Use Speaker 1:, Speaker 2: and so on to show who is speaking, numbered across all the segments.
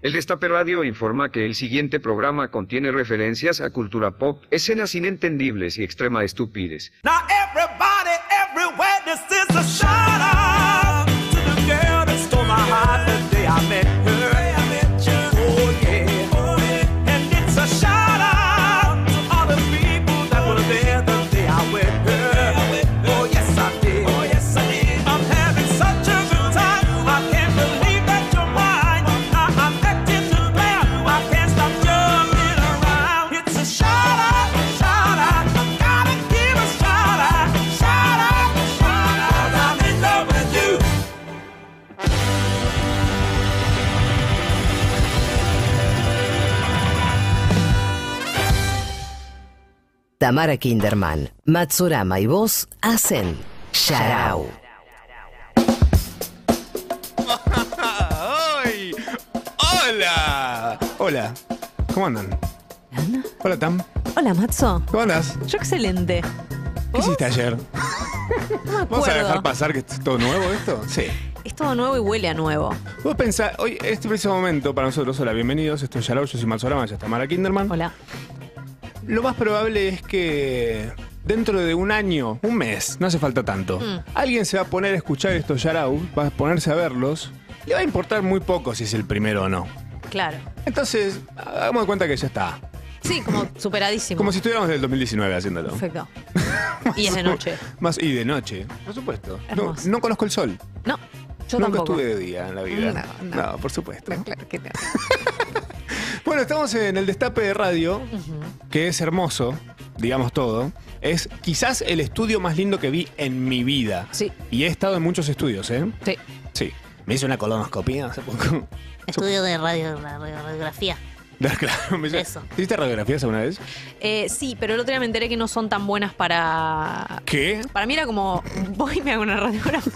Speaker 1: El Destape Radio informa que el siguiente programa contiene referencias a cultura pop, escenas inentendibles y extrema estupidez.
Speaker 2: Now everybody, everywhere, this is a shout out to the girl that stole my heart the day I met her. Oh yeah, oh yeah. And it's a shout out to all the people that were there the day I met her. Oh yes I did. Oh yes I did. I'm having such a good time. I can't believe that you're mine. I- I'm acting to glad. I can't stop jumping around. It's a shout out, shout out. I gotta give a shout out, shout out, shout out. I'm in love with you.
Speaker 3: Tamara Kinderman, Matsurama y vos hacen Sharau.
Speaker 4: ¡Ay! ¡Hola! Hola, ¿cómo andan? Hola, Tam.
Speaker 5: Hola, Matzo.
Speaker 4: ¿Cómo andas?
Speaker 5: Yo excelente.
Speaker 4: ¿Qué hiciste ayer?
Speaker 5: No me
Speaker 4: ¿Vamos a dejar
Speaker 5: acuerdo.
Speaker 4: pasar que es todo nuevo esto? Sí.
Speaker 5: Es todo nuevo y huele a nuevo.
Speaker 4: Vos pensás, hoy, este preciso momento para nosotros, hola, bienvenidos, esto es Yarao, yo soy Matsorama, ya está Mara Kinderman.
Speaker 5: Hola.
Speaker 4: Lo más probable es que dentro de un año, un mes, no hace falta tanto,
Speaker 5: Mm.
Speaker 4: alguien se va a poner a escuchar estos Yarao, va a ponerse a verlos, le va a importar muy poco si es el primero o no.
Speaker 5: Claro.
Speaker 4: Entonces, hagamos de cuenta que ya está.
Speaker 5: Sí, como superadísimo.
Speaker 4: Como si estuviéramos del 2019 haciéndolo.
Speaker 5: Perfecto. y es de noche.
Speaker 4: Más y de noche, por supuesto. No,
Speaker 5: Hermoso.
Speaker 4: no conozco el sol.
Speaker 5: No, yo
Speaker 4: Nunca
Speaker 5: tampoco.
Speaker 4: estuve de día en la vida.
Speaker 5: No,
Speaker 4: No,
Speaker 5: no.
Speaker 4: por supuesto.
Speaker 5: No, claro que no.
Speaker 4: Bueno, estamos en el destape de radio, que es hermoso, digamos todo. Es quizás el estudio más lindo que vi en mi vida.
Speaker 5: Sí.
Speaker 4: Y he estado en muchos estudios, ¿eh?
Speaker 5: Sí.
Speaker 4: Sí. Me hice una colonoscopía hace poco.
Speaker 6: Estudio de radio, la radio- radiografía.
Speaker 4: claro, me hice-
Speaker 6: Eso.
Speaker 4: ¿Te hiciste radiografías alguna vez?
Speaker 5: Eh, sí, pero el otro día me enteré que no son tan buenas para.
Speaker 4: ¿Qué?
Speaker 5: Para mí era como, voy y me hago una radiografía.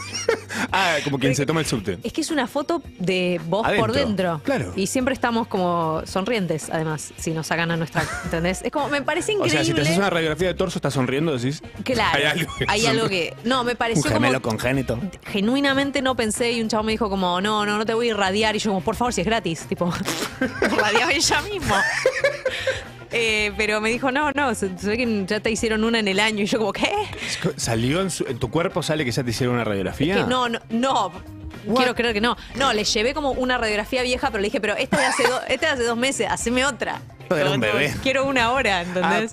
Speaker 4: Ah, como quien se toma el subte.
Speaker 5: Es que es una foto de vos por
Speaker 4: Adentro,
Speaker 5: dentro.
Speaker 4: claro.
Speaker 5: Y siempre estamos como sonrientes, además, si nos sacan a nuestra. ¿Entendés? Es como, me parece
Speaker 4: O
Speaker 5: increíble.
Speaker 4: sea, si te haces una radiografía de torso, estás sonriendo, decís.
Speaker 5: Claro.
Speaker 4: Hay algo. que
Speaker 5: hay
Speaker 4: son-
Speaker 5: algo que. No, me
Speaker 4: Un
Speaker 5: pareció
Speaker 4: gemelo
Speaker 5: como.
Speaker 4: congénito.
Speaker 5: Genuinamente no pensé y un chavo me dijo como, no, no, no te voy a irradiar. Y yo como, por favor, si es gratis. Tipo, irradiaba ella mismo. Eh, pero me dijo, no, no, se, se ve que ya te hicieron una en el año. Y yo como, ¿qué?
Speaker 4: ¿Salió en, su- en tu cuerpo? ¿Sale que ya te hicieron una radiografía?
Speaker 5: Que no, no, no.
Speaker 4: What?
Speaker 5: Quiero creer que no. No, le llevé como una radiografía vieja, pero le dije, pero esta es de hace, do- esta es de hace dos meses, haceme otra.
Speaker 4: Pero era un
Speaker 5: Como,
Speaker 4: bebé.
Speaker 5: Quiero una hora, ¿entendés?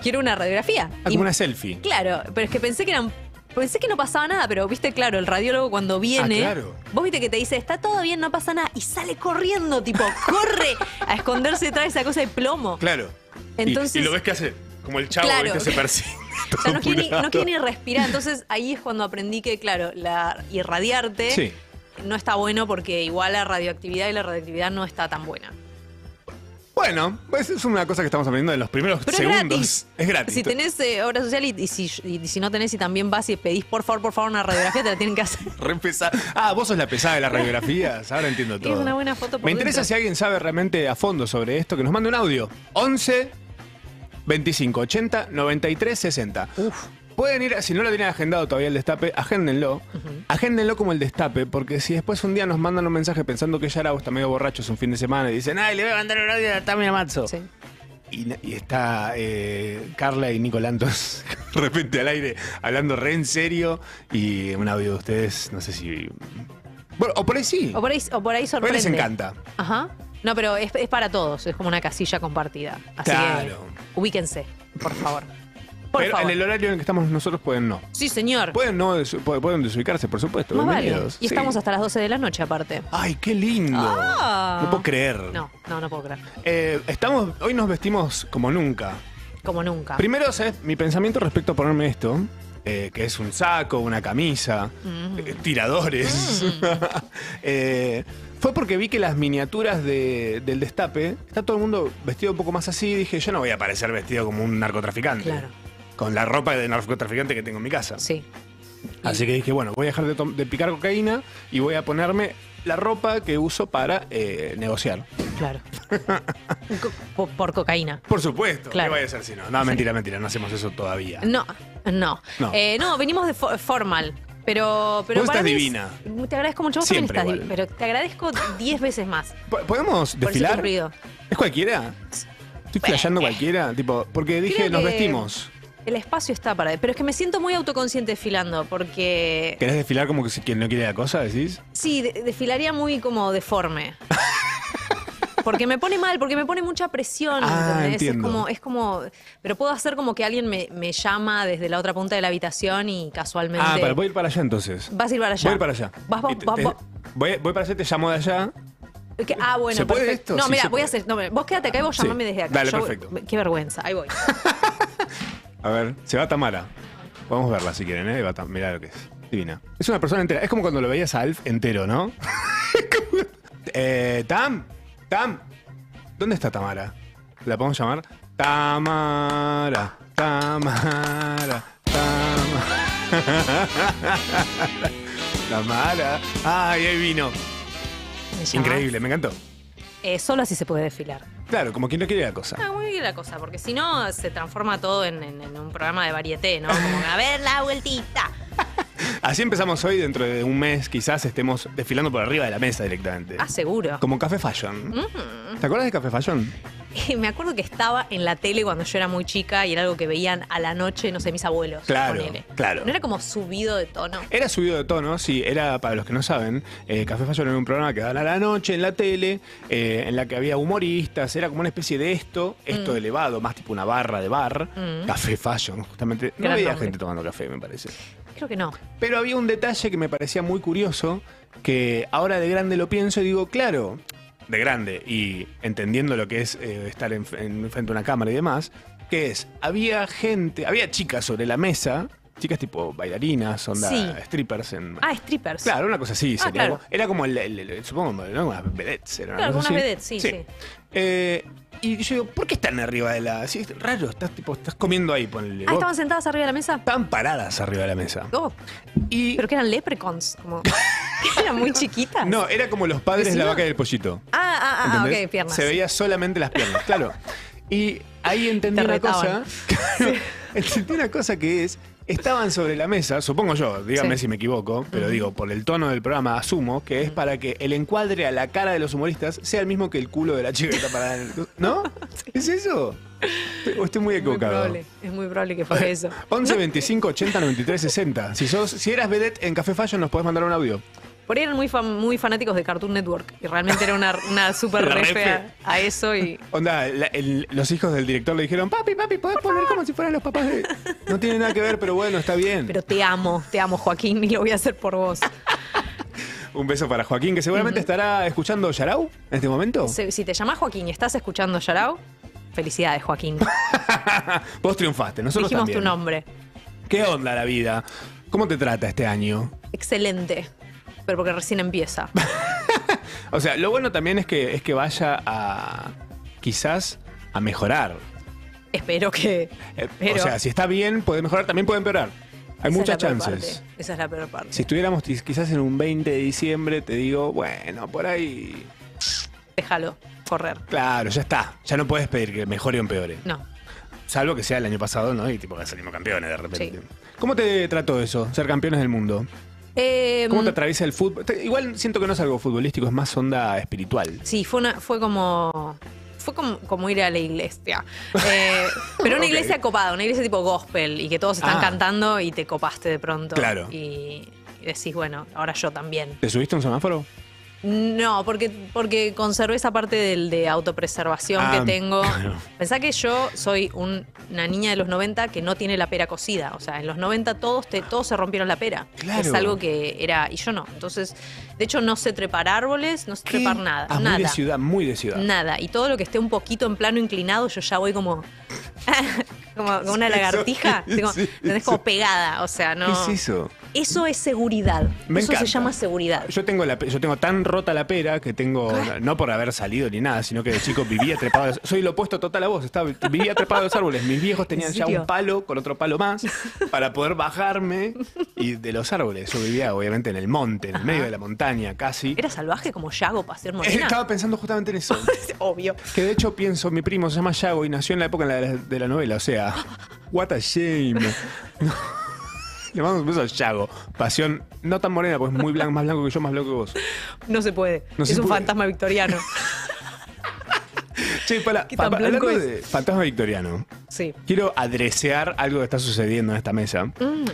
Speaker 5: Quiero una radiografía. Y-
Speaker 4: Ah, como una selfie.
Speaker 5: Claro, pero es que pensé que eran. Pensé que no pasaba nada, pero viste, claro, el radiólogo cuando viene.
Speaker 4: Ah, claro.
Speaker 5: Vos viste que te dice, está todo bien, no pasa nada. Y sale corriendo, tipo, corre a esconderse detrás de esa cosa de plomo.
Speaker 4: Claro. Y-
Speaker 5: Entonces-
Speaker 4: Y, lo ves que hace. Como el chavo,
Speaker 5: Claro.
Speaker 4: ¿viste? Se persigue.
Speaker 5: O sea, no quiere, ni,
Speaker 4: Todo
Speaker 5: no quiere ni respirar. Entonces ahí es cuando aprendí que, claro, la irradiarte
Speaker 4: Sí.
Speaker 5: no está bueno porque igual la radioactividad y la radioactividad no está tan buena.
Speaker 4: Bueno, pues es una cosa que estamos aprendiendo de los primeros
Speaker 5: Pero
Speaker 4: segundos.
Speaker 5: es gratis.
Speaker 4: Es gratis.
Speaker 5: Si tenés eh, obra social y, y si, y si no tenés y también vas y pedís, por favor, por favor, una radiografía, te la tienen que hacer.
Speaker 4: Reempezar. Ah, vos sos la pesada de las radiografías. Ahora entiendo
Speaker 5: Es
Speaker 4: todo.
Speaker 5: una buena foto por
Speaker 4: Me interesa
Speaker 5: dentro.
Speaker 4: si alguien sabe realmente a fondo sobre esto, que nos mande un audio. 11 25 80 93 60. Pueden ir, si no lo tienen agendado todavía el destape, agéndenlo. Agéndenlo como el destape, porque si después un día nos mandan un mensaje pensando que Yarao está medio borracho, es un fin de semana, y dicen, ay, le voy a mandar un audio a Tami Amazo.
Speaker 5: Sí.
Speaker 4: Y, y está eh, Carla y Nicolantos de repente al aire hablando re en serio y un audio de ustedes, no sé si... Bueno, o por ahí sí.
Speaker 5: O por ahí, o por ahí
Speaker 4: por ahí
Speaker 5: sorprende.
Speaker 4: les encanta.
Speaker 5: Ajá. No, pero es, es para todos, es como una casilla compartida. Así
Speaker 4: Claro.
Speaker 5: que ubíquense, por favor. Por
Speaker 4: Pero
Speaker 5: favor.
Speaker 4: en el horario en el que estamos nosotros pueden no.
Speaker 5: Sí, señor.
Speaker 4: Pueden no desu- pu- pueden desubicarse, por supuesto.
Speaker 5: Más vale.
Speaker 4: bienvenidos.
Speaker 5: Y
Speaker 4: Sí.
Speaker 5: estamos hasta las 12 de la noche aparte.
Speaker 4: ¡Ay, qué lindo!
Speaker 5: Ah.
Speaker 4: No puedo creer.
Speaker 5: No, no, no puedo creer.
Speaker 4: Eh, estamos, hoy nos vestimos como nunca.
Speaker 5: Como nunca.
Speaker 4: Primero, ¿sabes? mi pensamiento respecto a ponerme esto, eh, que es un saco, una camisa, eh, tiradores,
Speaker 5: Mm.
Speaker 4: eh, fue porque vi que las miniaturas de- del destape, está todo el mundo vestido un poco más así, y dije, yo no voy a parecer vestido como un narcotraficante.
Speaker 5: Claro.
Speaker 4: Con la ropa de narcotraficante que tengo en mi casa.
Speaker 5: Sí.
Speaker 4: Así que dije, bueno, voy a dejar de, tom- de picar cocaína y voy a ponerme la ropa que uso para eh, negociar.
Speaker 5: Claro. Un co- po- por, cocaína.
Speaker 4: Por supuesto,
Speaker 5: Claro.
Speaker 4: ¿qué vaya a ser si no? No, mentira, mentira, no hacemos eso todavía.
Speaker 5: No, no.
Speaker 4: No.
Speaker 5: Eh, no, venimos de fo- formal. Pero, pero
Speaker 4: Vos
Speaker 5: para
Speaker 4: estás
Speaker 5: mí es-
Speaker 4: divina.
Speaker 5: te agradezco mucho. Vos también
Speaker 4: Siempre
Speaker 5: estás
Speaker 4: igual.
Speaker 5: divina. Pero te agradezco 10 veces más
Speaker 4: Po- ¿Podemos
Speaker 5: por ese
Speaker 4: desfilar?
Speaker 5: cumplido.
Speaker 4: ¿Es cualquiera? ¿Estoy flasheando cualquiera? Tipo, porque dije,
Speaker 5: eh, Creo
Speaker 4: nos
Speaker 5: que
Speaker 4: vestimos.
Speaker 5: El espacio está para. Pero es que me siento muy autoconsciente desfilando, porque.
Speaker 4: ¿Querés desfilar como que si quien no quiere la cosa, decís?
Speaker 5: Sí, de- desfilaría muy como deforme. Porque me pone mal, porque me pone mucha presión,
Speaker 4: Ah,
Speaker 5: ¿entendés?
Speaker 4: entiendo.
Speaker 5: Es como, es como. Pero puedo hacer como que alguien me, me llama desde la otra punta de la habitación y casualmente.
Speaker 4: Ah, para, voy a ir para allá entonces.
Speaker 5: Vas a ir para allá.
Speaker 4: Voy a ir para allá.
Speaker 5: Vas, vas,
Speaker 4: Y te-
Speaker 5: vas-
Speaker 4: te-
Speaker 5: vas-
Speaker 4: voy, voy para allá, te llamo de allá.
Speaker 5: que- ah, bueno,
Speaker 4: ¿Se puede
Speaker 5: perfecto.
Speaker 4: esto?
Speaker 5: No,
Speaker 4: Sí,
Speaker 5: mira, voy
Speaker 4: se
Speaker 5: a
Speaker 4: puede.
Speaker 5: hacer. No, mira, vos quédate acá y vos
Speaker 4: Sí.
Speaker 5: llamame desde acá.
Speaker 4: Dale,
Speaker 5: Yo-
Speaker 4: perfecto.
Speaker 5: Qué vergüenza. Ahí voy.
Speaker 4: A ver, se va Tamara. Podemos verla si quieren, ¿eh? Va Tam- Mirá lo que es. Divina. Es una persona entera. Es como cuando lo veías a Alf entero, ¿no? Como- eh, Tam, Tam. ¿Dónde está Tamara? ¿La podemos llamar? Tamara, Tamara, Tamara. Tamara. Ay, ahí vino.
Speaker 5: Me llama.
Speaker 4: Increíble, me encantó.
Speaker 5: Eh, solo así se puede desfilar.
Speaker 4: Claro, como quien no quiere la cosa.
Speaker 5: Ah, muy bien la cosa, porque si no se transforma todo en, en- en un programa de varieté, ¿no? Como a ver la vueltita.
Speaker 4: Así empezamos hoy, dentro de un mes quizás estemos desfilando por arriba de la mesa directamente.
Speaker 5: Ah, seguro.
Speaker 4: Como Café Fashion. ¿Te acuerdas de Café Fashion?
Speaker 5: Y me acuerdo que estaba en la tele cuando yo era muy chica y era algo que veían a la noche, no sé, mis abuelos.
Speaker 4: Claro, claro.
Speaker 5: No era como subido de tono.
Speaker 4: Era subido de tono, sí, era, para los que no saben, eh, Café Fashion era un programa que daban a la noche en la tele, eh, en la que había humoristas, era como una especie de esto,
Speaker 5: Mm.
Speaker 4: esto elevado, más tipo una barra de bar, Café Fashion, justamente. No
Speaker 5: Gran
Speaker 4: había
Speaker 5: nombre.
Speaker 4: gente tomando café, me parece.
Speaker 5: Creo que no.
Speaker 4: Pero había un detalle que me parecía muy curioso, que ahora de grande lo pienso y digo, claro, de grande y entendiendo lo que es eh, estar en, en- frente a una cámara y demás, que es, había gente, había chicas sobre la mesa, chicas tipo bailarinas, onda
Speaker 5: Sí.
Speaker 4: strippers en...
Speaker 5: Ah, strippers.
Speaker 4: Claro, una cosa así.
Speaker 5: Ah,
Speaker 4: sería
Speaker 5: claro.
Speaker 4: como- Era como el, el- el- supongo, ¿no? unas vedettes. Era una
Speaker 5: Claro,
Speaker 4: cosa
Speaker 5: como unas
Speaker 4: así.
Speaker 5: vedettes, sí, sí.
Speaker 4: Eh, y yo digo, ¿por qué están arriba de la...? Sí, es raro, estás, tipo, estás comiendo ahí, ponle.
Speaker 5: Ah,
Speaker 4: vos-
Speaker 5: estaban sentadas arriba de la mesa.
Speaker 4: Estaban paradas arriba de la mesa.
Speaker 5: Oh,
Speaker 4: Y
Speaker 5: pero que eran leprechauns, como. eran muy chiquitas.
Speaker 4: No, era como los padres de la
Speaker 5: Encima-
Speaker 4: vaca y el pollito.
Speaker 5: Ah, ah, ah,
Speaker 4: ¿entendés?
Speaker 5: ok, piernas.
Speaker 4: Se veía solamente las piernas, claro. Y ahí entendí
Speaker 5: Te
Speaker 4: una cosa.
Speaker 5: retaban.
Speaker 4: entendí una cosa que es. Estaban sobre la mesa, supongo yo, dígame
Speaker 5: Sí.
Speaker 4: si me equivoco, pero digo, por el tono del programa asumo que es para que el encuadre a la cara de los humoristas sea el mismo que el culo de la chica que está parada en el- ¿No? ¿Es eso? ¿O estoy muy
Speaker 5: Es muy
Speaker 4: equivocado?
Speaker 5: probable, es muy probable que fue eso.
Speaker 4: 11 25 80 93 60. Si, sos, si eras vedette en Café Fashion, nos podés mandar un audio.
Speaker 5: Por ahí eran muy, fan- muy fanáticos de Cartoon Network y realmente era una, una super
Speaker 4: La
Speaker 5: refe
Speaker 4: refe.
Speaker 5: a, a eso y
Speaker 4: Onda, la- el- los hijos del director le dijeron, papi, papi, podés poner como si fueran los papás de... No tiene nada que ver, pero bueno, está bien.
Speaker 5: pero te amo, te amo Joaquín y lo voy a hacer por vos.
Speaker 4: Un beso para Joaquín, que seguramente estará escuchando Yarau en este momento.
Speaker 5: Se- si te llamás Joaquín y estás escuchando Yarao, felicidades Joaquín.
Speaker 4: Vos triunfaste, nosotros
Speaker 5: Dijimos
Speaker 4: también.
Speaker 5: tu nombre.
Speaker 4: ¿Qué onda la vida? ¿Cómo te trata este año?
Speaker 5: Excelente. Pero porque recién empieza.
Speaker 4: O sea, lo bueno también es que, es que vaya a... quizás a mejorar.
Speaker 5: Espero que.
Speaker 4: Eh,
Speaker 5: Pero-
Speaker 4: o sea, si está bien, puede mejorar, también puede empeorar. Hay
Speaker 5: Esa
Speaker 4: muchas
Speaker 5: es la peor
Speaker 4: chances.
Speaker 5: parte. Esa es la peor parte.
Speaker 4: Si estuviéramos tis- quizás en un 20 de diciembre, te digo, bueno, por ahí...
Speaker 5: Déjalo correr.
Speaker 4: Claro, ya está. Ya no puedes pedir que mejore o empeore.
Speaker 5: No.
Speaker 4: Salvo que sea el año pasado, ¿no? Y tipo que salimos campeones de repente.
Speaker 5: Sí.
Speaker 4: ¿Cómo te trató eso, ser campeones del mundo?
Speaker 5: Eh,
Speaker 4: ¿Cómo te atraviesa el fútbol? Te- igual siento que no es algo futbolístico, es más onda espiritual.
Speaker 5: Sí, fue, una, fue como. Fue como, como ir a la iglesia. Eh, pero una
Speaker 4: Ok.
Speaker 5: iglesia copada, una iglesia tipo gospel y que todos están
Speaker 4: Ah.
Speaker 5: cantando y te copaste de pronto.
Speaker 4: Claro.
Speaker 5: Y, y decís, bueno, ahora yo también.
Speaker 4: ¿Te subiste a un semáforo?
Speaker 5: No, porque, porque conservé esa parte del de autopreservación
Speaker 4: Ah,
Speaker 5: que tengo.
Speaker 4: claro.
Speaker 5: Pensá que yo soy un- una niña de los 90 que no tiene la pera cocida. O sea, en los 90 todos, te, todos se rompieron la pera.
Speaker 4: Claro.
Speaker 5: Es algo que era. Y yo no. Entonces, de hecho, no sé trepar árboles, no sé trepar nada.
Speaker 4: Ah,
Speaker 5: nada.
Speaker 4: muy de ciudad, muy de ciudad.
Speaker 5: Nada. Y todo lo que esté un poquito en plano inclinado, yo ya voy como. como como una
Speaker 4: Sí, eso-
Speaker 5: lagartija. Tengo,
Speaker 4: sí,
Speaker 5: tenés
Speaker 4: eso.
Speaker 5: como pegada. O sea, no.
Speaker 4: ¿Qué es eso?
Speaker 5: Eso es seguridad.
Speaker 4: Me
Speaker 5: eso se
Speaker 4: encanta.
Speaker 5: llama seguridad.
Speaker 4: Yo tengo, la, pe- yo tengo tan rota la pera que tengo, no por haber salido ni nada, sino que de chico vivía trepado. a los- Soy lo opuesto total a vos, estaba, vivía trepado a los árboles. Mis viejos tenían
Speaker 5: ¿En
Speaker 4: ya
Speaker 5: serio?
Speaker 4: un palo con otro palo más para poder bajarme y de los árboles. Yo vivía obviamente en el monte, en el medio de la montaña casi. Eh,
Speaker 5: ¿Era salvaje como Yago para ser morena?
Speaker 4: Estaba pensando justamente en eso.
Speaker 5: Obvio.
Speaker 4: Que de hecho pienso, mi primo se llama Yago y nació en la época de la, de la novela, o sea, what a shame. No. Le mando un beso a Yago. Pasión no tan morena, pues muy blanco, más blanco que yo, más blanco que vos.
Speaker 5: No se puede.
Speaker 4: No
Speaker 5: es
Speaker 4: se
Speaker 5: un
Speaker 4: puede.
Speaker 5: fantasma victoriano.
Speaker 4: Che, para,
Speaker 5: ¿Qué tan
Speaker 4: pa- pa- hablando
Speaker 5: blanco
Speaker 4: de fantasma victoriano,
Speaker 5: Sí.
Speaker 4: quiero adresear algo que está sucediendo en esta mesa.
Speaker 5: Mm.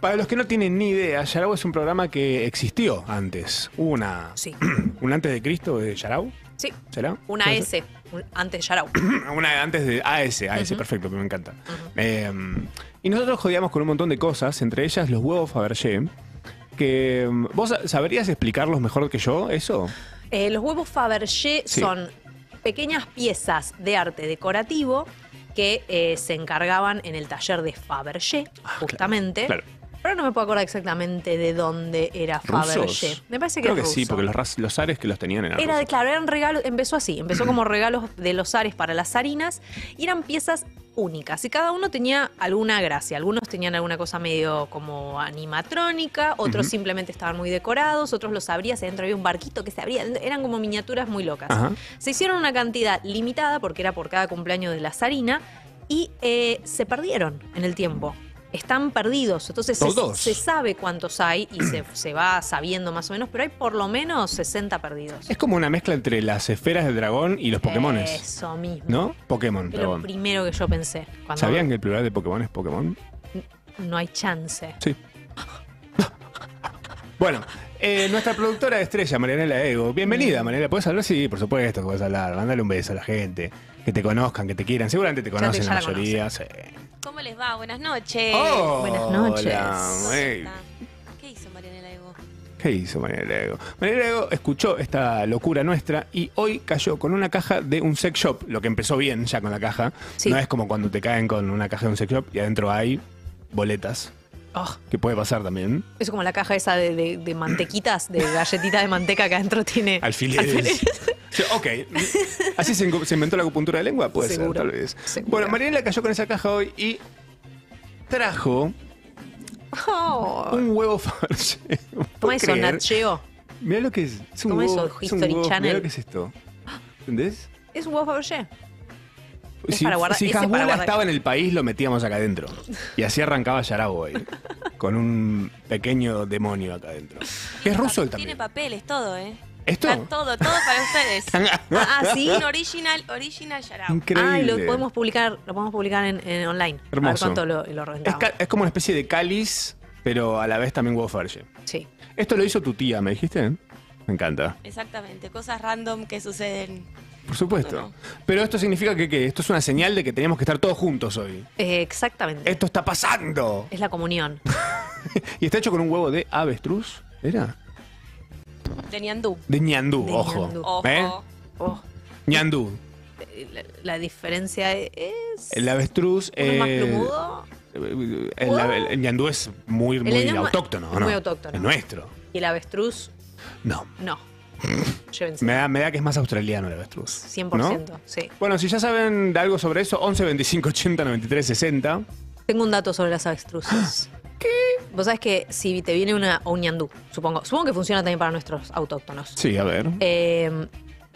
Speaker 4: Para los que no tienen ni idea, Yarao es un programa que existió antes. Hubo Una,
Speaker 5: Sí.
Speaker 4: un antes de Cristo de Yarao,
Speaker 5: Sí.
Speaker 4: ¿será?
Speaker 5: Una
Speaker 4: ¿Puede ser?
Speaker 5: S. un- antes de Yarau.
Speaker 4: Una antes de AS, AS, perfecto, me encanta. Eh, y nosotros jodíamos con un montón de cosas, entre ellas los huevos Fabergé, que mm, vos sabrías explicarlos mejor que yo, eso.
Speaker 5: Eh, los huevos Fabergé
Speaker 4: Sí.
Speaker 5: son pequeñas piezas de arte decorativo que eh, se encargaban en el taller de Fabergé, justamente.
Speaker 4: Ah, claro.
Speaker 5: Pero no me puedo acordar exactamente de dónde era Fabergé.
Speaker 4: ¿Rusos?
Speaker 5: Me parece que
Speaker 4: Creo
Speaker 5: es
Speaker 4: que sí,
Speaker 5: ruso.
Speaker 4: porque los, ras- los ares que los tenían eran
Speaker 5: Era,
Speaker 4: rusos.
Speaker 5: claro, eran regalos, empezó así, empezó como regalos de los ares para las harinas y eran piezas únicas y cada uno tenía alguna gracia, algunos tenían alguna cosa medio como animatrónica, otros simplemente estaban muy decorados, otros los abrías y adentro había un barquito que se abría, eran como miniaturas muy locas.
Speaker 4: Ajá.
Speaker 5: Se hicieron una cantidad limitada porque era por cada cumpleaños de la zarina y eh, se perdieron en el tiempo. Están perdidos, entonces se,
Speaker 4: Todos.
Speaker 5: se sabe cuántos hay y se, se va sabiendo más o menos, pero hay por lo menos 60 perdidos.
Speaker 4: Es como una mezcla entre las esferas del dragón y los Pokémones,
Speaker 5: Eso mismo.
Speaker 4: ¿no? Pokémon,
Speaker 5: Es lo
Speaker 4: dragón.
Speaker 5: primero que yo pensé. Cuando
Speaker 4: ¿Sabían que el plural de Pokémon es Pokémon?
Speaker 5: No hay chance.
Speaker 4: Sí. Bueno, eh, nuestra productora de estrella, Marianela Ego. Bienvenida, Marianela. ¿Puedes hablar? Sí, por supuesto que puedes hablar. Mándale un beso a la gente. Que te conozcan, que te quieran. Seguramente te
Speaker 5: Ya te-
Speaker 4: conocen
Speaker 5: ya
Speaker 4: la
Speaker 5: la Eh,
Speaker 4: mayoría. sí.
Speaker 7: ¿Cómo les va? Buenas noches.
Speaker 4: Oh.
Speaker 7: Ah,
Speaker 5: buenas
Speaker 4: Hola,
Speaker 5: noches.
Speaker 4: ey.
Speaker 7: ¿Qué hizo Marianela Ego?
Speaker 4: ¿Qué hizo Marianela Ego? Marianela Ego escuchó esta locura nuestra y hoy cayó con una caja de un sex shop. Lo que empezó bien ya con la caja.
Speaker 5: Sí.
Speaker 4: No es como cuando te caen con una caja de un sex shop y adentro hay boletas.
Speaker 5: Oh,
Speaker 4: Que puede pasar también.
Speaker 5: es como la caja esa de, de- de mantequitas, de galletitas de manteca que adentro tiene.
Speaker 4: Alfileres. Sí, ok. Así se, inco- se inventó la acupuntura de lengua, puede
Speaker 5: Seguro.
Speaker 4: ser, tal vez.
Speaker 5: Seguro.
Speaker 4: Bueno, Mariela cayó con esa caja hoy y trajo
Speaker 5: Oh.
Speaker 4: un huevo Faberge.
Speaker 5: Toma eso, Nacheo.
Speaker 4: Mira lo que es. Es un
Speaker 5: Toma
Speaker 4: huevo.
Speaker 5: eso,
Speaker 4: es un
Speaker 5: History
Speaker 4: huevo. Mirá
Speaker 5: Channel.
Speaker 4: lo que es esto. ¿Entendés?
Speaker 5: Es un huevo Fabergé. Es
Speaker 4: si
Speaker 5: para guardar-
Speaker 4: si
Speaker 5: ese para
Speaker 4: Hasbula
Speaker 5: guardar.
Speaker 4: estaba en el país, lo metíamos acá adentro. Y así arrancaba Yarabo hoy. Con un pequeño demonio acá adentro. Que es ruso él
Speaker 7: Tiene
Speaker 4: también.
Speaker 7: papeles, todo, ¿eh?
Speaker 4: ¿Esto?
Speaker 7: Está todo, todo para ustedes.
Speaker 5: Ah, ah, sí.
Speaker 7: Un original, original Yarao.
Speaker 4: Increíble.
Speaker 5: Ah, y lo podemos publicar, lo podemos publicar en, en online. A ver
Speaker 4: Hermoso.
Speaker 5: cuánto lo, lo
Speaker 4: Es,
Speaker 5: rentamos.
Speaker 4: ca- es como una especie de cáliz, pero a la vez también huevo Faberge.
Speaker 5: Sí.
Speaker 4: Esto lo hizo tu tía, ¿me dijiste? Me encanta.
Speaker 7: Exactamente, cosas random que suceden.
Speaker 4: Por supuesto. Pero esto significa que, ¿qué? esto es una señal de que teníamos que estar todos juntos hoy.
Speaker 5: Eh, exactamente.
Speaker 4: Esto está pasando.
Speaker 5: Es la comunión.
Speaker 4: Y está hecho con un huevo de avestruz. ¿Era?
Speaker 7: De Ñandú.
Speaker 4: De ñandú,
Speaker 5: De
Speaker 4: ojo.
Speaker 5: ñandú.
Speaker 7: Ojo.
Speaker 4: ¿Eh?
Speaker 5: Oh,
Speaker 4: Ñandú.
Speaker 5: eh, la, la diferencia es.
Speaker 4: El avestruz.
Speaker 5: uno es más
Speaker 4: eh,
Speaker 5: plumudo
Speaker 4: el, el- el ñandú es muy, muy
Speaker 5: ñandú es
Speaker 4: autóctono, ¿no?
Speaker 5: muy autóctono.
Speaker 4: Es nuestro.
Speaker 5: y el avestruz
Speaker 4: No.
Speaker 5: No. Llévense.
Speaker 4: Me da, me da que es más australiano el avestruz. ¿no?
Speaker 5: 100%. Sí.
Speaker 4: Bueno, si ya saben de algo sobre eso, 11, 25, 80, 93, 60.
Speaker 5: Tengo un dato sobre las avestruces. ¿Qué? Vos sabés que si te viene una, o un ñandú, supongo. Supongo que funciona también para nuestros autóctonos.
Speaker 4: Sí, a ver.
Speaker 5: Eh,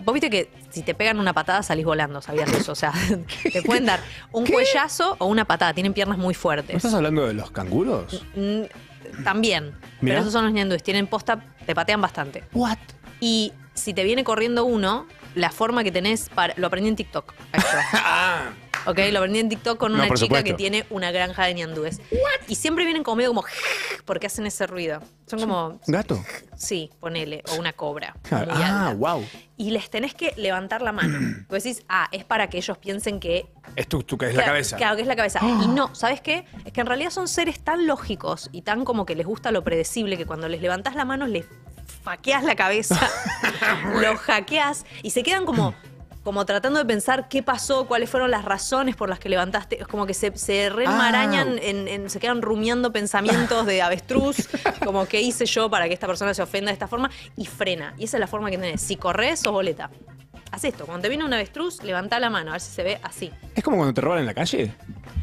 Speaker 5: vos viste que si te pegan una patada salís volando, ¿sabías eso? O sea, te pueden dar un cuellazo o una patada. Tienen piernas muy
Speaker 4: ¿No
Speaker 5: fuertes.
Speaker 4: estás hablando de los canguros?
Speaker 5: Mm, también.
Speaker 4: Mirá.
Speaker 5: Pero esos son los ñandúes. Tienen posta, te patean bastante.
Speaker 4: What?
Speaker 5: Y si te viene corriendo uno, la forma que tenés para. Lo aprendí en TikTok. esto.
Speaker 4: Ah,
Speaker 5: Ok, lo aprendí en TikTok con
Speaker 4: No,
Speaker 5: una
Speaker 4: por
Speaker 5: chica
Speaker 4: supuesto.
Speaker 5: que tiene una granja de ñandúes. Y siempre vienen conmigo como porque hacen ese ruido. Son como,
Speaker 4: gato.
Speaker 5: sí, ponele, o una cobra. muy
Speaker 4: Ah,
Speaker 5: alta.
Speaker 4: wow.
Speaker 5: Y les tenés que levantar la mano. Vos decís, ah, es para que ellos piensen que.
Speaker 4: Es tú, tú que es la
Speaker 5: claro,
Speaker 4: cabeza.
Speaker 5: Claro, que es la cabeza. Y no, ¿sabes qué? Es que en realidad son seres tan lógicos y tan como que les gusta lo predecible que cuando les levantás la mano les faqueas la cabeza, los hackeas y se quedan como. Como tratando de pensar qué pasó, cuáles fueron las razones por las que levantaste. Es como que se, se reenmarañan,
Speaker 4: Ah.
Speaker 5: en- en- se quedan rumiando pensamientos de avestruz, como qué hice yo para que esta persona se ofenda de esta forma, y frena. Y esa es la forma que tenés. Si corres, sos boleta. Haz esto. Cuando te viene un avestruz, levanta la mano, a ver si se ve así.
Speaker 4: Es como cuando te roban en la calle.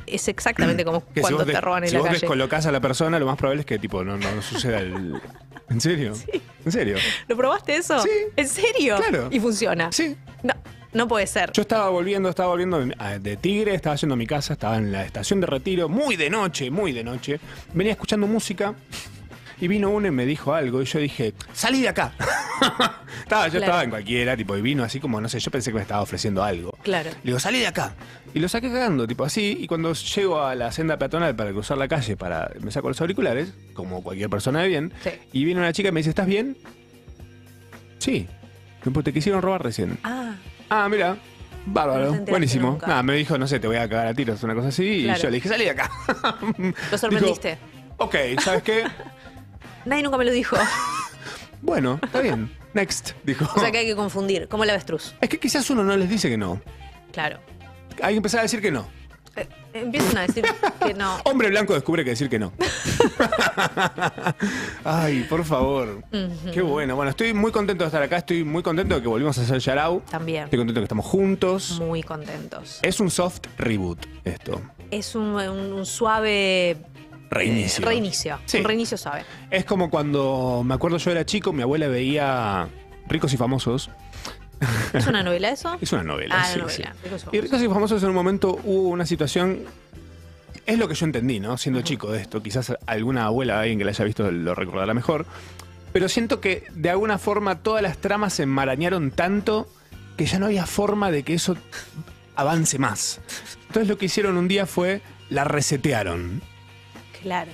Speaker 5: Es exactamente como
Speaker 4: Que si
Speaker 5: cuando
Speaker 4: vos
Speaker 5: te
Speaker 4: des-
Speaker 5: roban en
Speaker 4: si
Speaker 5: la
Speaker 4: vos
Speaker 5: calle.
Speaker 4: descolocás a la persona, lo más probable es que tipo no, no, no suceda el. ¿En serio? ¿En serio?
Speaker 5: ¿Lo probaste eso?
Speaker 4: Sí.
Speaker 5: ¿En serio?
Speaker 4: Claro.
Speaker 5: Y funciona.
Speaker 4: Sí.
Speaker 5: No, No puede ser.
Speaker 4: Yo estaba volviendo, estaba volviendo de- a- de Tigre, estaba yendo a mi casa, estaba en la estación de retiro, muy de noche, muy de noche. Venía escuchando música y vino uno y me dijo algo y yo dije, salí de acá. estaba, yo
Speaker 5: Claro.
Speaker 4: estaba en cualquiera, tipo, y vino así como, no sé, yo pensé que me estaba ofreciendo algo.
Speaker 5: Claro.
Speaker 4: Le digo, salí de acá. Y lo saqué cagando, tipo así, y cuando llego a la senda peatonal para cruzar la calle, para me saco los auriculares, como cualquier persona de bien,
Speaker 5: Sí.
Speaker 4: y viene una chica y me dice, ¿estás bien? Sí. No, pues Te quisieron robar recién.
Speaker 5: Ah,
Speaker 4: Ah, mira.
Speaker 5: No te
Speaker 4: Bárbaro.
Speaker 5: enteraste
Speaker 4: Buenísimo.
Speaker 5: nunca.
Speaker 4: Nada, me dijo, no sé, te voy a cagar a tiros, una cosa así.
Speaker 5: Claro.
Speaker 4: Y yo le dije, salí de acá.
Speaker 5: lo sorprendiste.
Speaker 4: Dijo, ok, ¿sabes qué?
Speaker 5: Nadie nunca me lo dijo.
Speaker 4: Bueno, está bien. Next, dijo.
Speaker 5: O sea que hay que confundir. Como el avestruz.
Speaker 4: Es que quizás uno no les dice que no.
Speaker 5: Claro.
Speaker 4: Hay que empezar a decir que no.
Speaker 5: Eh, empiezan a decir que no.
Speaker 4: Hombre blanco descubre que decir que no. Ay, por favor. Qué bueno. Bueno, estoy muy contento de estar acá. Estoy muy contento de que volvimos a hacer Yarau.
Speaker 5: También.
Speaker 4: Estoy contento de que estamos juntos.
Speaker 5: Muy contentos.
Speaker 4: Es un soft reboot esto.
Speaker 5: Es un, un- un suave
Speaker 4: Reinicio.
Speaker 5: reinicio.
Speaker 4: Sí.
Speaker 5: Un reinicio suave.
Speaker 4: Es como cuando me acuerdo yo era chico, mi abuela veía Ricos y Famosos.
Speaker 5: ¿Es una novela eso?
Speaker 4: Es una novela.
Speaker 5: Ah,
Speaker 4: sí,
Speaker 5: novela,
Speaker 4: sí.
Speaker 5: Ricos y Famosos.
Speaker 4: Y Ricos y Famosos en un momento hubo una situación. Es lo que yo entendí, ¿no? Siendo chico de esto. Quizás alguna abuela, alguien que la haya visto, lo recordará mejor. Pero siento que de alguna forma todas las tramas se enmarañaron tanto que ya no había forma de que eso avance más. Entonces lo que hicieron un día fue la resetearon.
Speaker 5: Claro.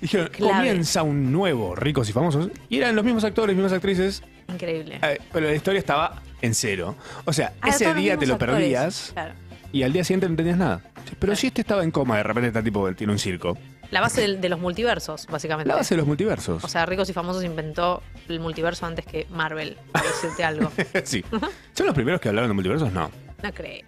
Speaker 4: Dijeron,
Speaker 5: Clave.
Speaker 4: comienza un nuevo, ricos y famosos. Y eran los mismos actores, mismas actrices,
Speaker 5: Increíble.
Speaker 4: eh, pero la historia estaba en cero. O sea,
Speaker 5: Ah,
Speaker 4: ese
Speaker 5: todos los
Speaker 4: día te
Speaker 5: mismos
Speaker 4: lo
Speaker 5: actores.
Speaker 4: perdías
Speaker 5: Claro.
Speaker 4: y al día siguiente no entendías nada. Pero si este estaba en coma, de repente está tipo, tiene un circo.
Speaker 5: La base del- de, los multiversos, básicamente.
Speaker 4: La base de los multiversos.
Speaker 5: O sea, Ricos y Famosos inventó el multiverso antes que Marvel, para decirte algo.
Speaker 4: sí. ¿Son los primeros que hablaron de multiversos? No.
Speaker 5: No creo.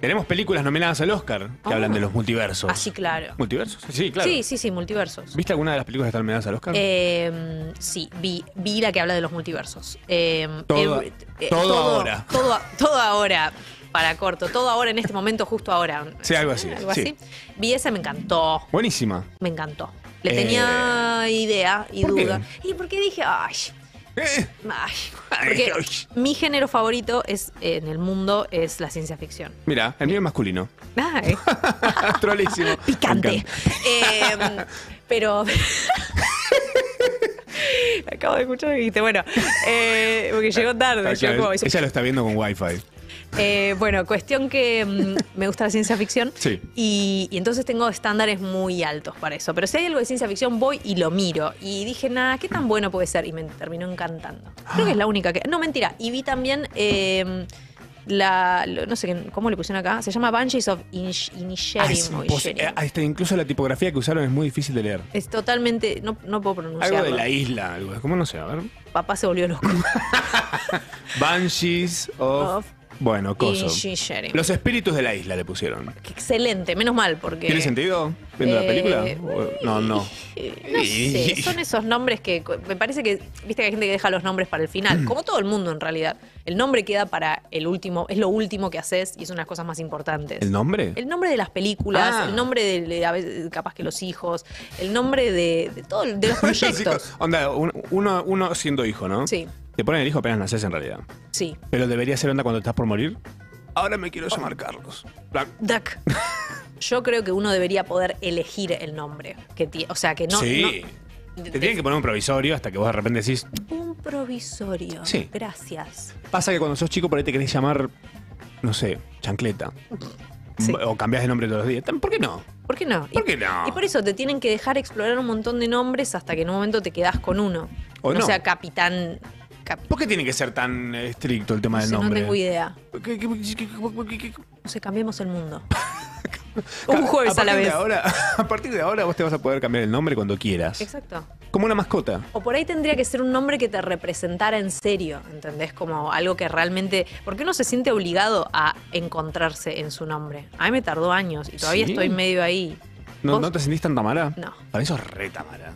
Speaker 4: Tenemos películas nominadas al Oscar que
Speaker 5: Ah.
Speaker 4: hablan de los multiversos.
Speaker 5: Así, claro.
Speaker 4: ¿Multiversos? Sí, claro.
Speaker 5: Sí, sí, sí, multiversos.
Speaker 4: ¿Viste alguna de las películas que están nominadas al Oscar?
Speaker 5: Eh, sí, vi, vi la que habla de los multiversos. Eh,
Speaker 4: Todo- todo ahora.
Speaker 5: Todo, a- todo ahora, para corto. Todo ahora, en este momento, justo ahora.
Speaker 4: Sí, algo así,
Speaker 5: Algo
Speaker 4: sí.
Speaker 5: así. Vi esa, me encantó.
Speaker 4: Buenísima.
Speaker 5: Me encantó. Le
Speaker 4: Eh,
Speaker 5: tenía idea y
Speaker 4: ¿por qué?
Speaker 5: duda. Y porque dije, ay,
Speaker 4: Eh,
Speaker 5: ay.
Speaker 4: Ay,
Speaker 5: Porque
Speaker 4: ay.
Speaker 5: mi género favorito es en el mundo es la ciencia ficción.
Speaker 4: Mira, el mío es masculino.
Speaker 5: Ay.
Speaker 4: Trolísimo. Me
Speaker 5: Ah, picante. Eh,
Speaker 4: encanta.
Speaker 5: pero. Acabo de escuchar y dijiste, bueno, eh, porque llegó tarde.
Speaker 4: Ah,
Speaker 5: llegó
Speaker 4: claro,
Speaker 5: como-
Speaker 4: Ella lo está viendo con Wi-Fi.
Speaker 5: Eh, bueno, cuestión que mm, me gusta la ciencia ficción
Speaker 4: Sí.
Speaker 5: y, y entonces tengo estándares muy altos para eso. Pero si hay algo de ciencia ficción, voy y lo miro. Y dije, nada, ¿qué tan bueno puede ser? Y me terminó encantando. Creo que es la única que... No, mentira. Y vi también... eh, la, lo- no sé qué- cómo le pusieron acá. Se llama Banshees of Inish- Inisherin.
Speaker 4: Ah, es
Speaker 5: o
Speaker 4: impos-
Speaker 5: Inisherin.
Speaker 4: eh, hasta incluso la tipografía que usaron es muy difícil de leer.
Speaker 5: Es totalmente. No, no puedo pronunciarlo.
Speaker 4: Algo de la isla, algo. ¿Cómo no sé? A ver.
Speaker 5: Papá se volvió loco.
Speaker 4: Banshees of.
Speaker 5: Of-
Speaker 4: Bueno, coso.
Speaker 5: Y Jim Sheridan.
Speaker 4: Los espíritus de la isla le pusieron.
Speaker 5: Qué Excelente, menos mal, porque.
Speaker 4: ¿Tiene sentido? ¿Viendo la
Speaker 5: Eh,
Speaker 4: película?
Speaker 5: uy,
Speaker 4: O- No, no.
Speaker 5: No sé, son esos nombres que. co- Me parece que. Viste que hay gente que deja los nombres para el final. Como todo el mundo, en realidad. El nombre queda para el último. Es lo último que haces y es una de las cosas más importantes.
Speaker 4: ¿El nombre?
Speaker 5: El nombre de las películas,
Speaker 4: Ah.
Speaker 5: el nombre de, de- a veces, capaz que los hijos, el nombre de, de todo, de los proyectos.
Speaker 4: Onda, un- uno, uno siendo hijo, ¿no?
Speaker 5: Sí.
Speaker 4: Te ponen el hijo apenas naces en realidad.
Speaker 5: Sí.
Speaker 4: Pero debería ser onda cuando estás por morir. Ahora me quiero llamar Carlos. Bla-
Speaker 5: Duck. Yo creo que uno debería poder elegir el nombre que tiene. O sea, que no.
Speaker 4: sí.
Speaker 5: no-
Speaker 4: Te tienen que poner un provisorio hasta que vos de repente decís.
Speaker 5: un provisorio.
Speaker 4: Sí.
Speaker 5: Gracias.
Speaker 4: Pasa que cuando sos chico por ahí te querés llamar, no sé, chancleta.
Speaker 5: Sí.
Speaker 4: O cambiás de nombre todos los días. Tam- ¿Por qué no?
Speaker 5: ¿Por qué no?
Speaker 4: ¿Por
Speaker 5: Y-
Speaker 4: qué no?
Speaker 5: Y por eso te tienen que dejar explorar un montón de nombres hasta que en un momento te quedás con uno.
Speaker 4: O no.
Speaker 5: sea capitán. capi-
Speaker 4: ¿Por qué tiene que ser tan eh, estricto el tema
Speaker 5: no,
Speaker 4: del
Speaker 5: sé, no
Speaker 4: nombre?
Speaker 5: tengo idea.
Speaker 4: ¿Qué- qué- qué- qué- qué- qué- qué-
Speaker 5: No sé, cambiemos el mundo. un jueves a, la
Speaker 4: partir de
Speaker 5: vez.
Speaker 4: ahora- a partir de ahora vos te vas a poder cambiar el nombre cuando quieras.
Speaker 5: Exacto.
Speaker 4: Como una mascota.
Speaker 5: O por ahí tendría que ser un nombre que te representara en serio, ¿entendés? Como algo que realmente. Porque uno se siente obligado a encontrarse en su nombre. A mí me tardó años y todavía
Speaker 4: Sí.
Speaker 5: estoy medio ahí.
Speaker 4: ¿No,
Speaker 5: ¿Vos?
Speaker 4: ¿no te sentís tan Tamara?
Speaker 5: No.
Speaker 4: Para mí sos re Tamara.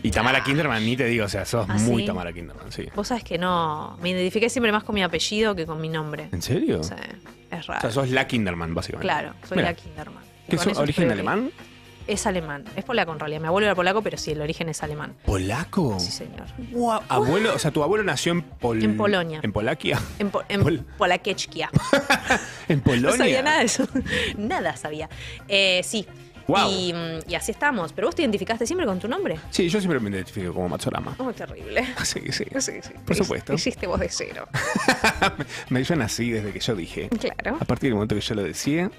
Speaker 4: Y Tamara Kinderman, ni te digo, o sea, sos
Speaker 5: ¿Ah,
Speaker 4: muy
Speaker 5: sí?
Speaker 4: Tamara Kinderman, sí.
Speaker 5: Vos sabés que no. Me identifiqué siempre más con mi apellido que con mi nombre.
Speaker 4: ¿En serio?
Speaker 5: O sea, es
Speaker 4: O
Speaker 5: raro.
Speaker 4: sea, sos la Kinderman, básicamente.
Speaker 5: claro, soy
Speaker 4: Mira,
Speaker 5: la Kinderman. Y
Speaker 4: ¿Qué
Speaker 5: con
Speaker 4: sos?
Speaker 5: eso
Speaker 4: ¿Origen
Speaker 5: estoy ok.
Speaker 4: alemán?
Speaker 5: es alemán. Es polaco en realidad. Mi abuelo era polaco, pero sí, el origen es alemán.
Speaker 4: ¿Polaco?
Speaker 5: Sí, señor.
Speaker 4: Guau, abuelo, o sea, tu abuelo nació en Pol-
Speaker 5: En Polonia.
Speaker 4: En Polaquia.
Speaker 5: En, po- en
Speaker 4: Pol-
Speaker 5: Polakechkia.
Speaker 4: en Polonia.
Speaker 5: No sabía nada de eso. nada sabía. Eh, sí.
Speaker 4: Guau.
Speaker 5: Y, mm, y así estamos. Pero vos te identificaste siempre con tu nombre.
Speaker 4: Sí, yo siempre me identifico como Matsurama.
Speaker 5: Oh, terrible.
Speaker 4: Sí, sí.
Speaker 5: Sí, sí.
Speaker 4: Por supuesto.
Speaker 5: Hiciste vos de cero.
Speaker 4: me dicen así desde que yo dije.
Speaker 5: Claro.
Speaker 4: A partir del momento que yo lo decía.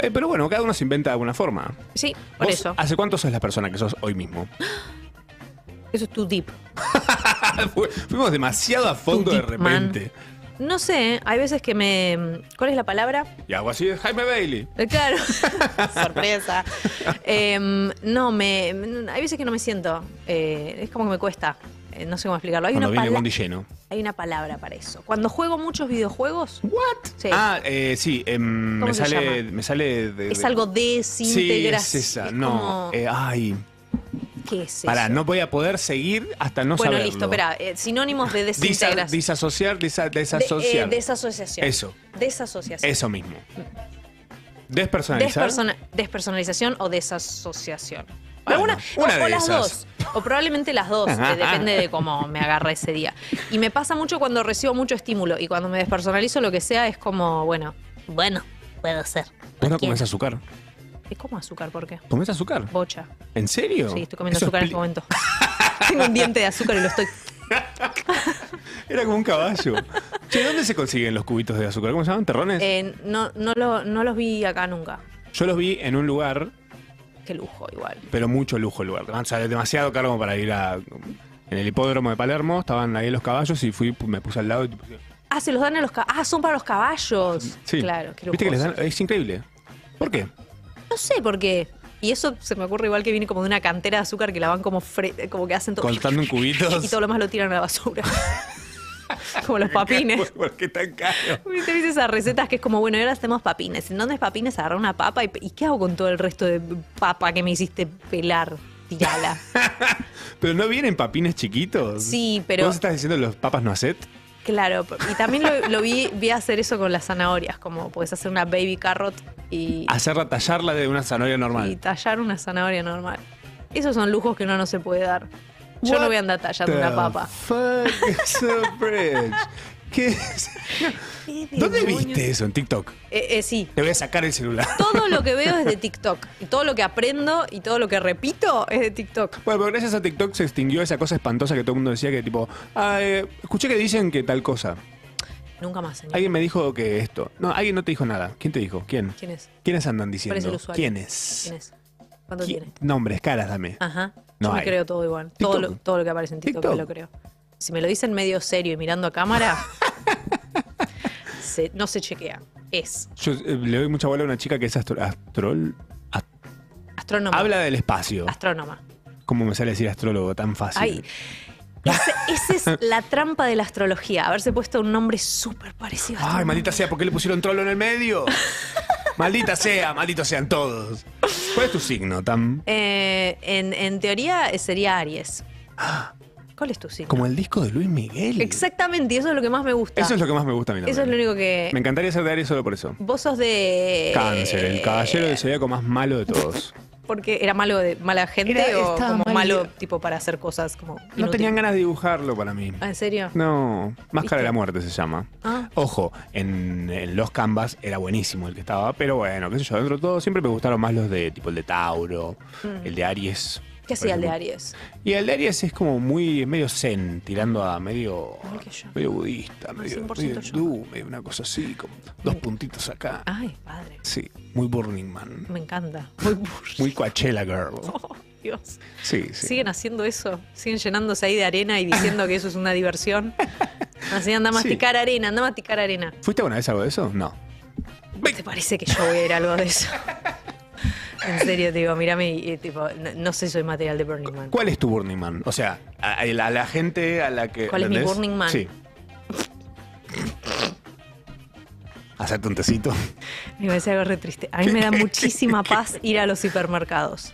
Speaker 4: Eh, pero bueno, cada uno se inventa de alguna forma.
Speaker 5: Sí, por
Speaker 4: ¿Vos
Speaker 5: eso.
Speaker 4: ¿Hace cuánto sos la persona que sos hoy mismo?
Speaker 5: Eso es tu deep.
Speaker 4: Fu- Fuimos demasiado a fondo de
Speaker 5: deep, man.
Speaker 4: repente.
Speaker 5: No sé, hay veces que me. mm, ¿Cuál es la palabra?
Speaker 4: Y hago así, Jaime Bailey.
Speaker 5: Eh, Claro. Sorpresa. Em, no, me. mm, Hay veces que no me siento. eh, es como que me cuesta. Eh, no sé cómo explicarlo. Hay
Speaker 4: Cuando
Speaker 5: una
Speaker 4: viene
Speaker 5: pala-
Speaker 4: Bondi lleno.
Speaker 5: Hay una palabra para eso. Cuando juego muchos videojuegos,
Speaker 4: ¿What?
Speaker 5: Sí.
Speaker 4: Ah, eh, sí. em, me,
Speaker 5: se
Speaker 4: sale,
Speaker 5: llama?
Speaker 4: me sale de.
Speaker 5: es
Speaker 4: de-
Speaker 5: algo
Speaker 4: Sí,
Speaker 5: desintegración.
Speaker 4: es esa.
Speaker 5: Es
Speaker 4: no.
Speaker 5: como,
Speaker 4: eh, ay.
Speaker 5: ¿Qué es eso?
Speaker 4: Pará, no voy a poder seguir hasta no
Speaker 5: Este, bueno,
Speaker 4: saberlo.
Speaker 5: listo, espera. eh, sinónimos de
Speaker 4: Disa-
Speaker 5: desintegración.
Speaker 4: disasociar, disa-
Speaker 5: De- eh,
Speaker 4: desasociar.
Speaker 5: desasociación.
Speaker 4: Eso.
Speaker 5: Desasociación.
Speaker 4: Eso mismo. Despersonalizar.
Speaker 5: Despersona- despersonalización o desasociación.
Speaker 4: Bueno,
Speaker 5: Alguna- o-
Speaker 4: una
Speaker 5: o,
Speaker 4: de
Speaker 5: las
Speaker 4: esas.
Speaker 5: dos. O probablemente las dos. eh, depende de cómo me agarre ese día. Y me pasa mucho cuando recibo mucho estímulo. Y cuando me despersonalizo, lo que sea es como, bueno,
Speaker 6: Bueno, puedo ser.
Speaker 4: Vos no comés azúcar.
Speaker 5: es como azúcar, ¿por qué?
Speaker 4: ¿Comés azúcar?
Speaker 5: Bocha.
Speaker 4: ¿En serio?
Speaker 5: Sí, estoy comiendo
Speaker 4: Eso
Speaker 5: azúcar en
Speaker 4: expli-
Speaker 5: este momento. Tengo un diente de azúcar y lo estoy.
Speaker 4: Era como un caballo. che, ¿dónde se consiguen los cubitos de azúcar? ¿Cómo se llaman? ¿Terrones?
Speaker 5: Eh, no, no, lo- no los vi acá nunca.
Speaker 4: Yo los vi en un lugar,
Speaker 5: Qué lujo, igual.
Speaker 4: pero mucho lujo el lugar. O sea, demasiado caro como para ir a. En el hipódromo de Palermo estaban ahí los caballos y fui, me puse al lado y.
Speaker 5: Ah, se los dan a los caballos. Ah, son para los caballos.
Speaker 4: Sí.
Speaker 5: Claro, qué
Speaker 4: ¿Viste que les
Speaker 5: lujoso.
Speaker 4: dan? Es increíble. ¿Por qué?
Speaker 5: No sé por qué. Y eso se me ocurre igual que viene como de una cantera de azúcar que la van como fre- como que hacen todo.
Speaker 4: Cortando en cubitos.
Speaker 5: Y todo lo más lo tiran a la basura. como los papines.
Speaker 4: ¿Por qué tan caro?
Speaker 5: ¿Viste? ¿Viste esas recetas que es como, bueno, y ahora hacemos papines. ¿En dónde es papines? Agarrar una papa y, y ¿qué hago con todo el resto de papa que me hiciste pelar? Tirala.
Speaker 4: Pero no vienen papines chiquitos.
Speaker 5: Sí, pero-
Speaker 4: ¿Vos estás diciendo los papas no hacet?
Speaker 5: Claro, y también lo, lo vi, vi hacer eso con las zanahorias, como puedes hacer una baby carrot y,
Speaker 4: Hacerla, tallarla de una zanahoria Ah, normal.
Speaker 5: y tallar una zanahoria normal. Esos son lujos que uno no se puede dar. Yo no
Speaker 4: What
Speaker 5: voy a andar tallando
Speaker 4: the
Speaker 5: una papa.
Speaker 4: Fuck is a bridge? ¿Qué es? ¿Dónde viste eso? En TikTok.
Speaker 5: Eh, eh, sí.
Speaker 4: Te voy a sacar el celular.
Speaker 5: Todo lo que veo es de TikTok. Y todo lo que aprendo y todo lo que repito es de TikTok.
Speaker 4: Bueno, pero gracias a TikTok se extinguió esa cosa espantosa que todo el mundo decía que tipo, "Ah, eh, escuché que dicen que tal cosa.
Speaker 5: Nunca más, señor.
Speaker 4: Alguien me dijo que esto. No, alguien no te dijo nada. ¿Quién te dijo? ¿Quién?
Speaker 5: ¿Quién es?
Speaker 4: ¿Quiénes andan diciendo?
Speaker 5: ¿Cuál es el usuario?
Speaker 4: ¿Quiénes?
Speaker 5: ¿Quién es? ¿Cuánto
Speaker 4: ¿Qui-
Speaker 5: tiene?
Speaker 4: Nombres, caras, dame.
Speaker 5: Ajá. Yo
Speaker 4: No
Speaker 5: me
Speaker 4: hay.
Speaker 5: creo todo igual. Todo
Speaker 4: TikTok.
Speaker 5: lo, todo lo que aparece en TikTok,
Speaker 4: TikTok.
Speaker 5: me lo creo. Si me lo dicen medio serio y mirando a cámara, se- no se chequea. Es
Speaker 4: Yo eh, le doy mucha bola a una chica que es astro, astrol. ast-
Speaker 5: astrónoma.
Speaker 4: habla del espacio.
Speaker 5: Astrónoma.
Speaker 4: ¿Cómo me sale decir astrólogo tan fácil?
Speaker 5: Ay. Ese- Esa es la trampa de la astrología, haberse puesto un nombre súper parecido a
Speaker 4: Ay,
Speaker 5: astrónoma.
Speaker 4: maldita sea, ¿por qué le pusieron trolo en el medio? maldita sea, malditos sean todos. ¿Cuál es tu signo, Tam?
Speaker 5: Eh, en, en teoría eh, sería Aries. ¿Cuál es tu signo?
Speaker 4: Como el disco de Luis Miguel.
Speaker 5: Exactamente, y eso es lo que más me gusta.
Speaker 4: Eso es lo que más me gusta a mí.
Speaker 5: Eso es lo
Speaker 4: también.
Speaker 5: único que. Eh.
Speaker 4: Me encantaría ser de Aries solo por eso.
Speaker 5: Vos sos de. eh,
Speaker 4: Cáncer, el caballero del zodiaco más malo de todos.
Speaker 5: Porque era malo de mala gente
Speaker 4: Era-
Speaker 5: o
Speaker 4: estaba
Speaker 5: como
Speaker 4: mal-
Speaker 5: malo tipo para hacer cosas como.
Speaker 4: No
Speaker 5: inútiles?
Speaker 4: tenían ganas de dibujarlo para mí.
Speaker 5: Ah, ¿En serio?
Speaker 4: No, Máscara
Speaker 5: ¿Viste?
Speaker 4: de la Muerte se llama.
Speaker 5: Ah.
Speaker 4: Ojo, en, en los Canvas era buenísimo el que estaba, pero bueno, qué sé yo, dentro de todo siempre me gustaron más los de tipo el de Tauro, el de Aries.
Speaker 5: Mm. ¿Qué hacía el de Aries?
Speaker 4: Y el de Aries es como muy, es medio zen, tirando a medio,
Speaker 5: Igual que yo.
Speaker 4: medio budista, medio,
Speaker 5: 100% yo. Mm.
Speaker 4: medio
Speaker 5: Ah.
Speaker 4: hindú, medio una cosa así, como dos puntitos acá.
Speaker 5: Ay, padre.
Speaker 4: Sí, muy Burning Man,
Speaker 5: Me encanta. Muy burro.
Speaker 4: muy Coachella Girl.
Speaker 5: Oh, Dios.
Speaker 4: Sí, sí.
Speaker 5: ¿Siguen haciendo eso? ¿Siguen llenándose ahí de arena y diciendo que eso es una diversión? Así anda a masticar arena, anda a masticar arena.
Speaker 4: ¿Fuiste alguna vez a algo de eso? No.
Speaker 5: ¿Te parece que yo voy a ir a algo de eso? en serio, te digo, mírame y, eh, tipo, no, no sé, soy material de Burning Man.
Speaker 4: ¿Cuál es tu Burning Man? O sea, a, a la, a la gente a la que.
Speaker 5: ¿Cuál es mi Burning Man?
Speaker 4: Sí. Hacerte un tecito.
Speaker 5: Me parece algo re triste. A mí me da muchísima paz ir a los hipermercados.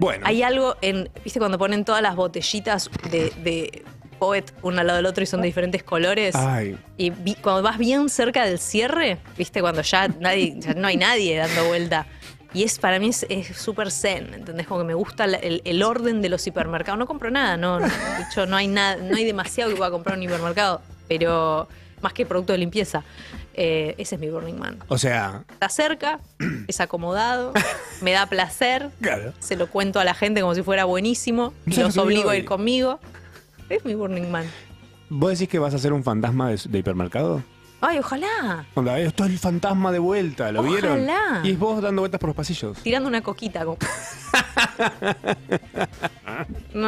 Speaker 4: Bueno,
Speaker 5: Hay algo en, viste, cuando ponen todas las botellitas de, de Poet una al lado del otro y son de diferentes colores.
Speaker 4: Ay.
Speaker 5: Y vi- cuando vas bien cerca del cierre, viste, cuando ya nadie, ya no hay nadie dando vuelta. Y es para mí es es súper zen, ¿entendés? Como que me gusta la- el, el orden de los hipermercados. No compro nada, no, no, de hecho no hay nada, no hay demasiado que pueda comprar en un hipermercado, pero más que producto de limpieza. Eh, ese es mi Burning Man.
Speaker 4: O sea,
Speaker 5: Está cerca, es acomodado, me da placer,
Speaker 4: claro.
Speaker 5: se lo cuento a la gente como si fuera buenísimo, y
Speaker 4: Eso es
Speaker 5: los
Speaker 4: lo que
Speaker 5: obligo a
Speaker 4: voy.
Speaker 5: ir conmigo. Es mi Burning Man.
Speaker 4: ¿Vos decís que vas a ser un fantasma de, de hipermercado?
Speaker 5: Ay, ojalá.
Speaker 4: Onda, esto es el fantasma de vuelta, ¿lo vieron?
Speaker 5: Ojalá.
Speaker 4: Y es vos dando vueltas por los pasillos.
Speaker 5: Tirando una coquita. Como...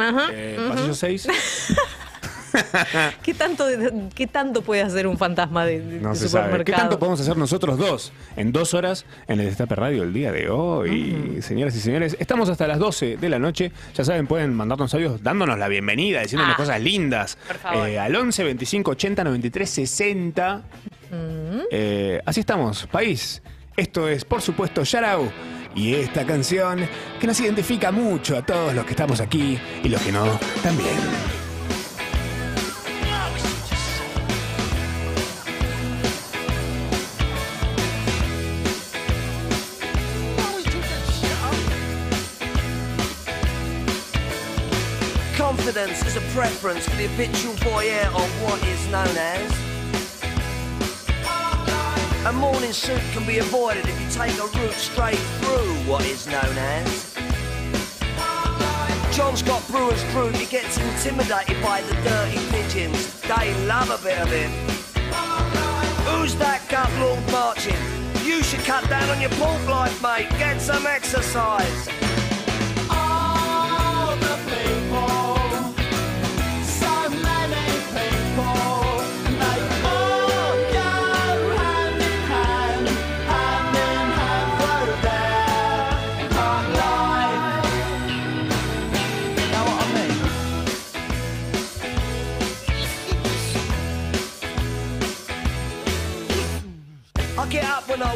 Speaker 5: Ajá,
Speaker 4: Eh,
Speaker 5: ujú.
Speaker 4: Pasillo 6.
Speaker 5: ¿Qué, tanto, de- ¿Qué tanto puede hacer un fantasma de, de-
Speaker 4: No
Speaker 5: de
Speaker 4: se sabe.
Speaker 5: supermercado?
Speaker 4: ¿Qué tanto podemos hacer nosotros dos en dos horas en el Destape Radio el día de hoy? Señoras y señores, estamos hasta las 12 de la noche. Ya saben, pueden mandarnos audios dándonos la bienvenida, diciéndonos
Speaker 5: Ah,
Speaker 4: cosas lindas.
Speaker 5: por favor.
Speaker 4: Eh, al 11 25 80 93 60. Eh, así estamos, país. Esto es, por supuesto, Yarau. Y esta canción que nos identifica mucho a todos los que estamos aquí y los que no también.
Speaker 8: Confidence is a preference for the habitual voyeur of what is known as. A morning suit can be avoided if you take a route straight through what is known as. John Scott Brewer's group, he gets intimidated by the dirty pigeons. They love a bit of it. Who's that gut lord marching? You should cut down on your pork life, mate. Get some exercise. I get up when I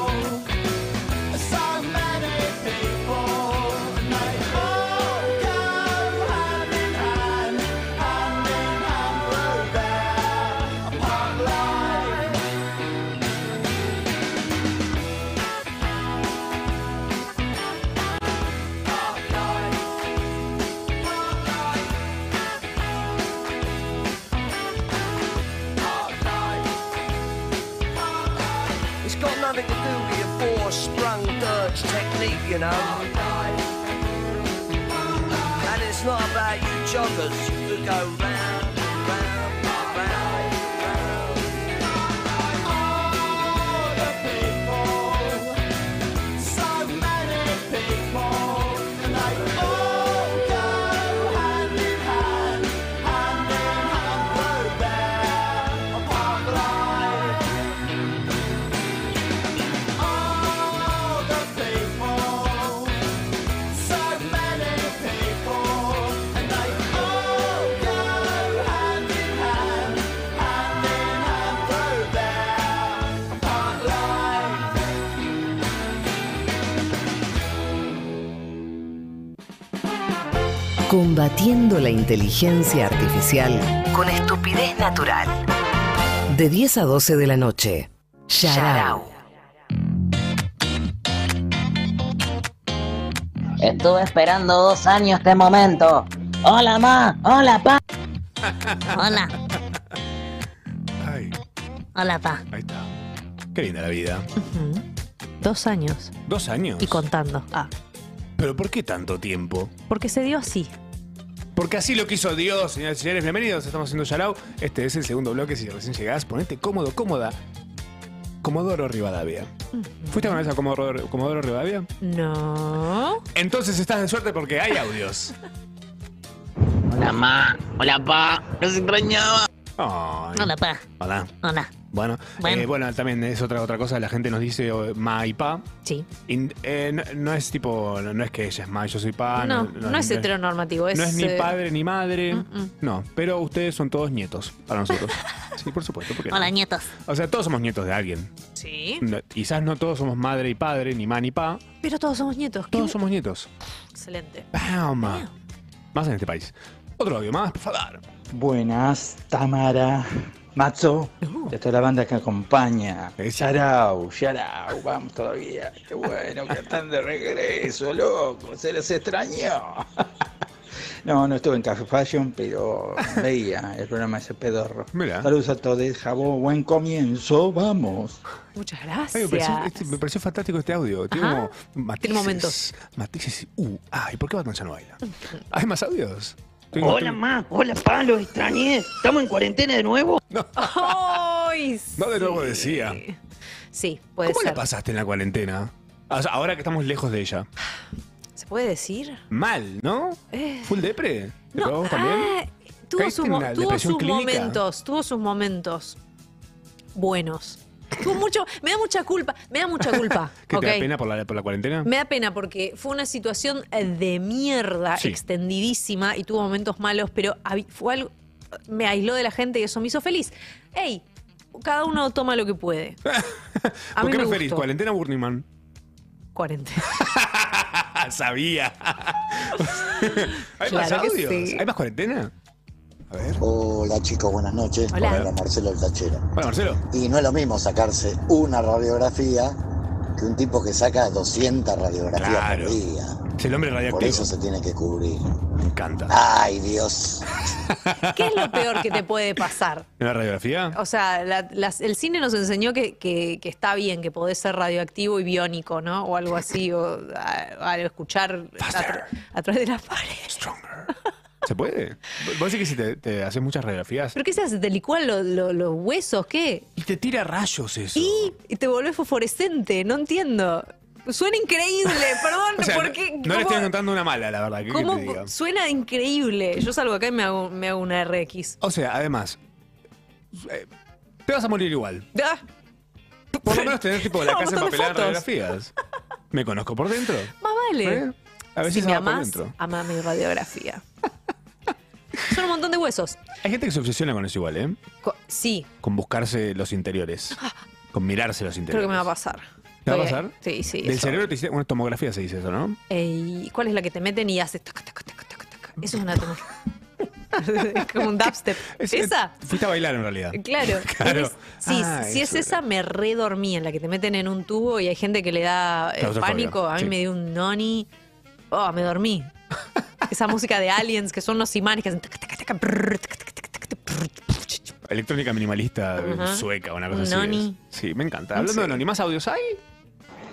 Speaker 8: It's got nothing to do with your four sprung dirge technique, you know. And it's not about you joggers who go round, round, round, round.
Speaker 3: Combatiendo la inteligencia artificial con estupidez natural. De 10 a 12 de la noche. Sharau.
Speaker 6: Estuve esperando dos años este momento. Hola, ma. Hola, pa. Hola.
Speaker 4: Ay,
Speaker 6: Hola, pa.
Speaker 4: ahí está. Qué linda la vida.
Speaker 5: Dos años
Speaker 4: Dos años.
Speaker 5: y contando. Ah,
Speaker 4: ¿Pero por qué tanto tiempo?
Speaker 5: porque se dio así.
Speaker 4: Porque así lo quiso Dios, señores y señores. Bienvenidos, estamos haciendo Yarao. Este es el segundo bloque. Si recién llegás, ponete cómodo, cómoda. Comodoro Rivadavia. ¿Fuiste alguna vez a Comodoro, Comodoro Rivadavia?
Speaker 5: No.
Speaker 4: Entonces estás de suerte porque hay audios.
Speaker 6: Hola, ma. Hola, pa. Los extrañaba.
Speaker 4: Ay.
Speaker 6: Hola, pa.
Speaker 4: Hola.
Speaker 6: Hola.
Speaker 4: Bueno,
Speaker 5: Bueno.
Speaker 4: eh, bueno, también es otra otra cosa. La gente nos dice oh, ma y pa.
Speaker 5: Sí.
Speaker 4: In- eh, no, no es tipo, no, no es que ella es ma, yo soy pa.
Speaker 5: no, no, es heteronormativo. Es,
Speaker 4: no es ni
Speaker 5: eh,
Speaker 4: padre ni madre.
Speaker 5: Mm-mm.
Speaker 4: No, pero ustedes son todos nietos para nosotros. sí, por supuesto. porque no.
Speaker 6: Hola, nietos.
Speaker 4: O sea, todos somos nietos de alguien.
Speaker 5: Sí.
Speaker 4: No, quizás no todos somos madre y padre, ni ma ni pa.
Speaker 5: Pero todos somos nietos. Qué
Speaker 4: Todos somos nietos.
Speaker 5: Excelente.
Speaker 4: ¡Bam! Más en este país. Otro audio más, por favor.
Speaker 9: Buenas, Tamara, Macho. Esta es la banda que acompaña.
Speaker 4: Esa.
Speaker 9: Yarau, Yarau, vamos todavía. Qué bueno que están de regreso, loco. Se les extrañó. No, no estuve en Café Fashion, pero veía el programa ese pedorro.
Speaker 4: Mirá.
Speaker 9: Saludos a todos, Jabó, buen comienzo, vamos.
Speaker 5: Muchas
Speaker 4: Ay, me, pareció, este-
Speaker 5: gracias.
Speaker 4: me pareció fantástico este audio. Tiene
Speaker 5: Ajá.
Speaker 4: como matices.
Speaker 5: Tiene momentos.
Speaker 4: Matices. Uh, ay, ¿por qué Batman ya no baila? ¿Hay más audios? Tengo-
Speaker 10: Hola, ma. Hola, pa. Los extrañé. ¿Estamos en cuarentena de nuevo?
Speaker 5: ¡Ay!
Speaker 4: No, de nuevo
Speaker 5: sí.
Speaker 4: decía.
Speaker 5: Sí, puede
Speaker 4: ¿Cómo la
Speaker 5: ser.
Speaker 4: pasaste en la cuarentena? O sea, ahora que estamos lejos de ella.
Speaker 5: ¿Se puede decir?
Speaker 4: Mal, ¿no?
Speaker 5: Eh.
Speaker 4: ¿Full depre? ¿Te
Speaker 5: No,
Speaker 4: pegó también?
Speaker 5: ah, tuvo
Speaker 4: ¿Caíste
Speaker 5: sus,
Speaker 4: en
Speaker 5: mo-
Speaker 4: una
Speaker 5: tuvo
Speaker 4: depresión
Speaker 5: sus
Speaker 4: clínica?
Speaker 5: momentos, tuvo sus momentos buenos. Tuvo mucho, me da mucha culpa, me da mucha culpa.
Speaker 4: ¿Qué te da
Speaker 5: ¿ok?
Speaker 4: pena por la, por la cuarentena?
Speaker 5: Me da pena porque fue una situación eh, de mierda,
Speaker 4: Sí.
Speaker 5: extendidísima y tuvo momentos malos, pero habi- fue algo, me aisló de la gente y eso me hizo feliz. ¡Ey! Cada uno toma lo que puede. A
Speaker 4: ¿Por
Speaker 5: mí
Speaker 4: qué
Speaker 5: me
Speaker 4: preferís?
Speaker 5: gustó.
Speaker 4: ¿Cuarentena o Burning Man?
Speaker 5: 40.
Speaker 4: Sabía. ¿Hay más
Speaker 5: Claro que
Speaker 4: audios?
Speaker 5: sí.
Speaker 4: ¿Hay más cuarentena? A ver.
Speaker 10: Hola, chicos. Buenas noches.
Speaker 5: Hola.
Speaker 10: Habla Marcelo el Tachero.
Speaker 4: Bueno, Marcelo.
Speaker 10: Y no es lo mismo sacarse una radiografía que un tipo que saca 200 radiografías
Speaker 4: Claro.
Speaker 10: por día.
Speaker 4: Es Ah. el hombre
Speaker 10: Por
Speaker 4: radiactivo.
Speaker 10: eso se tiene que cubrir.
Speaker 4: Me encanta.
Speaker 10: Ay, Dios.
Speaker 5: ¿Qué es lo peor que te puede pasar?
Speaker 4: ¿En la radiografía?
Speaker 5: O sea, la- las- el cine nos enseñó que, que- que está bien, que podés ser radioactivo y biónico, ¿no? O algo así, o a- al escuchar a,
Speaker 4: Faster.
Speaker 5: tra- a través de las paredes.
Speaker 4: Stronger. ¿Se puede? Vos decís que si te, te haces muchas radiografías.
Speaker 5: ¿Pero qué se hace? ¿Te licúan lo- lo- los huesos? ¿Qué?
Speaker 4: Y te tira rayos eso.
Speaker 5: Y te volvés fosforescente, no entiendo. Suena increíble, perdón,
Speaker 4: O sea,
Speaker 5: porque...
Speaker 4: no, no le
Speaker 5: ¿cómo-
Speaker 4: estoy contando una mala, la verdad. ¿qué- qué te
Speaker 5: cómo
Speaker 4: diga?
Speaker 5: Suena increíble. Yo salgo acá y me hago, me hago una RX.
Speaker 4: O sea, además, eh, te vas a morir igual.
Speaker 5: Ah,
Speaker 4: Por lo menos tener tipo la
Speaker 5: No,
Speaker 4: casa
Speaker 5: montón de
Speaker 4: empapelada de
Speaker 5: fotos.
Speaker 4: radiografías. Me conozco por dentro.
Speaker 5: más vale.
Speaker 4: ¿eh? A veces
Speaker 5: si me
Speaker 4: hago por
Speaker 5: amás,
Speaker 4: dentro.
Speaker 5: ama mi radiografía. Son un montón de huesos.
Speaker 4: Hay gente que se obsesiona con eso igual, ¿eh?
Speaker 5: Co- sí,
Speaker 4: Con buscarse los interiores. Con mirarse los
Speaker 5: creo
Speaker 4: interiores.
Speaker 5: que me va a pasar.
Speaker 4: ¿Te va
Speaker 5: Estoy
Speaker 4: a
Speaker 5: ahí.
Speaker 4: pasar?
Speaker 5: Sí, sí.
Speaker 4: Del
Speaker 5: eso.
Speaker 4: cerebro te dice, una tomografía se dice eso, ¿no?
Speaker 5: Ey, ¿Cuál es la que te meten y haces taca, taca, taca, taca, taca? Eso es una tomografía. como un dubstep.
Speaker 4: Es- eh,
Speaker 5: ¿Esa?
Speaker 4: Fuiste a bailar en realidad.
Speaker 5: Claro.
Speaker 4: Claro.
Speaker 5: Es- sí,
Speaker 4: Ah,
Speaker 5: si es
Speaker 4: eso
Speaker 5: esa, me redormí en la que te meten en un tubo y hay gente que le da eh,
Speaker 4: Claustrofobia,
Speaker 5: pánico. A mí
Speaker 4: sí.
Speaker 5: me dio un noni. Oh, me dormí. Esa música de aliens que son los imanes que hacen taca, taca, taca, prrr, taca, taca, taca, taca, prrr, prrr, ch, ch.
Speaker 4: Electrónica minimalista eh,
Speaker 5: Ajá.
Speaker 4: sueca, una cosa
Speaker 5: Un
Speaker 4: así.
Speaker 5: noni.
Speaker 4: es. Sí, me encanta. Hablando de noni, ¿más audios hay?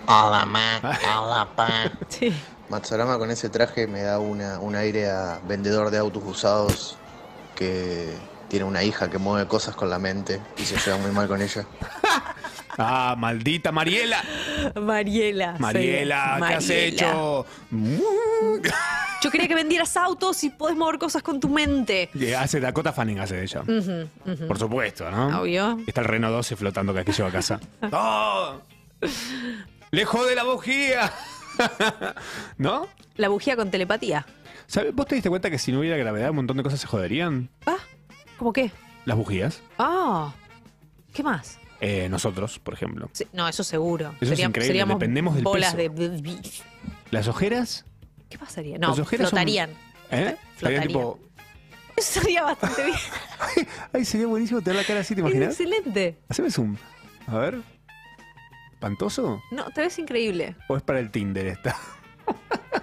Speaker 10: Hola, ma. Hola, pa.
Speaker 5: Sí.
Speaker 10: Mazzarama con ese traje me da una, un aire a vendedor de autos usados que tiene una hija que mueve cosas con la mente y se lleva muy mal con ella.
Speaker 4: Ah, maldita Mariela.
Speaker 5: Mariela. sí.
Speaker 4: Mariela, ¿qué has
Speaker 5: Mariela.
Speaker 4: hecho? Mm.
Speaker 5: Yo quería que vendieras autos y podés mover cosas con tu mente.
Speaker 4: Y Eh, hace Dakota Fanning, hace de ella. Por supuesto, ¿no?
Speaker 5: Ah, Obvio.
Speaker 4: Está el Renault 12 flotando que aquí lleva a casa. ¡No! ¡Le jode la bujía! ¿No?
Speaker 5: La bujía con telepatía.
Speaker 4: ¿Sabes? ¿Vos te diste cuenta que si no hubiera gravedad un montón de cosas se joderían?
Speaker 5: ¿Ah? ¿Cómo qué?
Speaker 4: Las bujías.
Speaker 5: Ah. ¿Qué más?
Speaker 4: Eh, nosotros, por ejemplo.
Speaker 5: Sí, No, eso seguro.
Speaker 4: Eso es increíble, dependemos del
Speaker 5: bolas
Speaker 4: peso.
Speaker 5: de.
Speaker 4: Las ojeras.
Speaker 5: ¿Qué pasaría? No,
Speaker 4: las ojeras son-
Speaker 5: flotarían.
Speaker 4: ¿Eh? Estarían
Speaker 5: Flotarían.
Speaker 4: tipo.
Speaker 5: Eso sería bastante bien.
Speaker 4: Ay, sería buenísimo tener la cara así, ¿te imaginas?
Speaker 5: Excelente.
Speaker 4: Haceme zoom. A ver. ¿Espantoso?
Speaker 5: No, te ves increíble.
Speaker 4: ¿O es para el Tinder esta?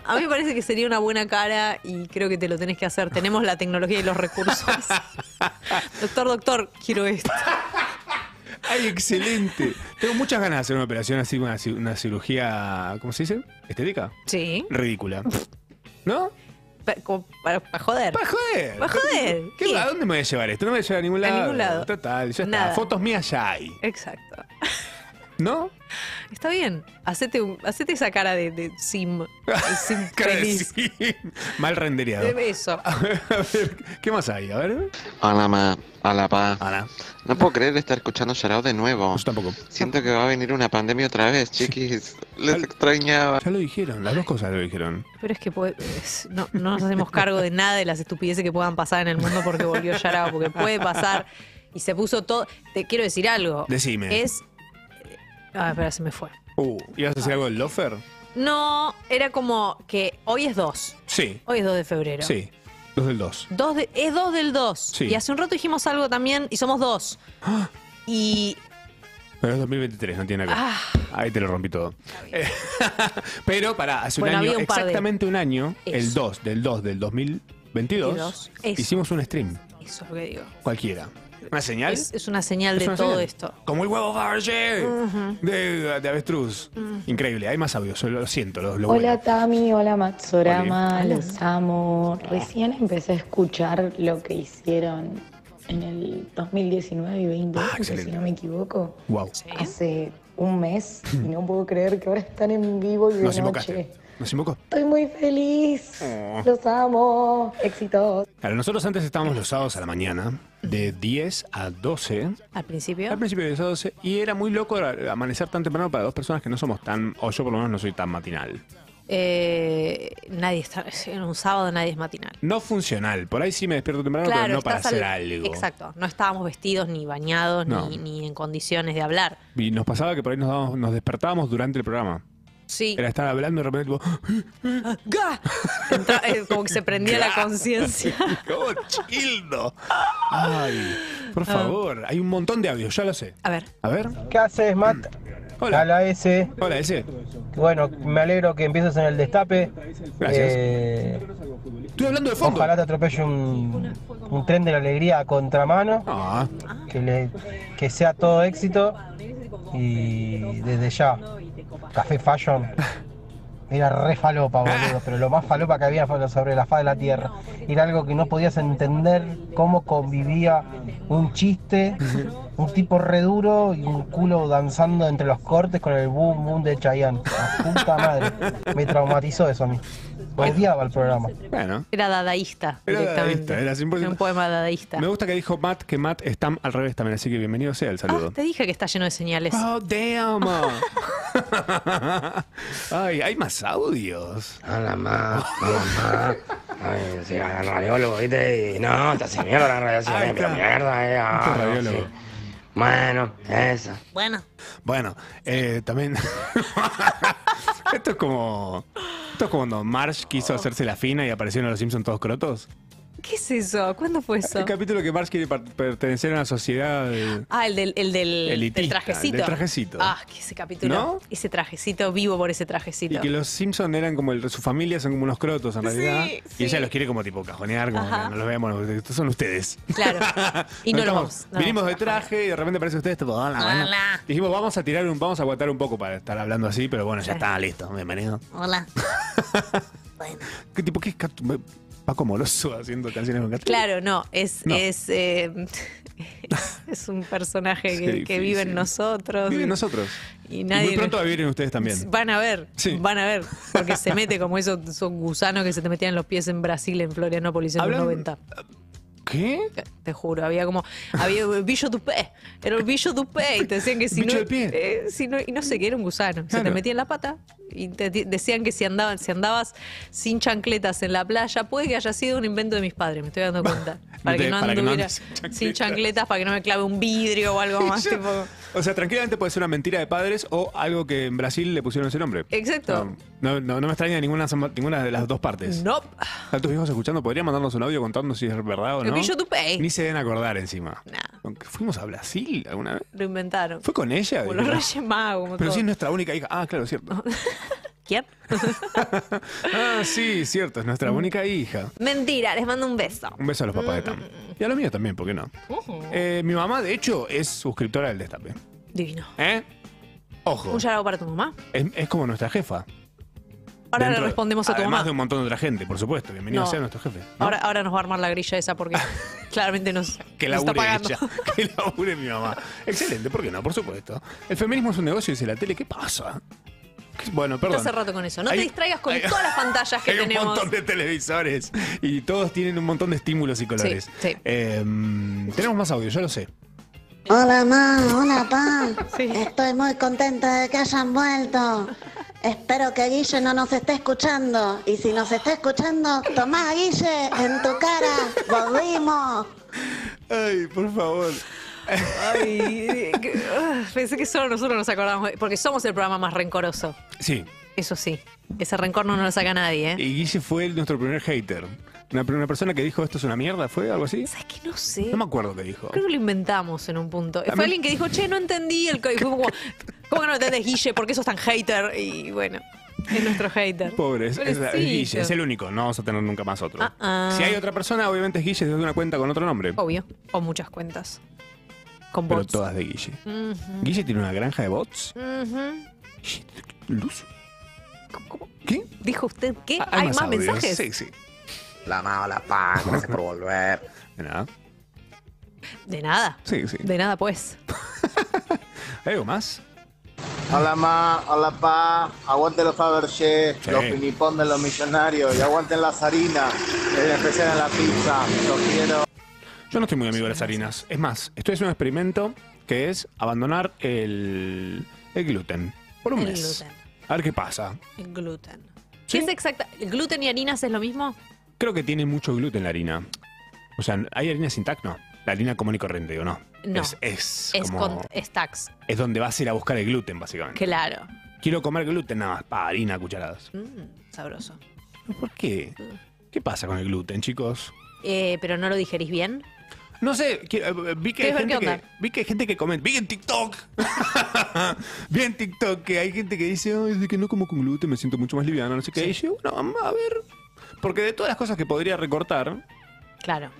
Speaker 5: A mí me parece que sería una buena cara y creo que te lo tenés que hacer. Tenemos la tecnología y los recursos. doctor, doctor, quiero esto.
Speaker 4: ¡Ay, excelente! Tengo muchas ganas de hacer una operación así, una, ci- una cirugía, ¿cómo se dice? Estética.
Speaker 5: Sí.
Speaker 4: Ridícula. ¿No?
Speaker 5: Pa- como para, para joder.
Speaker 4: ¡Para joder!
Speaker 5: Pa' joder,
Speaker 4: ¿Qué-
Speaker 5: ¿qué?
Speaker 4: ¿A dónde me voy a llevar esto? No me voy a llevar a ningún
Speaker 5: A
Speaker 4: lado.
Speaker 5: ningún lado.
Speaker 4: Total, ya está.
Speaker 5: Nada.
Speaker 4: Fotos mías ya hay.
Speaker 5: Exacto.
Speaker 4: ¿No?
Speaker 5: Está bien. Hacete, un- hacete esa cara de, de sim. de sim
Speaker 4: Cara de
Speaker 5: feliz.
Speaker 4: sí. Mal rendereado.
Speaker 5: De eso.
Speaker 4: A ver, ¿qué más hay? A ver.
Speaker 11: Hola, ma. Hola, pa.
Speaker 4: Hola.
Speaker 11: No puedo creer estar escuchando Sharao de nuevo.
Speaker 4: Yo tampoco.
Speaker 11: Siento que va a venir una pandemia otra vez, chiquis. Les
Speaker 4: Al-
Speaker 11: extrañaba.
Speaker 4: Ya lo dijeron, las dos cosas lo dijeron.
Speaker 5: Pero es que puede- es- no, no nos hacemos cargo de nada de las estupideces que puedan pasar en el mundo porque volvió Yarao, porque puede pasar y se puso todo. Te quiero decir algo.
Speaker 4: Decime.
Speaker 5: Es. Ah, espera, se me fue.
Speaker 4: Uh, ¿Ibas a decir algo del lofer?
Speaker 5: No, era como que hoy es 2.
Speaker 4: Sí.
Speaker 5: Hoy es 2 de febrero.
Speaker 4: Sí. Dos del dos.
Speaker 5: Dos de- es 2 del 2.
Speaker 4: Sí.
Speaker 5: Y hace un rato dijimos algo también y somos dos. Y.
Speaker 4: Pero es 2023, no tiene nada que ver.
Speaker 5: Ah.
Speaker 4: Ahí te lo rompí todo. Eh, Pero pará, hace
Speaker 5: Bueno,
Speaker 4: un año,
Speaker 5: había un par de-
Speaker 4: exactamente un año, el
Speaker 5: Eso.
Speaker 4: 2 del 2 del 2022,
Speaker 5: 22, eso.
Speaker 4: hicimos un stream,
Speaker 5: Eso es lo que digo.
Speaker 4: cualquiera. ¿Una señal?
Speaker 5: Es, es una señal
Speaker 4: Es
Speaker 5: de
Speaker 4: una
Speaker 5: todo
Speaker 4: señal.
Speaker 5: esto.
Speaker 4: Como el huevo Fabergé
Speaker 5: Ujú.
Speaker 4: de, de avestruz. Increíble, hay más audios, lo siento. Lo, lo
Speaker 12: Hola
Speaker 4: bueno.
Speaker 12: Tami, hola Matsorama,
Speaker 5: Hola.
Speaker 12: los amo. Recién empecé a escuchar lo que hicieron en el 2019 y 2020,
Speaker 4: Ah, excelente.
Speaker 12: si no me equivoco,
Speaker 4: Wow.
Speaker 12: hace un mes y no puedo creer que ahora están en vivo y de
Speaker 4: Nos
Speaker 12: noche.
Speaker 4: invocaste. Nos invocó.
Speaker 12: Estoy muy feliz,
Speaker 4: Oh.
Speaker 12: los amo, éxitos.
Speaker 4: Claro, nosotros antes estábamos los sábados a la mañana, de 10 a 12.
Speaker 5: Al principio.
Speaker 4: Al principio de 10 a 12. Y era muy loco a- amanecer tan temprano para dos personas que no somos tan. O yo por lo menos no soy tan matinal.
Speaker 5: Eh, nadie está. En un sábado nadie es matinal.
Speaker 4: No funcional. Por ahí sí me despierto temprano, pero no para
Speaker 5: estás
Speaker 4: hacer
Speaker 5: al-
Speaker 4: algo.
Speaker 5: Exacto. No estábamos vestidos, ni bañados,
Speaker 4: No.
Speaker 5: ni, ni en condiciones de hablar.
Speaker 4: Y nos pasaba que por ahí nos, dábamos- nos despertábamos durante el programa.
Speaker 5: Sí.
Speaker 4: Era estar hablando y de repente, tipo,
Speaker 5: ¡Gah! Entra- eh, como que se prendía la
Speaker 4: Gah.
Speaker 5: conciencia.
Speaker 4: ¡Oh, childo! ¡Ay!
Speaker 5: Ah.
Speaker 4: Por favor, hay un montón de audios, ya lo sé.
Speaker 5: A ver.
Speaker 4: A ver.
Speaker 13: ¿Qué haces, Matt?
Speaker 4: Mm. Hola.
Speaker 13: A la S.
Speaker 4: Hola, ese.
Speaker 13: Bueno, me alegro que empieces en el destape.
Speaker 4: Gracias.
Speaker 13: Eh,
Speaker 4: Estoy hablando de fondo.
Speaker 13: Ojalá te atropelle un, un tren de la alegría a contramano.
Speaker 4: Ah.
Speaker 13: Que, le- que sea todo éxito. Y desde ya, Café Fashion. Era re falopa, boludo, pero lo más falopa que había fue lo sobre la faz de la tierra. Era algo que no podías entender cómo convivía un chiste, un tipo re duro y un culo danzando entre los cortes con el boom boom de Chayanne. La puta madre. Me traumatizó eso a mí. Odiaba el programa.
Speaker 4: Bueno.
Speaker 5: Era dadaísta.
Speaker 4: Era
Speaker 5: directamente.
Speaker 4: dadaísta, era 100%.
Speaker 5: un poema dadaísta.
Speaker 4: Me gusta que dijo Matt que Matt está al revés también, así que bienvenido sea el saludo.
Speaker 5: Ah, Te dije que está lleno de señales.
Speaker 4: Oh, damn. Ay, hay más audios.
Speaker 14: Hola, ma. Hola, ma. Ay, sí, al radiólogo, ¿viste? Y no, está sin mierda la radiación,
Speaker 4: Ahí
Speaker 14: eh, pero
Speaker 4: está.
Speaker 14: mierda, eh. ah,
Speaker 4: Este
Speaker 14: no,
Speaker 4: radiólogo.
Speaker 14: sí. Bueno, esa.
Speaker 5: Bueno.
Speaker 4: Bueno, eh, también. esto es como. Esto es como cuando Marsh quiso hacerse la fina y aparecieron los Simpsons todos crotos.
Speaker 5: ¿Qué es eso? ¿Cuándo fue eso?
Speaker 4: El capítulo que Marsh quiere par- pertenecer a una sociedad. eh,
Speaker 5: Ah, el del, el del,
Speaker 4: Elitista,
Speaker 5: del trajecito.
Speaker 4: el del trajecito.
Speaker 5: Ah, que ese capítulo.
Speaker 4: ¿No?
Speaker 5: Ese trajecito, vivo por ese
Speaker 4: Y
Speaker 5: trajecito.
Speaker 4: que los Simpsons eran como el- su familia son como unos crotos en realidad.
Speaker 5: Sí,
Speaker 4: Y ella
Speaker 5: sí.
Speaker 4: los quiere como tipo cajonear, como
Speaker 5: Ajá.
Speaker 4: que no los veamos, estos son ustedes.
Speaker 5: Claro. Y no, lo
Speaker 4: estamos-
Speaker 5: vamos. no
Speaker 4: Vinimos
Speaker 5: vamos
Speaker 4: de
Speaker 5: a trabajar.
Speaker 4: traje y de repente aparece ustedes tipo, hola, bueno.
Speaker 5: Hola.
Speaker 4: Dijimos, vamos a tirar un, vamos a aguantar un poco para estar hablando así, pero bueno, ya está, listo, bienvenido.
Speaker 5: Hola.
Speaker 4: ¿Qué tipo qué es Cat- Paco Moroso haciendo canciones con Cat-
Speaker 5: Claro, no, es,
Speaker 4: No.
Speaker 5: Es, eh, es, es un personaje que,
Speaker 4: Qué
Speaker 5: que vive en
Speaker 4: difícil.
Speaker 5: nosotros.
Speaker 4: Viven
Speaker 5: y-
Speaker 4: nosotros.
Speaker 5: Y
Speaker 4: Y
Speaker 5: nadie.
Speaker 4: muy pronto va a vivir en ustedes también.
Speaker 5: Van a ver,
Speaker 4: Sí.
Speaker 5: van a ver, porque se mete como esos, esos gusanos que se te metían en los pies en Brasil, en Florianópolis en
Speaker 4: Hablan-
Speaker 5: los 90.
Speaker 4: ¿Qué?
Speaker 5: Te juro, había como, había el billo tupé, era el billo tupé, y te decían que si
Speaker 4: Bicho
Speaker 5: no,
Speaker 4: de pie.
Speaker 5: eh, si no- y no sé qué, era un gusano, se te
Speaker 4: Claro.
Speaker 5: metía en la pata, y te di- decían que si andaban, si andabas sin chancletas en la playa, puede que haya sido un invento de mis padres, me estoy dando cuenta, para
Speaker 4: te-
Speaker 5: que no
Speaker 4: para que no
Speaker 5: anduviera
Speaker 4: andes sin chancletas.
Speaker 5: sin chancletas, para que no me clave un vidrio o algo más, tipo,
Speaker 4: O sea, tranquilamente puede ser una mentira de padres o algo que en Brasil le pusieron ese nombre.
Speaker 5: Exacto.
Speaker 4: No, no, no me extraña ninguna, ninguna de las dos partes.
Speaker 5: no,
Speaker 4: ¿Están tus hijos escuchando? ¿Podrían mandarnos un audio contando si es verdad o
Speaker 5: el
Speaker 4: no?
Speaker 5: billo tupé,
Speaker 4: Ni se deben acordar encima.
Speaker 5: eh. Nah.
Speaker 4: Aunque ¿Fuimos a Brasil alguna vez?
Speaker 5: lo inventaron,
Speaker 4: ¿Fue con ella?
Speaker 5: como los
Speaker 4: Pero-
Speaker 5: reyes magos, como
Speaker 4: Pero
Speaker 5: todo.
Speaker 4: si es nuestra única hija. Ah, claro, cierto.
Speaker 5: ¿Quién?
Speaker 4: Ah, sí, cierto, es
Speaker 5: Mm.
Speaker 4: nuestra única hija.
Speaker 5: Mentira, les mando un beso.
Speaker 4: Un beso a los papás de Tam.
Speaker 5: Mm.
Speaker 4: Y a los míos también, ¿por qué no? Eh, mi mamá, de hecho, es suscriptora del Destape.
Speaker 5: Divino.
Speaker 4: ¿Eh? Ojo,
Speaker 5: Un saludo para tu mamá.
Speaker 4: es, es como nuestra jefa.
Speaker 5: Ahora
Speaker 4: Dentro-
Speaker 5: le respondemos a tu
Speaker 4: además
Speaker 5: mamá.
Speaker 4: de un montón de otra gente, por supuesto. Bienvenido
Speaker 5: No.
Speaker 4: sea nuestro jefe. ¿no?
Speaker 5: Ahora, ahora nos va a armar la grilla esa porque Claramente nos,
Speaker 4: Que
Speaker 5: nos está
Speaker 4: labure
Speaker 5: pagando.
Speaker 4: ella, que labure mi mamá. Excelente, ¿por qué no? Por supuesto. El feminismo es un negocio, dice la tele, ¿qué pasa? ¿Qué- Bueno,
Speaker 5: Yo
Speaker 4: perdón.
Speaker 5: hace rato con eso. No
Speaker 4: Hay-
Speaker 5: te distraigas con
Speaker 4: hay-
Speaker 5: todas las pantallas que
Speaker 4: Hay un
Speaker 5: tenemos.
Speaker 4: montón de televisores y todos tienen un montón de estímulos y colores.
Speaker 5: Sí, sí.
Speaker 4: Eh, tenemos más audio, yo lo sé.
Speaker 15: Hola ma, hola pa. Estoy muy contenta de que hayan vuelto. Espero que Guille no nos esté escuchando. Y si nos está escuchando, tomá Guille en tu cara. Volvimos.
Speaker 4: Ay, por favor.
Speaker 5: Ay, que- ah, pensé que solo nosotros nos acordamos. eh, Porque somos el programa más rencoroso.
Speaker 4: Sí.
Speaker 5: Eso sí. Ese rencor no nos lo saca nadie, ¿eh?
Speaker 4: Y Guille fue el- nuestro primer hater. Una, una persona que dijo esto es una mierda, ¿fue algo así?
Speaker 5: Que no sé.
Speaker 4: No me acuerdo qué dijo.
Speaker 5: Creo que lo inventamos en un punto.
Speaker 4: También-
Speaker 5: Fue alguien que dijo, che, no entendí el. co-". Y fue como, ¿Cómo que no entendés, Guille? ¿Por qué sos tan hater? Y bueno, es nuestro hater.
Speaker 4: Pobre, es, es- es
Speaker 5: Pobrecito.
Speaker 4: Guille, es el único. No vamos a tener nunca más otro.
Speaker 5: Ah, ah.
Speaker 4: Si hay otra persona, obviamente es Guille desde una cuenta con otro nombre.
Speaker 5: Obvio. O muchas cuentas. Con
Speaker 4: Pero
Speaker 5: bots.
Speaker 4: todas de Guille.
Speaker 5: Ujú.
Speaker 4: Guille tiene una granja de bots.
Speaker 5: Ujú. Mm.
Speaker 4: Luz. Ah,
Speaker 5: Dijo usted, ¿qué? ¿Hay más
Speaker 4: audios.
Speaker 5: mensajes?
Speaker 4: Sí, sí.
Speaker 14: La mala, la paz, gracias por volver.
Speaker 4: Nada.
Speaker 5: De nada.
Speaker 4: Sí, sí.
Speaker 5: De nada, pues.
Speaker 4: ¿Hay algo más?
Speaker 16: Hola ma, hola pa, aguanten los Fabergé, los pinipón de los millonarios y aguanten las harinas, en especial en la pizza, los quiero.
Speaker 4: Yo no estoy muy amigo de las harinas. Es más, esto es un experimento que es abandonar el, el gluten por un
Speaker 5: El
Speaker 4: mes.
Speaker 5: gluten.
Speaker 4: A ver qué pasa.
Speaker 5: El gluten. ¿Qué es exacta? ¿El gluten y harinas es lo mismo?
Speaker 4: Creo que tiene mucho gluten la harina. O sea, ¿hay harina sin tac? No. La harina común y corriente, ¿o no?
Speaker 5: No.
Speaker 4: Es, es,
Speaker 5: Es,
Speaker 4: como-
Speaker 5: con, es tax.
Speaker 4: es donde vas a ir a buscar el gluten, básicamente.
Speaker 5: Claro.
Speaker 4: Quiero comer gluten, nada más. Pa, harina, cucharadas.
Speaker 5: Mm, sabroso.
Speaker 4: ¿Por qué? ¿Qué pasa con el gluten, chicos?
Speaker 5: Eh, pero no lo digerís bien.
Speaker 4: No sé, quiero- eh, vi que, hay
Speaker 5: ¿Quieres ver
Speaker 4: gente
Speaker 5: qué
Speaker 4: que,
Speaker 5: onda?
Speaker 4: vi que hay gente que comenta, vi en TikTok, vi en TikTok que hay gente que dice, "Ay, desde que no como con gluten me siento mucho más liviano, no sé qué. Y yo, bueno, a ver, porque de todas las cosas que podría recortar,
Speaker 5: Claro.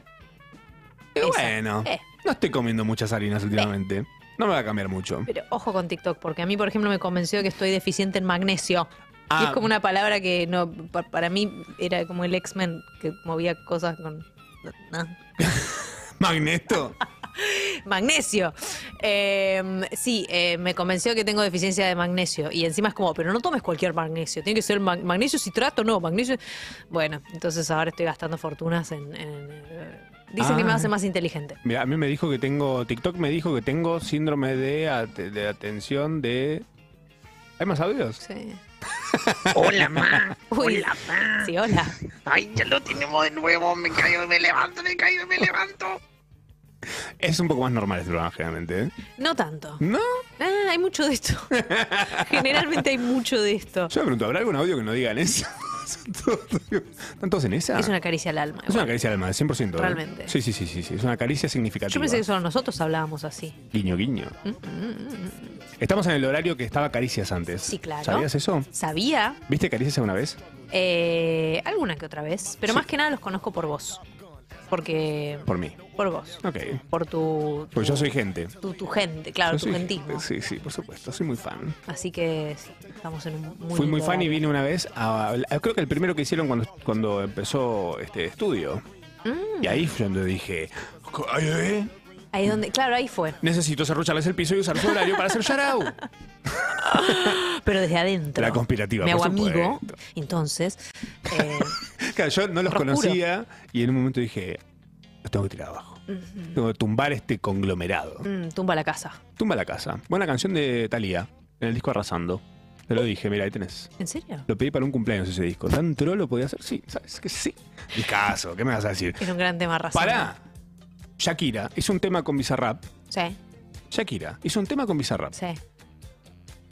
Speaker 4: eh,
Speaker 5: Esa.
Speaker 4: bueno,
Speaker 5: Eh.
Speaker 4: no estoy comiendo muchas harinas últimamente, no me va a cambiar mucho.
Speaker 5: Pero ojo con TikTok, porque a mí, por ejemplo, me convenció que estoy deficiente en magnesio.
Speaker 4: Ah.
Speaker 5: Y es como una palabra que no pa- para mí era como el X-Men que movía cosas con. no.
Speaker 4: Magneto,
Speaker 5: Magnesio. Eh, sí, eh, me convenció que tengo deficiencia de magnesio. Y encima es como, pero no tomes cualquier magnesio. Tiene que ser mag- magnesio citrato, no, magnesio. Bueno, entonces ahora estoy gastando fortunas en. en, eh, dicen que me
Speaker 4: Ah.
Speaker 5: hace más inteligente.
Speaker 4: mira, a mí me dijo que tengo, TikTok me dijo que tengo síndrome de, at- de atención de... ¿Hay más audios?
Speaker 5: Sí.
Speaker 4: Hola, ma.
Speaker 5: Uy, sí, hola.
Speaker 2: Ay, ya lo tenemos de nuevo. Me caigo y me levanto, me caigo y me levanto.
Speaker 4: Es un poco más normal este programa, generalmente, ¿eh?
Speaker 5: No tanto.
Speaker 4: ¿No?
Speaker 5: Ah, hay mucho de esto. Generalmente hay mucho de esto.
Speaker 4: Yo me pregunto, ¿habrá algún audio que no digan eso? Son todos- ¿Están todos en esa?
Speaker 5: Es una caricia al alma.
Speaker 4: Ah. Es una caricia al alma, 100%. ¿eh?
Speaker 5: Realmente.
Speaker 4: Sí, sí, sí, sí, sí, es una caricia significativa.
Speaker 5: Yo pensé que solo nosotros hablábamos así.
Speaker 4: Guiño, guiño.
Speaker 5: Mm, mm, mm, mm.
Speaker 4: Estamos en el horario que estaba Caricias antes.
Speaker 5: Sí, claro.
Speaker 4: ¿Sabías eso?
Speaker 5: Sabía
Speaker 4: ¿Viste Caricias alguna vez?
Speaker 5: eh, alguna que otra vez, pero más que nada los conozco por vos. Porque.
Speaker 4: Por mí.
Speaker 5: Por vos.
Speaker 4: Ok.
Speaker 5: Por tu.
Speaker 4: Pues yo soy gente.
Speaker 5: Tu, tu gente, claro,
Speaker 4: Yo
Speaker 5: tu
Speaker 4: soy
Speaker 5: gentismo.
Speaker 4: gente, Sí, sí, por supuesto. Soy muy fan.
Speaker 5: Así que sí, estamos en un muy.
Speaker 4: Fui muy
Speaker 5: lindo
Speaker 4: fan y
Speaker 5: horario.
Speaker 4: vine una vez a, a- Creo que el primero que hicieron cuando, cuando empezó este estudio.
Speaker 5: Mm.
Speaker 4: Y ahí fue donde dije. "Ay, eh,
Speaker 5: Ahí donde. Claro, ahí fue.
Speaker 4: Necesito cerrucharles el piso y usar su horario para hacer Yarao.
Speaker 5: Pero desde adentro.
Speaker 4: La conspirativa,
Speaker 5: Me hago
Speaker 4: por
Speaker 5: amigo. Entonces. eh,
Speaker 4: Claro, yo no los
Speaker 5: Procuro.
Speaker 4: conocía y en un momento dije, los tengo que tirar abajo.
Speaker 5: mm,
Speaker 4: Tengo que tumbar este conglomerado.
Speaker 5: mm, tumba la casa.
Speaker 4: Tumba la casa. Buena canción de Thalía, en el disco Arrasando. Te lo dije, mira, ahí tenés.
Speaker 5: ¿En serio?
Speaker 4: Lo pedí para un cumpleaños ese disco. ¿Tan trolo podía hacer? Sí, ¿sabes que sí? Discaso, ¿qué me vas a decir?
Speaker 5: Era un gran tema razón.
Speaker 4: Pará. Shakira hizo un tema con Bizarrap.
Speaker 5: Sí,
Speaker 4: Shakira hizo un tema con Bizarrap.
Speaker 5: sí.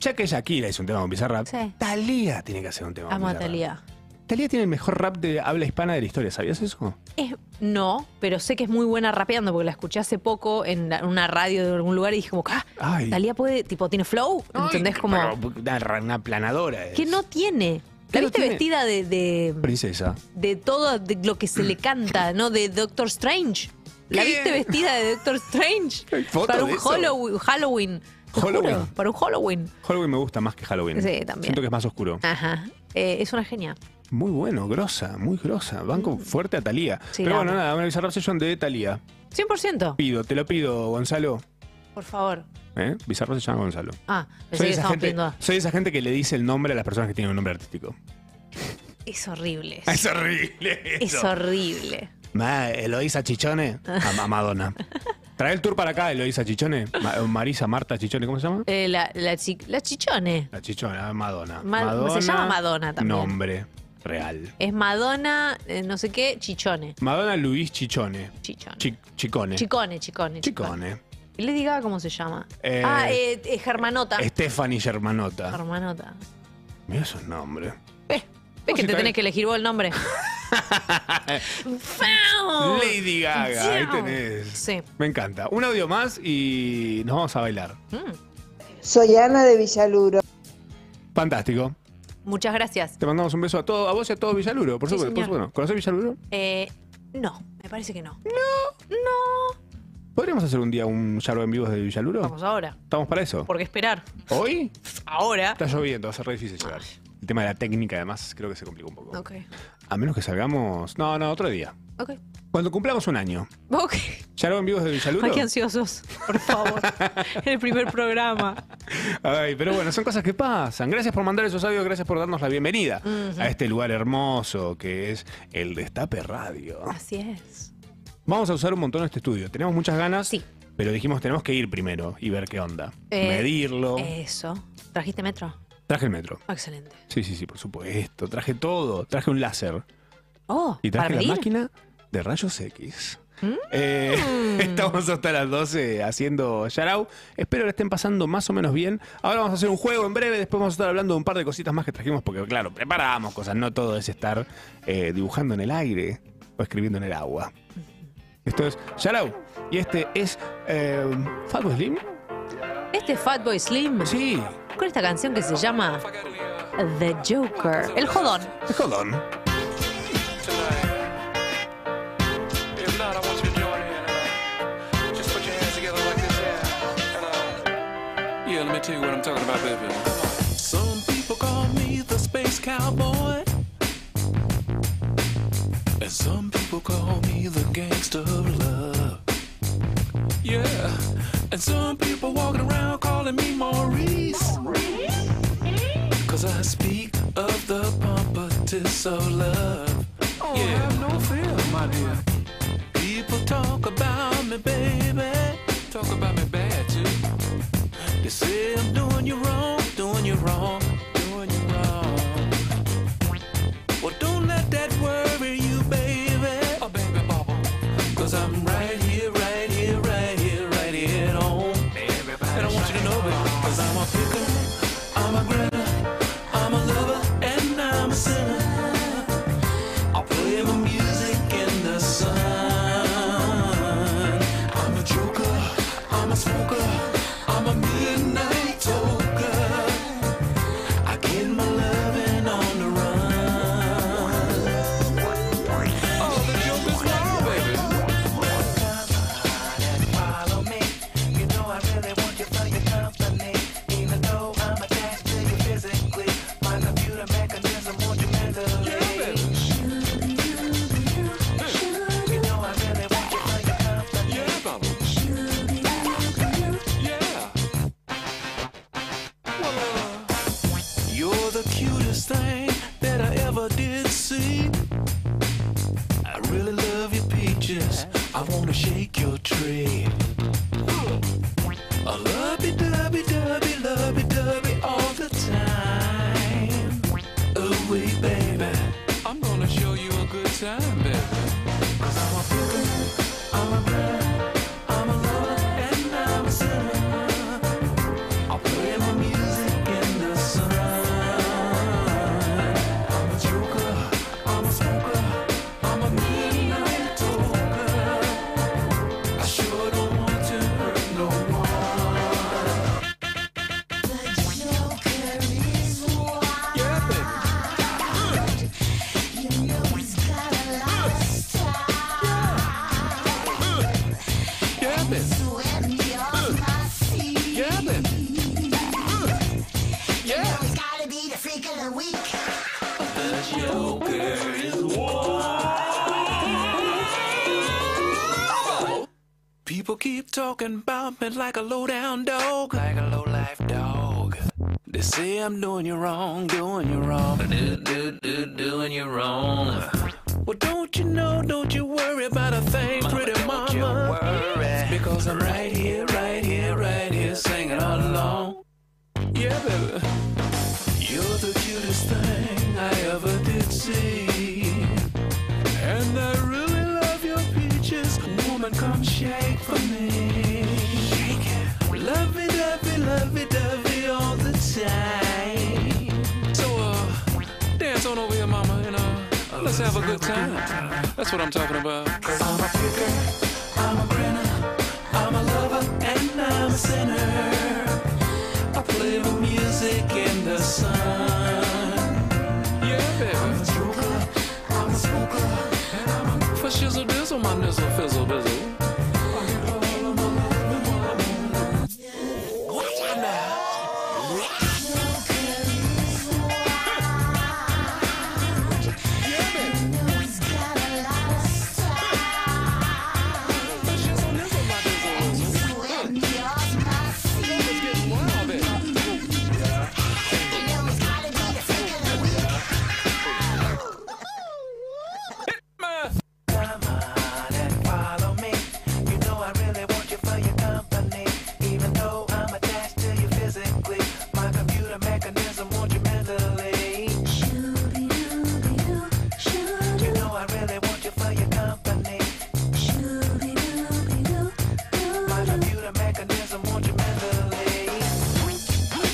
Speaker 4: Ya que Shakira hizo un tema con Bizarrap,
Speaker 5: Sí.
Speaker 4: Thalía tiene que hacer un tema
Speaker 5: Amo
Speaker 4: con
Speaker 5: a
Speaker 4: Bizarrap.
Speaker 5: Thalía.
Speaker 4: Thalía tiene el mejor rap de habla hispana de la historia, ¿sabías eso?
Speaker 5: Es, no, pero sé que es muy buena rapeando porque la escuché hace poco en la- una radio de algún lugar y dije como, ah,
Speaker 4: Ay.
Speaker 5: Talía puede, tipo, tiene flow, ¿entendés? Como,
Speaker 4: Pero, una, una aplanadora. es.
Speaker 5: que no tiene. La
Speaker 4: no
Speaker 5: viste
Speaker 4: tiene?
Speaker 5: vestida de, de,
Speaker 4: Princesa.
Speaker 5: de todo de lo que se le canta, ¿no? De Doctor Strange. La viste vestida de Doctor Strange
Speaker 4: foto
Speaker 5: para
Speaker 4: de
Speaker 5: un
Speaker 4: eso?
Speaker 5: Halloween. Halloween. te juro,
Speaker 4: Halloween.
Speaker 5: para un Halloween.
Speaker 4: Halloween me gusta más que Halloween.
Speaker 5: Sí, también.
Speaker 4: Siento que es más oscuro.
Speaker 5: Ajá. Eh, es una genia.
Speaker 4: muy bueno, grosa, muy grosa. Banco fuerte a Talía.
Speaker 5: Mm. Sí,
Speaker 4: Pero
Speaker 5: la
Speaker 4: bueno,
Speaker 5: amo.
Speaker 4: nada, una Bizarrap Session de Talía.
Speaker 5: 100%,
Speaker 4: Pido, te lo pido, Gonzalo.
Speaker 5: por favor.
Speaker 4: ¿Eh? Bizarrap se llama Gonzalo.
Speaker 5: Ah, pensé que
Speaker 4: esa
Speaker 5: estamos
Speaker 4: gente,
Speaker 5: pidiendo.
Speaker 4: soy esa gente que le dice el nombre a las personas que tienen un nombre artístico.
Speaker 5: Es horrible.
Speaker 4: Es horrible.
Speaker 5: Es
Speaker 4: eso.
Speaker 5: horrible.
Speaker 4: Ma, Eloisa Chichone. A, a Madonna. Trae el tour para acá, Eloisa Chichone. Ma- eh, Marisa Marta Chichone, ¿cómo se llama?
Speaker 5: Eh, la, la, chi- la chichone.
Speaker 4: La Chichona, Madonna.
Speaker 5: Ma-
Speaker 4: Madonna.
Speaker 5: se llama Madonna también.
Speaker 4: Nombre real.
Speaker 5: Es Madonna, eh, no sé qué, chichone.
Speaker 4: Madonna Luis Chichone.
Speaker 5: Chichone.
Speaker 4: Chi- chicone.
Speaker 5: Chicone, chicone.
Speaker 4: Chicone.
Speaker 5: Y le diga cómo se llama.
Speaker 4: Eh,
Speaker 5: ah, eh, eh, Germanota.
Speaker 4: Stephanie Germanota.
Speaker 5: Germanota.
Speaker 4: Mira esos nombres.
Speaker 5: ¿Ves que
Speaker 4: si
Speaker 5: te
Speaker 4: está
Speaker 5: tenés
Speaker 4: bien.
Speaker 5: que elegir vos el nombre? ¡Fau!
Speaker 4: Lady Gaga, ahí
Speaker 5: ¡Yau!
Speaker 4: tenés.
Speaker 5: Sí.
Speaker 4: Me encanta. Un audio más y nos vamos a bailar.
Speaker 5: Mm,
Speaker 17: Soy Ana de Villaluro.
Speaker 4: Fantástico.
Speaker 5: Muchas gracias.
Speaker 4: Te mandamos un beso a todos, a vos y a todos Villaluro, por
Speaker 5: Sí,
Speaker 4: supuesto. por
Speaker 5: señor.
Speaker 4: supuesto. ¿Conocés Villaluro?
Speaker 5: Eh, no, me parece que no. No. No.
Speaker 4: ¿Podríamos hacer un día un Yaro en vivo desde Villaluro?
Speaker 5: Vamos ahora.
Speaker 4: ¿Estamos para eso?
Speaker 5: ¿Por qué esperar?
Speaker 4: ¿Hoy?
Speaker 5: Ahora.
Speaker 4: Está lloviendo, va a ser re difícil llegar. El tema de la técnica, además, creo que se complica un poco.
Speaker 5: Ok.
Speaker 4: A menos que salgamos. No, no, otro día.
Speaker 5: Ok.
Speaker 4: Cuando cumplamos un año.
Speaker 5: Ok.
Speaker 4: ¿Yaro en vivo desde Villaluro?
Speaker 5: Ay, qué ansiosos. Por favor. en el primer programa.
Speaker 4: Ay, pero bueno, son cosas que pasan. Gracias por mandar esos audios, gracias por darnos la bienvenida
Speaker 5: Ujú.
Speaker 4: a este lugar hermoso que es el Destape Radio.
Speaker 5: Así es.
Speaker 4: Vamos a usar un montón este estudio. Tenemos muchas ganas, pero dijimos tenemos que ir primero y ver qué onda.
Speaker 5: Eh,
Speaker 4: Medirlo.
Speaker 5: Eso. ¿Trajiste metro?
Speaker 4: Traje el metro.
Speaker 5: Excelente.
Speaker 4: Sí, sí, sí, por supuesto. Traje todo. Traje un láser.
Speaker 5: Oh,
Speaker 4: Y traje
Speaker 5: ¿para
Speaker 4: la
Speaker 5: medir? Mm.
Speaker 4: máquina de rayos X. Eh, estamos hasta las 12 haciendo Yarau. Espero que estén pasando más o menos bien. Ahora vamos a hacer un juego en breve. Después vamos a estar hablando de un par de cositas más que trajimos. Porque, claro, preparamos cosas. No todo es estar eh, dibujando en el aire o escribiendo en el agua. Esto es Yarau. Y este es eh, Fatboy Slim.
Speaker 5: Este es Fatboy Slim.
Speaker 4: Sí.
Speaker 5: Con esta canción que se llama The Joker. El jodón.
Speaker 4: El jodón.
Speaker 18: If not, I want you to join in. uh, Just put your hands together like this. Yeah. And, uh, yeah, let me tell you what I'm talking about, baby. Some people call me the space cowboy. And some people call me the gangster of love. Yeah. And some people walking around calling me Maurice. Cause I speak of the pompatus of love. Oh, yeah. have no fear, my dear. People talk about me, baby. Talk about me bad, too. They say I'm doing you wrong, doing you wrong, doing you wrong. Well, don't let that worry you, baby. Oh, baby, bubble. Cause I'm right here, right here, right here, right here at home. And I want you to know, baby, cause I'm a picker, I'm a grinner, I'm a lover, and I'm a sinner. I play my music in the sun. I'm a joker, I'm a smoker, I'm a midnight toker. I get my loving on the run. Oh, the joker's wild, baby. Follow me, you know I really want you for your company. Even though I'm attached to you physically, my computer mechanism wants you mentally. You're the cutest thing that I ever did see. I really love your peaches. I wanna shake your tree. A lovey dovey dovey lovey dovey all the time. Oh wait, baby. I'm gonna show you a good time, baby. Cause I'm a picker, I'm a runner, I'm a lover, and I'm a sinner. I play my music in the sun. I'm a joker, I'm a smoker, I'm a midnight toker. I sure don't want to hurt no one. Yeah, baby. Yeah, baby. Yeah, baby. Yeah.
Speaker 2: The Joker.
Speaker 18: Keep talking about me like a low down dog. Like a low life dog. They say I'm doing you wrong, doing you wrong. Do, do, do, doing you wrong. Well, don't you know, don't you worry about a thing, pretty mama. Because I'm right here, right here, right here, singing all along. Yeah, baby. You're the cutest thing I ever did see. And I really love your peaches. Woman, come shake for me. Shake it. Lovey dovey, lovey dovey all the time. So, uh, dance on over here, mama, and uh, let's have a good time. That's what I'm talking about. I'm a picker, I'm a grinner, I'm a lover, and I'm a sinner. I play the music in the sun. Yeah, baby. I'm a joker, I'm a smoker, and I'm a for shizzle dizzle, my nizzle fizzle bizzle.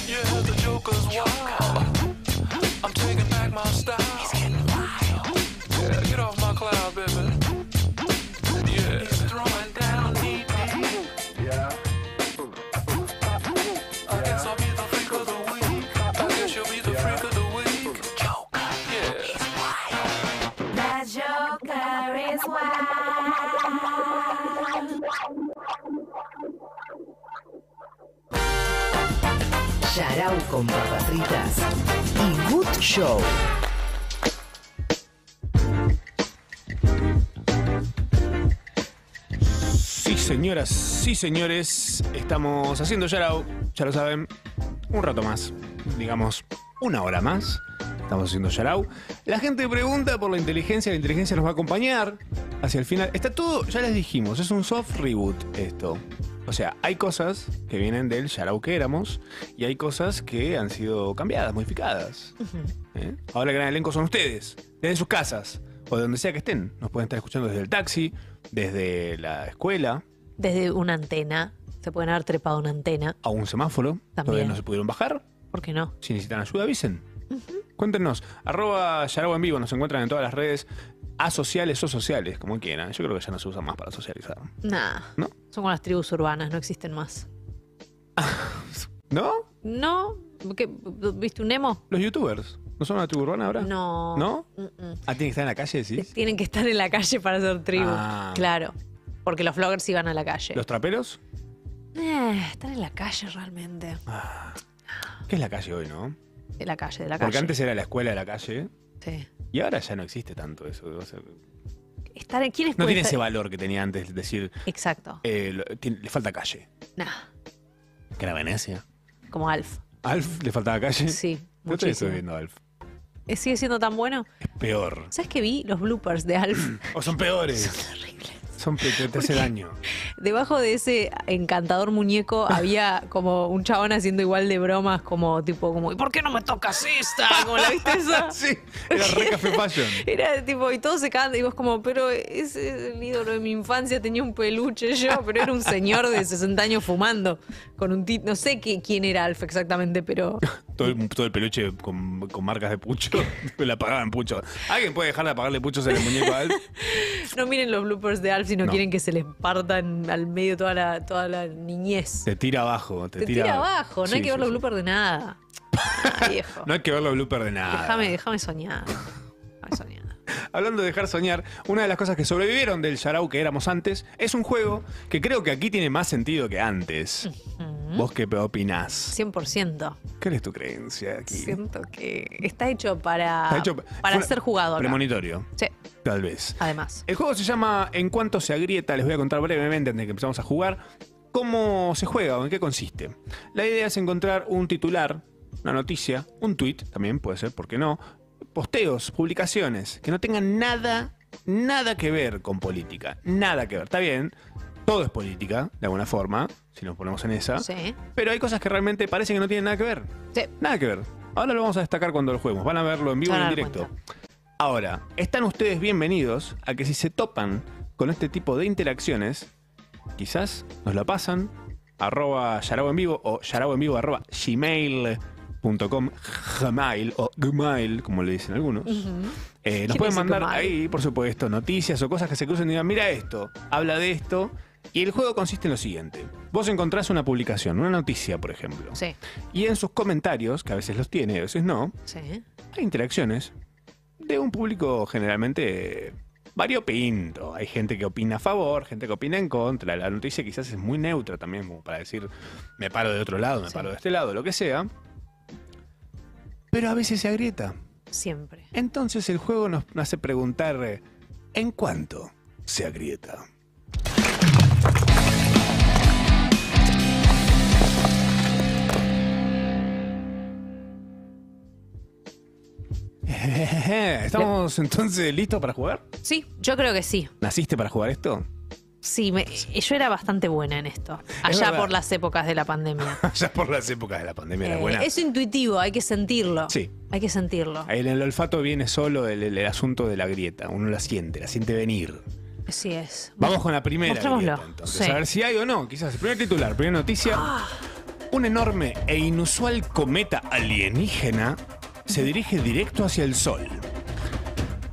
Speaker 18: Yeah, the Joker's wild. I'm taking back my style. He's getting wild. Yeah, get off my cloud, baby. Yeah. He's throwing down knee deep. Yeah. I guess I'll be the freak of the week. I guess you'll be the freak of the week. Joker. Yeah. He's wild.
Speaker 2: The Joker is wild.
Speaker 3: Yarao con papas fritas y Good Show.
Speaker 4: Sí, señoras, sí, señores. Estamos haciendo Yarao, ya lo saben, un rato más. Digamos, una hora más. Estamos haciendo Yarao. La gente pregunta por la inteligencia, la inteligencia nos va a acompañar hacia el final. Está todo, ya les dijimos, es un soft reboot esto. O sea, hay cosas que vienen del Yarao que éramos y hay cosas que han sido cambiadas, modificadas. ¿Eh? Ahora el gran elenco son ustedes, desde sus casas o de donde sea que estén. Nos pueden estar escuchando desde el taxi, desde la escuela,
Speaker 5: Desde una antena. Se pueden haber trepado una antena.
Speaker 4: a un semáforo. Todavía
Speaker 5: También.
Speaker 4: no se pudieron bajar.
Speaker 5: ¿Por qué no?
Speaker 4: Si necesitan ayuda, avisen. Cuéntenos. Arroba Yaragua en vivo. Nos encuentran en todas las redes asociales o sociales, como quieran. Yo creo que ya no se usa más para socializar.
Speaker 5: Nada.
Speaker 4: No.
Speaker 5: Son con las tribus urbanas, no existen más.
Speaker 4: ¿No?
Speaker 5: No. ¿Qué? ¿Viste un emo?
Speaker 4: Los youtubers. ¿No son una tribu urbana ahora?
Speaker 5: No.
Speaker 4: ¿No?
Speaker 5: Mm-mm.
Speaker 4: Ah, tienen que estar en la calle, sí.
Speaker 5: Tienen que estar en la calle para ser tribu.
Speaker 4: Ah.
Speaker 5: Claro. Porque los vloggers iban a la calle.
Speaker 4: ¿Los traperos?
Speaker 5: Eh, están en la calle realmente.
Speaker 4: Ah, ¿Qué es la calle hoy, no?
Speaker 5: De la calle, de la
Speaker 4: Porque
Speaker 5: calle.
Speaker 4: antes era la escuela de la calle.
Speaker 5: Sí.
Speaker 4: Y ahora ya no existe tanto eso. O sea,
Speaker 5: Estar en- ¿Quiénes
Speaker 4: no
Speaker 5: pueden
Speaker 4: tiene
Speaker 5: estar-
Speaker 4: ese valor que tenía antes de decir,
Speaker 5: Exacto.
Speaker 4: eh, lo- tiene- le falta calle.
Speaker 5: Nah,
Speaker 4: Que era Venecia.
Speaker 5: como Alf.
Speaker 4: ¿Alf le faltaba calle?
Speaker 5: Sí,
Speaker 4: No te estoy
Speaker 5: muchísimo.
Speaker 4: viendo Alf.
Speaker 5: Eh, ¿Sigue siendo tan bueno?
Speaker 4: Peor.
Speaker 5: ¿Sabes que vi los bloopers de Alf?
Speaker 4: O son peores. Son terribles. Son pe- te, te hace daño.
Speaker 5: Debajo de ese encantador muñeco había como un chabón haciendo igual de bromas, como tipo, como, ¿y por qué no me tocas esta? Como la viste esa.
Speaker 4: sí, era re café fashion.
Speaker 5: Era tipo, y todos se cagan, y vos como, pero ese es el ídolo de mi infancia, tenía un peluche yo, pero era un señor de 60 años fumando, con un tit, no sé qué- quién era Alf exactamente, pero
Speaker 4: Todo el, todo el peluche con, con marcas de pucho. la pagaban pucho. ¿Alguien puede dejar de pagarle puchos en el muñeco a Alf?
Speaker 5: no miren los bloopers de Alf si no,
Speaker 4: No.
Speaker 5: quieren que se les partan al medio toda la, toda la niñez.
Speaker 4: Te tira abajo. Te,
Speaker 5: Te tira, abajo, no hay
Speaker 4: Sí,
Speaker 5: que ver
Speaker 4: sí,
Speaker 5: los
Speaker 4: sí.
Speaker 5: bloopers de nada. Ah, viejo.
Speaker 4: No hay que ver los bloopers de nada.
Speaker 5: Déjame, déjame soñar.
Speaker 4: Hablando de dejar soñar, una de las cosas que sobrevivieron del Yarau que éramos antes es un juego que creo que aquí tiene más sentido que antes.
Speaker 5: Mm,
Speaker 4: ¿Vos qué opinás?
Speaker 5: 100%.
Speaker 4: ¿Cuál es tu creencia aquí?
Speaker 5: Siento que está hecho para,
Speaker 4: Está hecho-
Speaker 5: para
Speaker 4: fue-
Speaker 5: ser jugado. acá.
Speaker 4: Premonitorio.
Speaker 5: Sí,
Speaker 4: Tal vez.
Speaker 5: además.
Speaker 4: El juego se llama En cuanto se agrieta, les voy a contar brevemente antes de que empezamos a jugar cómo se juega o en qué consiste. La idea es encontrar un titular, una noticia, un tweet, también puede ser, ¿por qué no? Posteos, publicaciones, que no tengan nada, nada que ver con política. Nada que ver. Está bien, todo es política, de alguna forma, si nos ponemos en esa.
Speaker 5: Sí.
Speaker 4: Pero hay cosas que realmente parecen que no tienen nada que ver.
Speaker 5: Sí.
Speaker 4: Nada que ver. Ahora lo vamos a destacar cuando lo juguemos. Van a verlo en vivo
Speaker 5: Se
Speaker 4: y
Speaker 5: van
Speaker 4: en
Speaker 5: a dar
Speaker 4: directo. Ahora, están ustedes bienvenidos a que si se topan con este tipo de interacciones, quizás nos la pasan arroba yarabo en vivo o yarabo en vivo arroba gmail.com gmail o gmail como le dicen algunos. Eh, nos
Speaker 5: ¿Quién
Speaker 4: pueden
Speaker 5: dice
Speaker 4: mandar
Speaker 5: Gmail?
Speaker 4: ahí, por supuesto, noticias o cosas que se crucen y digan, mira esto, habla de esto. Y el juego consiste en lo siguiente. Vos encontrás una publicación, una noticia, por ejemplo.
Speaker 5: Sí.
Speaker 4: Y en sus comentarios, que a veces los tiene, a veces no,
Speaker 5: Sí.
Speaker 4: hay interacciones de un público generalmente variopinto. Hay gente que opina a favor, gente que opina en contra. La noticia quizás es muy neutra también, como para decir, me paro de otro lado, me
Speaker 5: Sí.
Speaker 4: paro de este lado, lo que sea. Pero a veces se agrieta.
Speaker 5: Siempre.
Speaker 4: Entonces el juego nos nos hace preguntar, eh, ¿en cuánto se agrieta? ¿Estamos entonces listos para jugar?
Speaker 5: Sí, yo creo que sí.
Speaker 4: ¿Naciste para jugar esto?
Speaker 5: Sí, me- yo era bastante buena en esto.
Speaker 4: Es
Speaker 5: Allá
Speaker 4: verdad.
Speaker 5: por las épocas de la pandemia.
Speaker 4: ya por las épocas de la pandemia era
Speaker 5: Eh,
Speaker 4: buena.
Speaker 5: es intuitivo, hay que sentirlo.
Speaker 4: Sí.
Speaker 5: Hay que sentirlo.
Speaker 4: En el olfato viene solo el, el- el asunto de la grieta. Uno la siente, la siente venir.
Speaker 5: Así es.
Speaker 4: Vamos con la primera.
Speaker 5: Mostrémoslo.
Speaker 4: grieta, entonces,
Speaker 5: Sí. Ah.
Speaker 4: a ver si hay o no. Quizás el primer titular, primera noticia. Un enorme e inusual cometa alienígena se dirige directo hacia el Sol.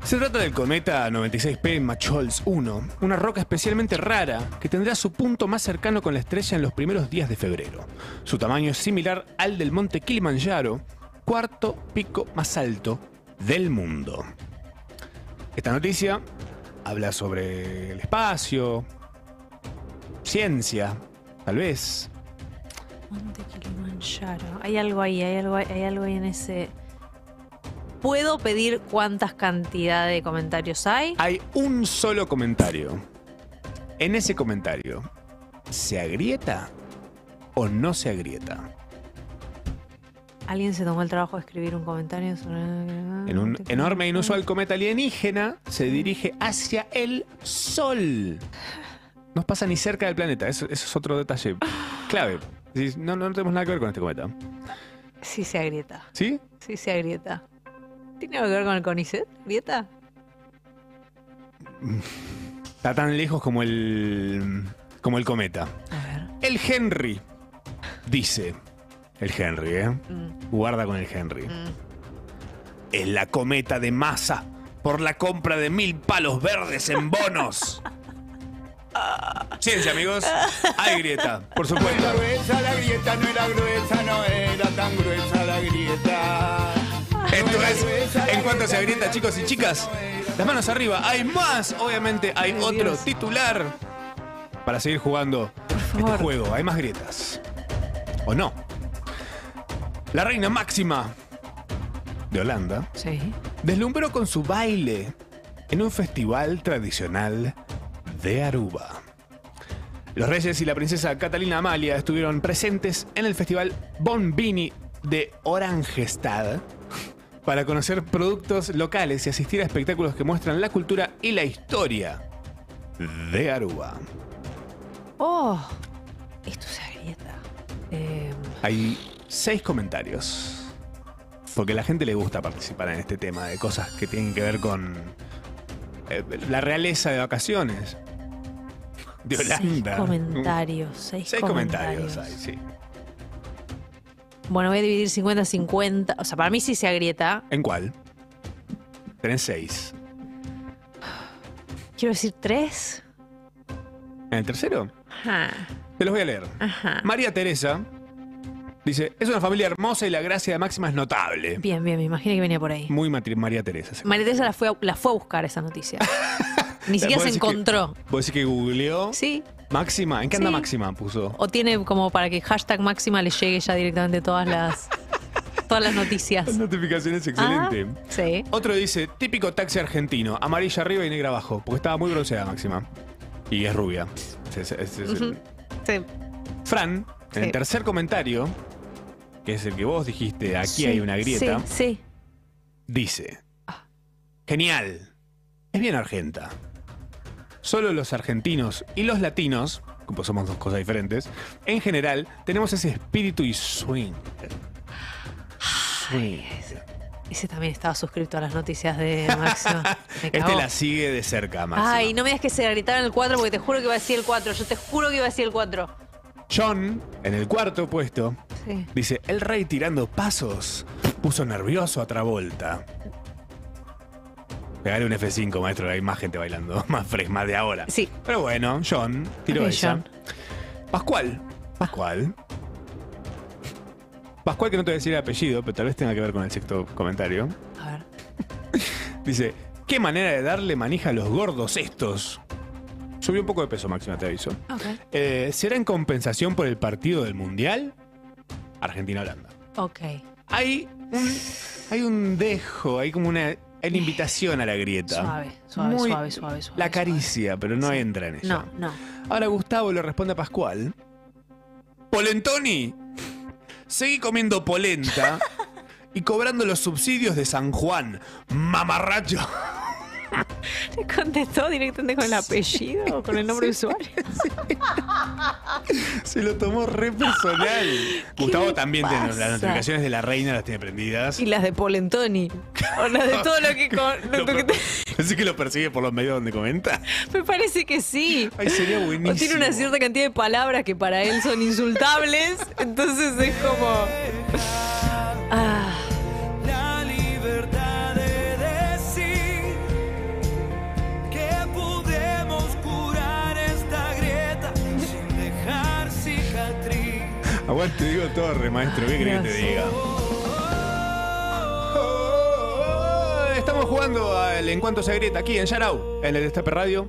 Speaker 4: Se trata del cometa 96P Machols 1, una roca especialmente rara que tendrá su punto más cercano con la estrella en los primeros días de febrero. Su tamaño es similar al del monte Kilimanjaro, cuarto pico más alto del mundo. Esta noticia habla sobre el espacio, ciencia, tal vez.
Speaker 5: Monte Kilimanjaro. Hay algo ahí, hay algo, ahí- hay algo ahí en ese. ¿Puedo pedir cuántas cantidades de comentarios hay?
Speaker 4: Hay un solo comentario. En ese comentario, ¿se agrieta o no se agrieta?
Speaker 5: ¿Alguien se tomó el trabajo de escribir un comentario sobre.? Mm,
Speaker 4: En un enorme e inusual cometa alienígena se dirige hacia el Sol. No pasa ni cerca del planeta, eso, eso es otro detalle clave. Decís, No, no tenemos nada que ver con este cometa.
Speaker 5: Sí, se agrieta.
Speaker 4: ¿Sí?
Speaker 5: Sí, se agrieta. ¿Tiene algo que ver con el CONICET? ¿Grieta?
Speaker 4: Está tan lejos como el. como el cometa. El Henry dice. El Henry, ¿eh? Guarda con el Henry. Es la cometa de masa por la compra de mil palos verdes en bonos. Ciencia, amigos. Hay grieta, por supuesto.
Speaker 19: No era gruesa la grieta, no era gruesa, no era tan gruesa la grieta.
Speaker 4: Esto es En cuanto se agrieta, chicos y chicas, las manos arriba. Hay más, obviamente, hay otro titular para seguir jugando este juego. Hay más grietas. ¿O no? La reina máxima de Holanda deslumbró con su baile en un festival tradicional de Aruba. Los reyes y la princesa Catalina Amalia estuvieron presentes en el festival Bonbini de Orangestad para conocer productos locales y asistir a espectáculos que muestran la cultura y la historia de Aruba.
Speaker 5: Oh, esto se agrieta. Eh,
Speaker 4: Hay seis comentarios. Porque a la gente le gusta participar en este tema de cosas que tienen que ver con eh, la realeza de vacaciones de Holanda.
Speaker 5: Seis comentarios. Seis,
Speaker 4: Seis comentarios, hay, sí.
Speaker 5: Bueno, voy a dividir 50-50. O sea, para mí sí se agrieta.
Speaker 4: ¿En cuál? Tenés seis.
Speaker 5: Quiero decir tres.
Speaker 4: ¿En el tercero?
Speaker 5: Ajá.
Speaker 4: Te los voy a leer.
Speaker 5: Ajá.
Speaker 4: María Teresa dice, es una familia hermosa y la gracia de Máxima es notable.
Speaker 5: Bien, bien, me imaginé que venía por ahí.
Speaker 4: Muy matri- María Teresa. se-
Speaker 5: María Teresa la fue a, la fue a buscar esa noticia. Ni siquiera
Speaker 4: Vos
Speaker 5: se
Speaker 4: decís que-
Speaker 5: encontró.
Speaker 4: Vos decís que googleó.
Speaker 5: Sí.
Speaker 4: Máxima, ¿en qué anda
Speaker 5: Sí.
Speaker 4: Máxima? Puso.
Speaker 5: O tiene como para que hashtag máxima le llegue ya directamente todas las, todas las noticias.
Speaker 4: Las
Speaker 5: Ah.
Speaker 4: notificaciones, excelente.
Speaker 5: Ajá, sí.
Speaker 4: Otro dice, típico taxi argentino, amarilla arriba y negra abajo, porque estaba muy bronceada Máxima. Y es rubia. Se- se- se- se-
Speaker 5: Ujú. Sí.
Speaker 4: Fran, en
Speaker 5: Sí.
Speaker 4: el tercer comentario, que es el que vos dijiste, aquí
Speaker 5: Sí,
Speaker 4: hay una grieta,
Speaker 5: Sí, sí.
Speaker 4: dice, genial, es bien argenta. Solo los argentinos y los latinos, como somos dos cosas diferentes, en general tenemos ese espíritu y swing. Swing.
Speaker 5: Ese también estaba suscrito a las noticias de Máxima. Me
Speaker 4: Este
Speaker 5: cagó.
Speaker 4: la sigue de cerca, Máxima.
Speaker 5: Ay, no me digas que se gritaron el 4 porque te juro que iba a decir el 4. Yo te juro que iba a decir el 4.
Speaker 4: John, en el cuarto puesto,
Speaker 5: Sí.
Speaker 4: dice, el rey tirando pasos puso nervioso a Travolta. Pegale un F5, maestro, hay más gente bailando, más fresca, más de ahora.
Speaker 5: Sí.
Speaker 4: Pero bueno, John, tiró
Speaker 5: Ok,
Speaker 4: esa.
Speaker 5: John.
Speaker 4: Pascual. Pascual. Pascual, que no te voy a decir el apellido, pero tal vez tenga que ver con el sexto comentario.
Speaker 5: A ver.
Speaker 4: Dice, qué manera de darle manija a los gordos estos. Subió un poco de peso, Máxima, te aviso. Eh, ¿Será en compensación por el partido del Mundial? Argentina-Holanda.
Speaker 5: Ok.
Speaker 4: Hay un, hay un dejo, hay como una, hay una invitación a la grieta.
Speaker 5: Suave, suave,
Speaker 4: Muy-
Speaker 5: suave, suave, suave.
Speaker 4: La caricia, pero no entra en ella.
Speaker 5: No, no.
Speaker 4: Ahora Gustavo le responde a Pascual. Polentoni, seguí comiendo polenta y cobrando los subsidios de San Juan, mamarracho.
Speaker 5: ¿Te contestó directamente con el apellido? ¿Con el nombre de usuario?
Speaker 4: Se lo tomó re personal. Gustavo también tiene
Speaker 5: pasa?
Speaker 4: las notificaciones de la reina, las tiene prendidas.
Speaker 5: Y las de Polentoni. O las de todo lo que... con- lo que te-
Speaker 4: Así que lo persigue por los medios donde comenta.
Speaker 5: me parece que sí.
Speaker 4: Ay, sería buenísimo.
Speaker 5: O tiene una cierta cantidad de palabras que para él son insultables. Entonces es como... Ah,
Speaker 18: La libertad de decir que podemos curar esta grieta sin dejar cicatriz.
Speaker 4: Aguante, digo Torre, maestro, ¿qué crees que te diga? Estamos jugando al En cuanto se grieta aquí en Yarau, en el Destape Radio.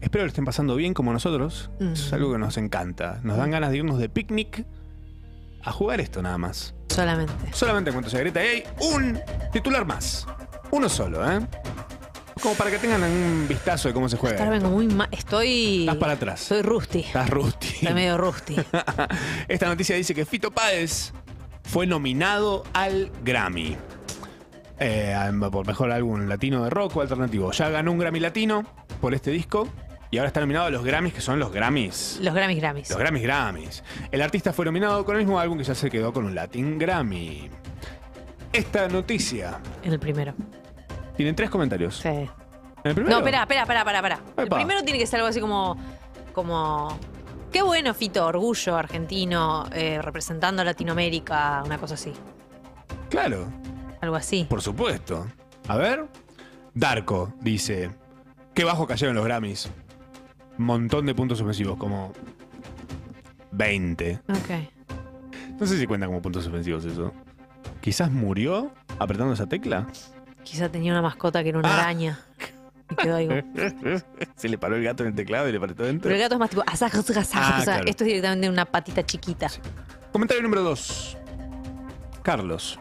Speaker 4: Espero lo estén pasando bien como nosotros.
Speaker 5: Mm.
Speaker 4: Eso Es algo que nos encanta. Nos dan ganas de irnos de picnic a jugar esto nada más.
Speaker 5: solamente.
Speaker 4: Solamente en cuanto se grieta. Y hay un titular más. Uno solo, ¿eh? Como para que tengan un vistazo de cómo se juega.
Speaker 5: Ahora vengo muy mal. Estoy...
Speaker 4: Estás para atrás.
Speaker 5: Soy rusty.
Speaker 4: Estás rusty.
Speaker 5: Estoy medio rusty.
Speaker 4: Esta noticia dice que Fito Páez fue nominado al Grammy. Eh, a- por mejor álbum latino de rock o alternativo. Ya ganó un Grammy latino por este disco y ahora está nominado a los Grammys, que son los Grammys.
Speaker 5: Los Grammys Grammys.
Speaker 4: Los Grammys Grammys. El artista fue nominado con el mismo álbum que ya se quedó con un Latin Grammy. Esta noticia
Speaker 5: En el primero.
Speaker 4: tiene tres comentarios.
Speaker 5: Sí. ¿En
Speaker 4: el primero?
Speaker 5: No, espera, espera, espera, espera, espera. El
Speaker 4: Epa.
Speaker 5: primero tiene que ser algo así como. como. Qué bueno, Fito, orgullo argentino, eh, representando a Latinoamérica, una cosa así.
Speaker 4: Claro.
Speaker 5: Algo así.
Speaker 4: Por supuesto. A ver. Darko dice. Qué bajo cayeron los Grammys. Montón de puntos ofensivos, como 20.
Speaker 5: Ok.
Speaker 4: No sé si cuenta como puntos ofensivos eso. Quizás murió apretando esa tecla.
Speaker 5: Quizá tenía una mascota que era
Speaker 4: Ah.
Speaker 5: una araña. Y quedó ahí. como-
Speaker 4: Se le paró el gato en el teclado y le apretó dentro.
Speaker 5: Pero el gato es más tipo. "Azaj, azaj, azaj".
Speaker 4: Ah,
Speaker 5: O sea,
Speaker 4: claro.
Speaker 5: esto es directamente una patita chiquita.
Speaker 4: Comentario número 2. Carlos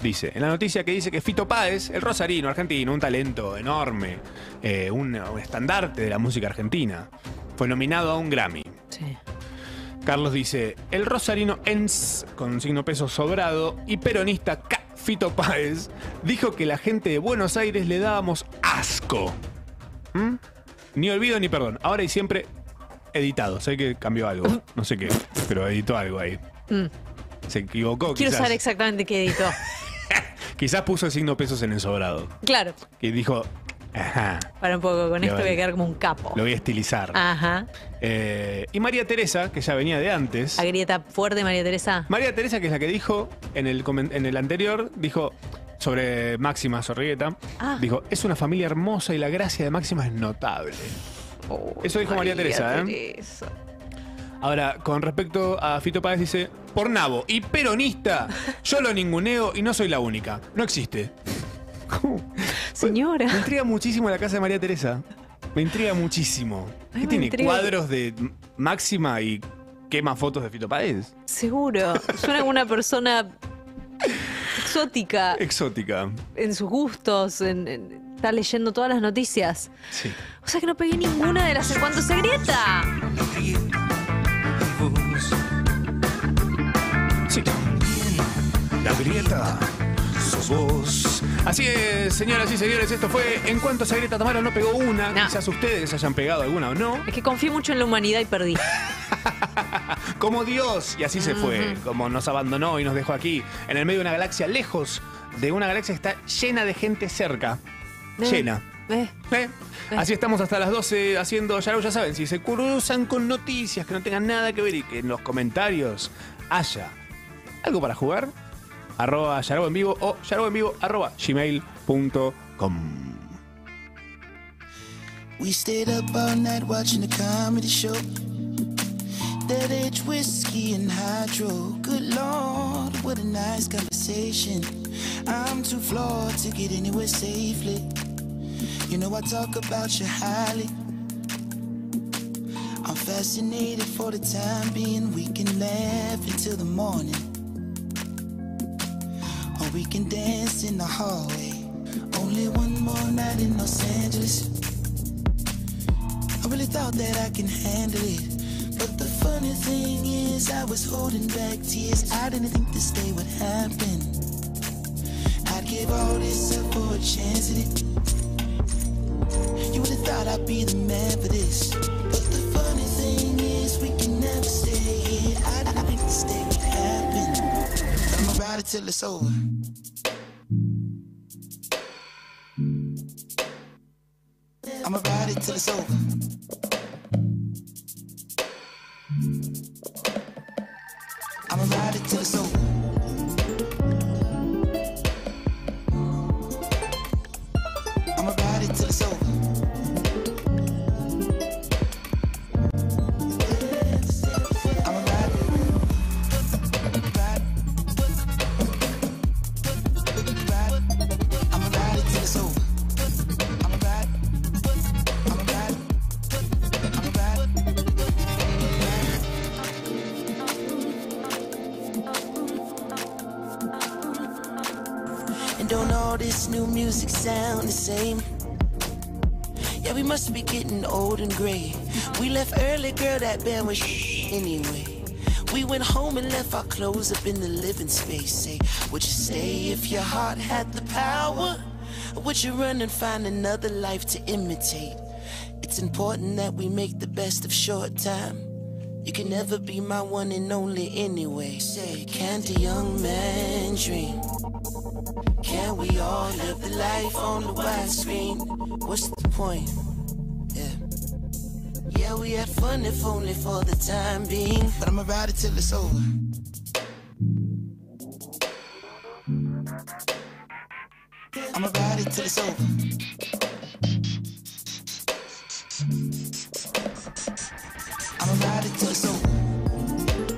Speaker 4: dice, en la noticia que dice que Fito Páez, el rosarino argentino, un talento enorme, eh, un, un estandarte de la música argentina, fue nominado a un Grammy. Carlos dice, el rosarino ENS, con signo peso sobrado, y peronista K. Fito Páez, dijo que la gente de Buenos Aires le dábamos asco. ¿Mm? Ni olvido ni perdón. Ahora y siempre editado. Sé que cambió algo. No sé qué, pero editó algo ahí.
Speaker 5: Mm.
Speaker 4: Se equivocó
Speaker 5: Quiero
Speaker 4: quizás.
Speaker 5: saber exactamente qué editó.
Speaker 4: Quizás puso el signo pesos en el sobrado.
Speaker 5: claro.
Speaker 4: Y dijo, ajá,
Speaker 5: Para un poco, con
Speaker 4: Le
Speaker 5: esto voy
Speaker 4: vale.
Speaker 5: a quedar como un capo.
Speaker 4: lo voy a estilizar.
Speaker 5: Ah. Ajá.
Speaker 4: Eh, y María Teresa, que ya venía de antes.
Speaker 5: Agrieta fuerte, María Teresa.
Speaker 4: María Teresa, que es la que dijo en el, comen- en el anterior, dijo sobre Máxima Sorrieta,
Speaker 5: Ah.
Speaker 4: dijo, es una familia hermosa y la gracia de Máxima es notable. Eso dijo Oh, María, Teresa, ¿eh? Ahora, con respecto a Fito Páez, dice, por nabo y peronista, yo lo ninguneo y no soy la única. Pues, No existe. Señora. Me intriga muchísimo la casa de María Teresa. Me intriga muchísimo.
Speaker 5: Ay,
Speaker 4: ¿Qué
Speaker 5: me
Speaker 4: tiene?
Speaker 5: intriga.
Speaker 4: ¿Cuadros de M- Máxima y quema fotos de Fito Páez?
Speaker 5: Seguro. Suena como una persona exótica
Speaker 4: Exótica.
Speaker 5: en sus gustos, en, en- está leyendo todas las noticias.
Speaker 4: Sí.
Speaker 5: O sea que no pegué ninguna de las en cuanto se grieta.
Speaker 4: Sí.
Speaker 18: La grieta sos vos.
Speaker 4: Así es, señoras y señores, esto fue En cuanto a Greta Tamara no pegó una, quizás ustedes hayan pegado alguna o no.
Speaker 5: Es que confié mucho en la humanidad y perdí.
Speaker 4: Como Dios, y así se fue, como nos abandonó y nos dejó aquí, en el medio de una galaxia lejos, de una galaxia que está llena de gente cerca.
Speaker 5: Eh.
Speaker 4: Llena.
Speaker 5: Eh.
Speaker 4: Eh, Así estamos hasta las 12 haciendo Yarau, ya saben, si se cruzan con noticias que no tengan nada que ver y que en los comentarios haya algo para jugar, arroba Yarau en vivo o Yarau en vivo arroba gmail.com.
Speaker 20: We stayed up all night watching a comedy show. That age whiskey and hydro. Good lord, what a nice conversation. I'm too flawed to get anywhere safely. You know I talk about you highly. I'm fascinated for the time being. We can laugh until the morning. Or we can dance in the hallway. Only one more night in Los Angeles. I really thought that I can handle it. But the funny thing is, I was holding back tears. I didn't think this day would happen. I'd give all this up for a chance at it. You would've thought I'd be the man for this. But the funny thing is, we can never stay here. I didn't think this day would happen. I'ma ride it till it's over. I'ma ride it till it's over. I'ma ride it till it's over. I'ma ride it till it's over. I'ma ride it. Ride. Ride. I'ma ride it till it's over. I'ma ride. I'ma ride. I'ma ride. And don't all this new music sound the same? Yeah, we must be getting old and gray. We left early, girl, that band was sh- anyway. We went home and left our clothes up in the living space. Say, would you stay if your heart had the power? Or would you run and find another life to imitate? It's important that we make the best of short time. You can never be my one and only anyway. Say, can't a young man dream? Can we all live the life on the widescreen? What's the point? Yeah. Yeah, we had fun if only for the time being. But I'ma ride it till it's over. I'ma ride it till it's over. I'ma ride it till it's over.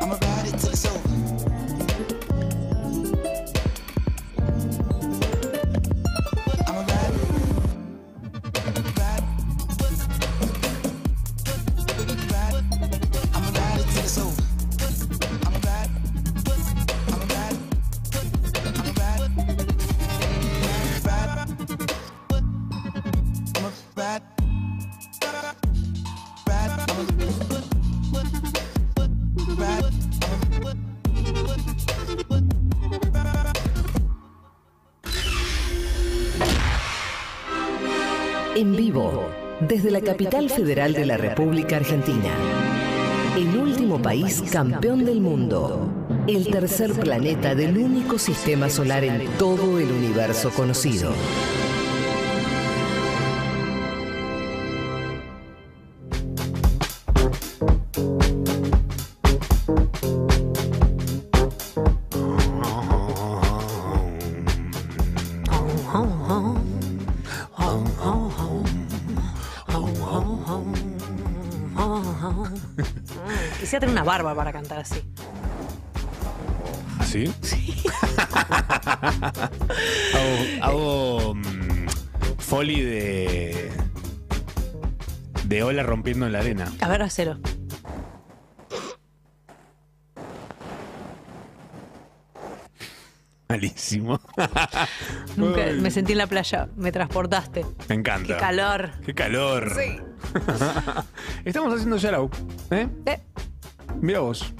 Speaker 20: I'ma ride it till it's over. I'ma ride it. Ride. Ride. I'ma ride it till it's over. I'ma ride. I'ma ride. I'ma ride. Ride. I'ma ride. Ride. I'ma ride.
Speaker 3: En vivo, desde la capital federal de la República Argentina. El último país campeón del mundo. El tercer planeta del único sistema solar en todo el universo conocido.
Speaker 5: Quisiera tener una barba para cantar así.
Speaker 4: ¿Sí? hago hago, mm, folly de. de ola rompiendo en la arena.
Speaker 5: A ver, acero.
Speaker 4: Malísimo.
Speaker 5: Nunca
Speaker 4: Ay,
Speaker 5: me sentí en la playa, me transportaste.
Speaker 4: Me encanta.
Speaker 5: Qué calor.
Speaker 4: Qué calor.
Speaker 5: Sí.
Speaker 4: Estamos haciendo Yarau. ¿Eh?
Speaker 5: Eh.
Speaker 4: Mira vos.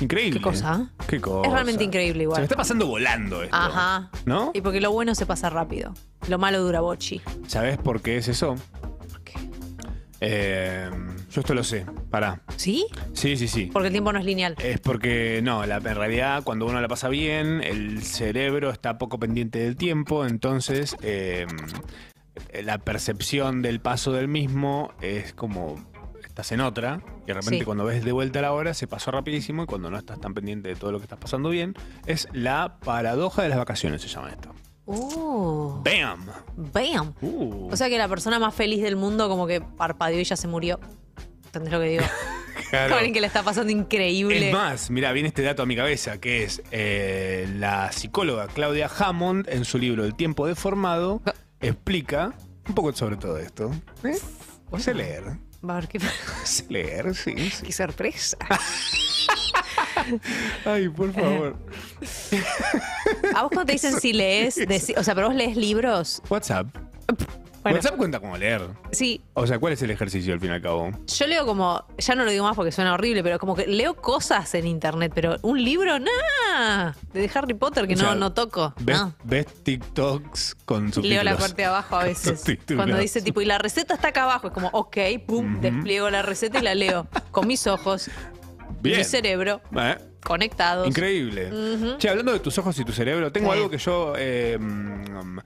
Speaker 4: Increíble. Qué
Speaker 5: cosa.
Speaker 4: Qué cosa.
Speaker 5: Es realmente increíble igual.
Speaker 4: Se me está pasando volando esto.
Speaker 5: Ajá.
Speaker 4: ¿No?
Speaker 5: Y porque lo bueno se pasa rápido. Lo malo dura bochi.
Speaker 4: ¿Sabés por qué es eso? Eh, yo esto lo sé. Pará.
Speaker 5: ¿Sí?
Speaker 4: Sí, sí, sí.
Speaker 5: Porque el tiempo no es lineal.
Speaker 4: Es porque, no, la, en realidad cuando uno la pasa bien, el cerebro está poco pendiente del tiempo, entonces eh, la percepción del paso del mismo es como estás en otra y de repente
Speaker 5: Sí.
Speaker 4: cuando ves de vuelta la hora se pasó rapidísimo y cuando no estás tan pendiente de todo lo que estás pasando bien, es la paradoja de las vacaciones se llama esto.
Speaker 5: Uh,
Speaker 4: ¡Bam!
Speaker 5: bam.
Speaker 4: Uh.
Speaker 5: O sea que la persona más feliz del mundo como que parpadeó y ya se murió. ¿Entendés lo que digo?
Speaker 4: Claro.
Speaker 5: Con alguien que le está pasando increíble.
Speaker 4: Es más, mira, viene este dato a mi cabeza, que es eh, la psicóloga Claudia Hammond, en su libro El tiempo deformado,
Speaker 5: Ah.
Speaker 4: explica un poco sobre todo esto. ¿Eh? Sé leer,
Speaker 5: Va a ver qué,
Speaker 4: sé leer, sí. sí.
Speaker 5: qué sorpresa.
Speaker 4: Ay, por favor.
Speaker 5: A vos cuando te dicen si lees, decí- o sea, pero vos lees libros.
Speaker 4: WhatsApp.
Speaker 5: Bueno.
Speaker 4: WhatsApp cuenta como leer.
Speaker 5: Sí,
Speaker 4: O sea, ¿cuál es el ejercicio al fin y al cabo?
Speaker 5: yo leo como, ya no lo digo más porque suena horrible, pero como que leo cosas en internet, pero un libro, nada. De Harry Potter que
Speaker 4: O sea,
Speaker 5: no, no toco.
Speaker 4: ¿Ves,
Speaker 5: no.
Speaker 4: ves TikToks con subtítulos?
Speaker 5: Ah. Leo la parte de abajo a
Speaker 4: Con
Speaker 5: veces.
Speaker 4: subtítulos.
Speaker 5: Cuando dice tipo, y la receta está acá abajo, es como, ok, pum, despliego la receta y la leo con mis ojos,
Speaker 4: Bien.
Speaker 5: mi cerebro,
Speaker 4: Eh,
Speaker 5: conectados.
Speaker 4: Increíble.
Speaker 5: Ujú.
Speaker 4: Che, hablando de tus ojos y tu cerebro, tengo
Speaker 5: Sí.
Speaker 4: algo que yo eh, mm,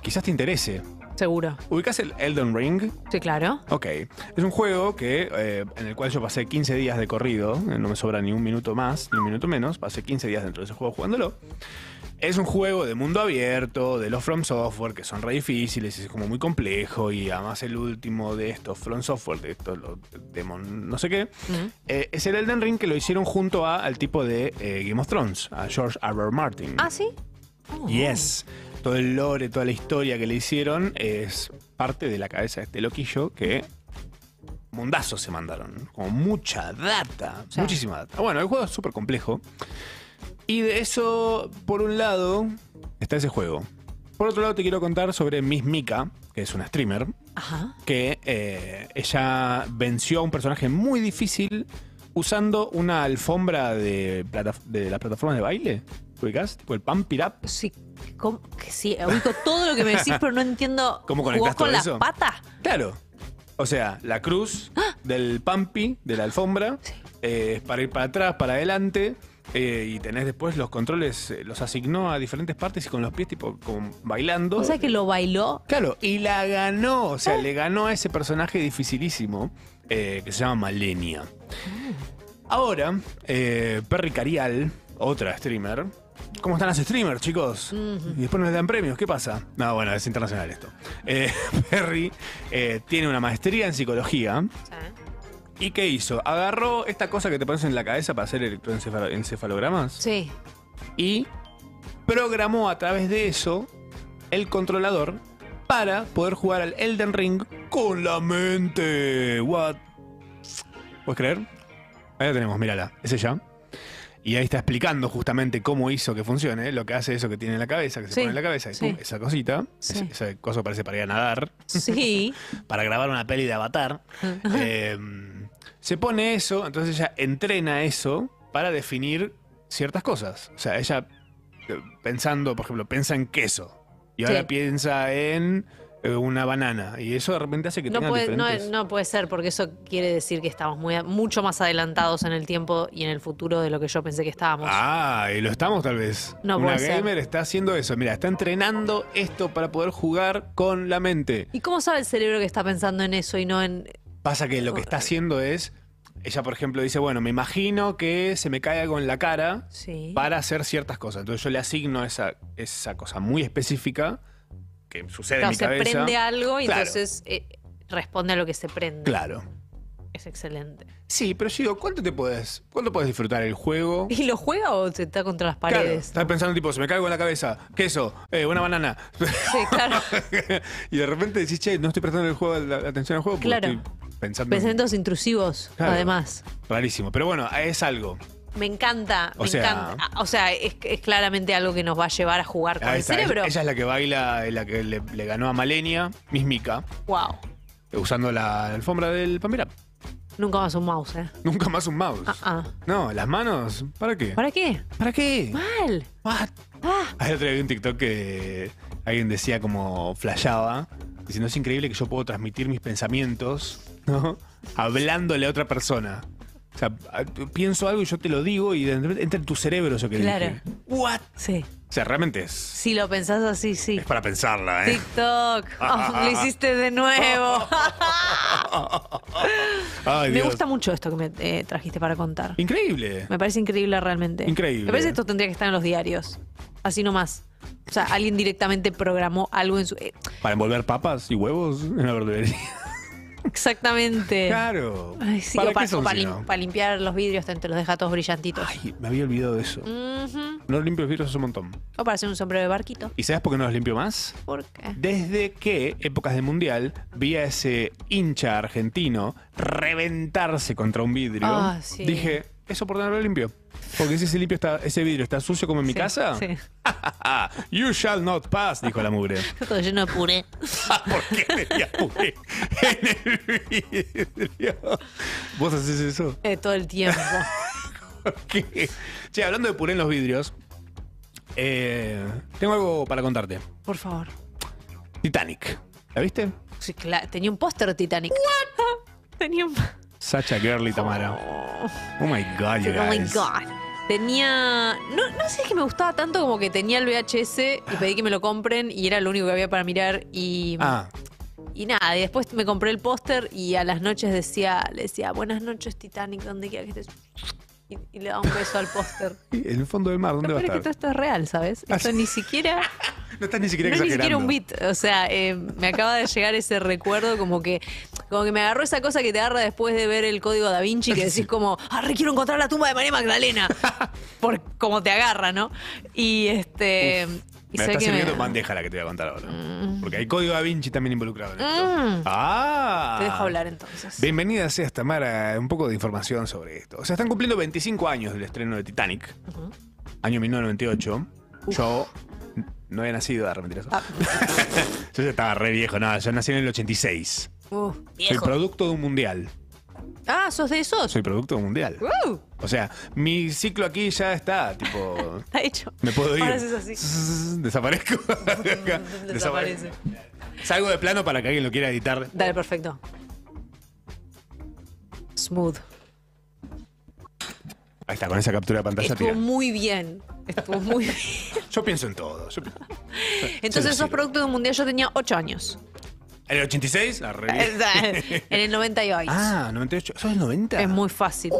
Speaker 4: quizás te interese.
Speaker 5: Seguro.
Speaker 4: ¿Ubicás el Elden Ring?
Speaker 5: Sí, claro.
Speaker 4: Ok. Es un juego que, eh, en el cual yo pasé 15 días de corrido, eh, no me sobra ni un minuto más, ni un minuto menos, pasé 15 días dentro de ese juego jugándolo. Es un juego de mundo abierto, de los From Software, que son re difíciles, es como muy complejo, y además el último de estos From Software, de estos los Demon no sé qué, eh, es el Elden Ring que lo hicieron junto a, al tipo de eh, Game of Thrones, a George R. R. Martin.
Speaker 5: Ah, sí.
Speaker 4: Yes. Todo el lore, toda la historia que le hicieron es parte de la cabeza de este loquillo que mundazos se mandaron. Como mucha data,
Speaker 5: Sí.
Speaker 4: muchísima data. Bueno, el juego es súper complejo. Y de eso, por un lado, está ese juego. Por otro lado, te quiero contar sobre Miss Mika, que es una streamer,
Speaker 5: Ajá.
Speaker 4: que eh, ella venció a un personaje muy difícil usando una alfombra de, plata- de las plataformas de baile. ¿Ubicás? Tipo el Pump It Up.
Speaker 5: Sí. ¿Cómo que sí? Ubico todo lo que me decís, pero no entiendo.
Speaker 4: ¿Cómo
Speaker 5: ¿Jugás
Speaker 4: conectás
Speaker 5: con
Speaker 4: todo
Speaker 5: las
Speaker 4: eso?
Speaker 5: patas?
Speaker 4: Claro. O sea, la cruz
Speaker 5: ¡Ah!
Speaker 4: del pampi, de la alfombra, eh, es para ir para atrás, para adelante. eh, y tenés después los controles, eh, los asignó a diferentes partes y con los pies, tipo, como bailando.
Speaker 5: O sea que lo bailó.
Speaker 4: Claro, y la ganó. O sea, le ganó a ese personaje dificilísimo eh, que se llama Malenia. Ahora, eh, Perry Carial, otra streamer. ¿Cómo están las streamers, chicos? Y después nos dan premios, ¿qué pasa? No, bueno, es internacional esto. Eh, Perry eh, tiene una maestría en psicología. ¿Y qué hizo? Agarró esta cosa que te pones en la cabeza para hacer electroencefalogramas.
Speaker 5: Sí.
Speaker 4: Y programó a través de eso el controlador para poder jugar al Elden Ring con la mente. What? ¿Puedes creer? Ahí la tenemos, mírala. Es ella. Y ahí está explicando justamente cómo hizo que funcione, lo que hace eso que tiene en la cabeza, que se
Speaker 5: Sí,
Speaker 4: pone en la cabeza, y
Speaker 5: sí.
Speaker 4: pum, esa cosita,
Speaker 5: Sí.
Speaker 4: es- esa cosa parece para ir a nadar,
Speaker 5: Sí.
Speaker 4: para grabar una peli de avatar. Eh, se pone eso, entonces ella entrena eso para definir ciertas cosas. O sea, ella eh, pensando, por ejemplo, piensa en queso. Y ahora
Speaker 5: Sí.
Speaker 4: piensa en eh, una banana. Y eso de repente hace que
Speaker 5: No
Speaker 4: tenga
Speaker 5: puede, no,
Speaker 4: diferentes...
Speaker 5: no puede ser, porque eso quiere decir que estamos muy, a- mucho más adelantados en el tiempo y en el futuro de lo que yo pensé que estábamos.
Speaker 4: Ah, y lo estamos tal vez.
Speaker 5: No
Speaker 4: Una
Speaker 5: puede ser.
Speaker 4: gamer está haciendo eso. Mira, está entrenando esto para poder jugar con la mente.
Speaker 5: ¿Y cómo sabe el cerebro que está pensando en eso y no en.
Speaker 4: Pasa que lo que está haciendo es. Ella, por ejemplo, dice: Bueno, me imagino que se me cae algo en la cara
Speaker 5: Sí.
Speaker 4: para hacer ciertas cosas. Entonces yo le asigno esa, esa cosa muy específica que sucede
Speaker 5: Claro,
Speaker 4: en mi
Speaker 5: se
Speaker 4: cabeza.
Speaker 5: prende algo y
Speaker 4: Claro,
Speaker 5: entonces eh, responde a lo que se prende.
Speaker 4: Claro.
Speaker 5: Es excelente.
Speaker 4: Sí, pero yo digo, ¿cuánto te puedes? ¿Cuánto puedes disfrutar el juego?
Speaker 5: ¿Y lo juega o se está contra las
Speaker 4: Claro,
Speaker 5: paredes?
Speaker 4: estás pensando tipo, se me cago en la cabeza, queso, eh, una banana.
Speaker 5: Sí, claro.
Speaker 4: y de repente decís, che, no estoy prestando el juego, la, la atención al juego porque
Speaker 5: Claro.
Speaker 4: estoy pensando.
Speaker 5: Pensamientos intrusivos,
Speaker 4: Claro.
Speaker 5: además.
Speaker 4: Rarísimo. Pero bueno, es algo.
Speaker 5: Me encanta,
Speaker 4: O
Speaker 5: me
Speaker 4: sea-
Speaker 5: encanta. O sea, es, es claramente algo que nos va a llevar a jugar con
Speaker 4: Ahí
Speaker 5: el
Speaker 4: está,
Speaker 5: cerebro.
Speaker 4: Ella, ella es la que baila, eh, la que le, le ganó a Malenia, Mismica,
Speaker 5: Wow.
Speaker 4: usando la alfombra del Pamirap.
Speaker 5: Nunca más un mouse, ¿eh?
Speaker 4: Nunca más un mouse.
Speaker 5: Ah, ah.
Speaker 4: No, las manos, ¿para qué?
Speaker 5: ¿Para qué? Ah.
Speaker 4: ¿Para qué?
Speaker 5: Mal.
Speaker 4: Ayer otro día vi un TikTok que alguien decía como flasheaba, diciendo es increíble que yo puedo transmitir mis pensamientos, ¿no? Hablándole a otra persona. O sea, a- pienso algo y yo te lo digo y de repente entra en tu cerebro eso que
Speaker 5: Claro.
Speaker 4: dije.
Speaker 5: What? Sí.
Speaker 4: O sea, realmente es,
Speaker 5: Si lo pensás así, sí.
Speaker 4: es para pensarla, ¿eh?
Speaker 5: TikTok. Oh,
Speaker 4: ah.
Speaker 5: lo hiciste de nuevo.
Speaker 4: Ay,
Speaker 5: me
Speaker 4: Dios.
Speaker 5: gusta mucho esto que me eh, trajiste para contar.
Speaker 4: Increíble.
Speaker 5: Me parece increíble realmente.
Speaker 4: Increíble.
Speaker 5: Me parece que esto tendría que estar en los diarios. Así nomás. O sea, alguien directamente programó algo en su. eh,
Speaker 4: Para envolver papas y huevos en la verdulería.
Speaker 5: Exactamente.
Speaker 4: Claro.
Speaker 5: Ay, sí,
Speaker 4: ¿Para
Speaker 5: o para,
Speaker 4: qué son
Speaker 5: o para
Speaker 4: si
Speaker 5: lim-
Speaker 4: no?
Speaker 5: para limpiar los vidrios, te, te los deja todos brillantitos.
Speaker 4: Me había olvidado de eso.
Speaker 5: Ujú.
Speaker 4: No limpio los vidrios hace un montón.
Speaker 5: O para hacer un sombrero de barquito.
Speaker 4: ¿Y sabes por qué no los limpio más?
Speaker 5: ¿Por qué?
Speaker 4: Desde qué épocas de mundial vi a ese hincha argentino reventarse contra un vidrio.
Speaker 5: Ah, sí.
Speaker 4: Dije, eso por tenerlo limpio. Porque si ese, limpio está, ese vidrio está sucio como en mi
Speaker 5: Sí,
Speaker 4: casa, ah,
Speaker 5: Sí.
Speaker 4: you shall not pass, dijo la mugre.
Speaker 5: Todo lleno de puré. Ah,
Speaker 4: ¿Por qué tenía puré en el vidrio? ¿Vos haces eso?
Speaker 5: Eh, todo el tiempo.
Speaker 4: ¿Qué? Che, hablando de puré en los vidrios, eh, tengo algo para contarte.
Speaker 5: Por favor.
Speaker 4: Titanic. ¿La viste?
Speaker 5: Sí, cla- Tenía un póster de Titanic. Ah, Tenía un.
Speaker 4: Sacha Girl y Tamara. Oh my god, you
Speaker 5: Oh my
Speaker 4: guys.
Speaker 5: God. Tenía. No, no sé, es que me gustaba tanto como que tenía el VHS y pedí que me lo compren y era lo único que había para mirar y.
Speaker 4: Ah,
Speaker 5: Y nada, y después me compré el póster y a las noches decía, le decía, buenas noches Titanic, donde quiera que estés. Y, y le daba un beso al póster.
Speaker 4: en el fondo del mar, ¿dónde
Speaker 5: Pero
Speaker 4: va a
Speaker 5: es que
Speaker 4: estar? Ah,
Speaker 5: todo esto es real, ¿sabes? Esto ni siquiera,
Speaker 4: No estás ni
Speaker 5: no
Speaker 4: siquiera
Speaker 5: es ni siquiera
Speaker 4: exagerando.
Speaker 5: un beat. O sea, eh, me acaba de llegar ese recuerdo como que, como que me agarró esa cosa que te agarra después de ver el código da Vinci, que decís como, arre, quiero encontrar la tumba de María Magdalena. Por como te agarra, ¿no? Y este. y
Speaker 4: Me
Speaker 5: sé que
Speaker 4: está
Speaker 5: me-
Speaker 4: sirviendo en bandeja la que te voy a contar ahora. Porque hay código da Vinci también involucrado en esto.
Speaker 5: Mm.
Speaker 4: Ah.
Speaker 5: Te dejo hablar entonces.
Speaker 4: Bienvenida seas, Tamara, un poco de información sobre esto. O sea, están cumpliendo 25 años del estreno de Titanic,
Speaker 5: Ujú.
Speaker 4: año 1998. Yo no había nacido, de mentira.
Speaker 5: Ah.
Speaker 4: yo ya estaba re viejo, nada, yo nací en el 86.
Speaker 5: Uh,
Speaker 4: Soy
Speaker 5: viejo.
Speaker 4: producto de un mundial.
Speaker 5: Ah, sos de esos.
Speaker 4: Soy producto de un mundial.
Speaker 5: Uh,
Speaker 4: O sea, mi ciclo aquí ya está, tipo,
Speaker 5: está hecho.
Speaker 4: me puedo ir.
Speaker 5: Ahora haces así.
Speaker 4: Desaparezco.
Speaker 5: Desaparece.
Speaker 4: Salgo de plano para que alguien lo quiera editar.
Speaker 5: Dale, perfecto. Smooth.
Speaker 4: Ahí está, con esa captura de pantalla
Speaker 5: Estuvo
Speaker 4: tira.
Speaker 5: muy bien. Estuvo muy bien.
Speaker 4: Yo pienso en todo. yo pi-
Speaker 5: Entonces,
Speaker 4: Sí, sí.
Speaker 5: esos productos de un mundial yo tenía 8 años.
Speaker 4: En el 86, la
Speaker 5: en el 98.
Speaker 4: Ah, 98. ¿Eso es 90?
Speaker 5: Es muy fácil.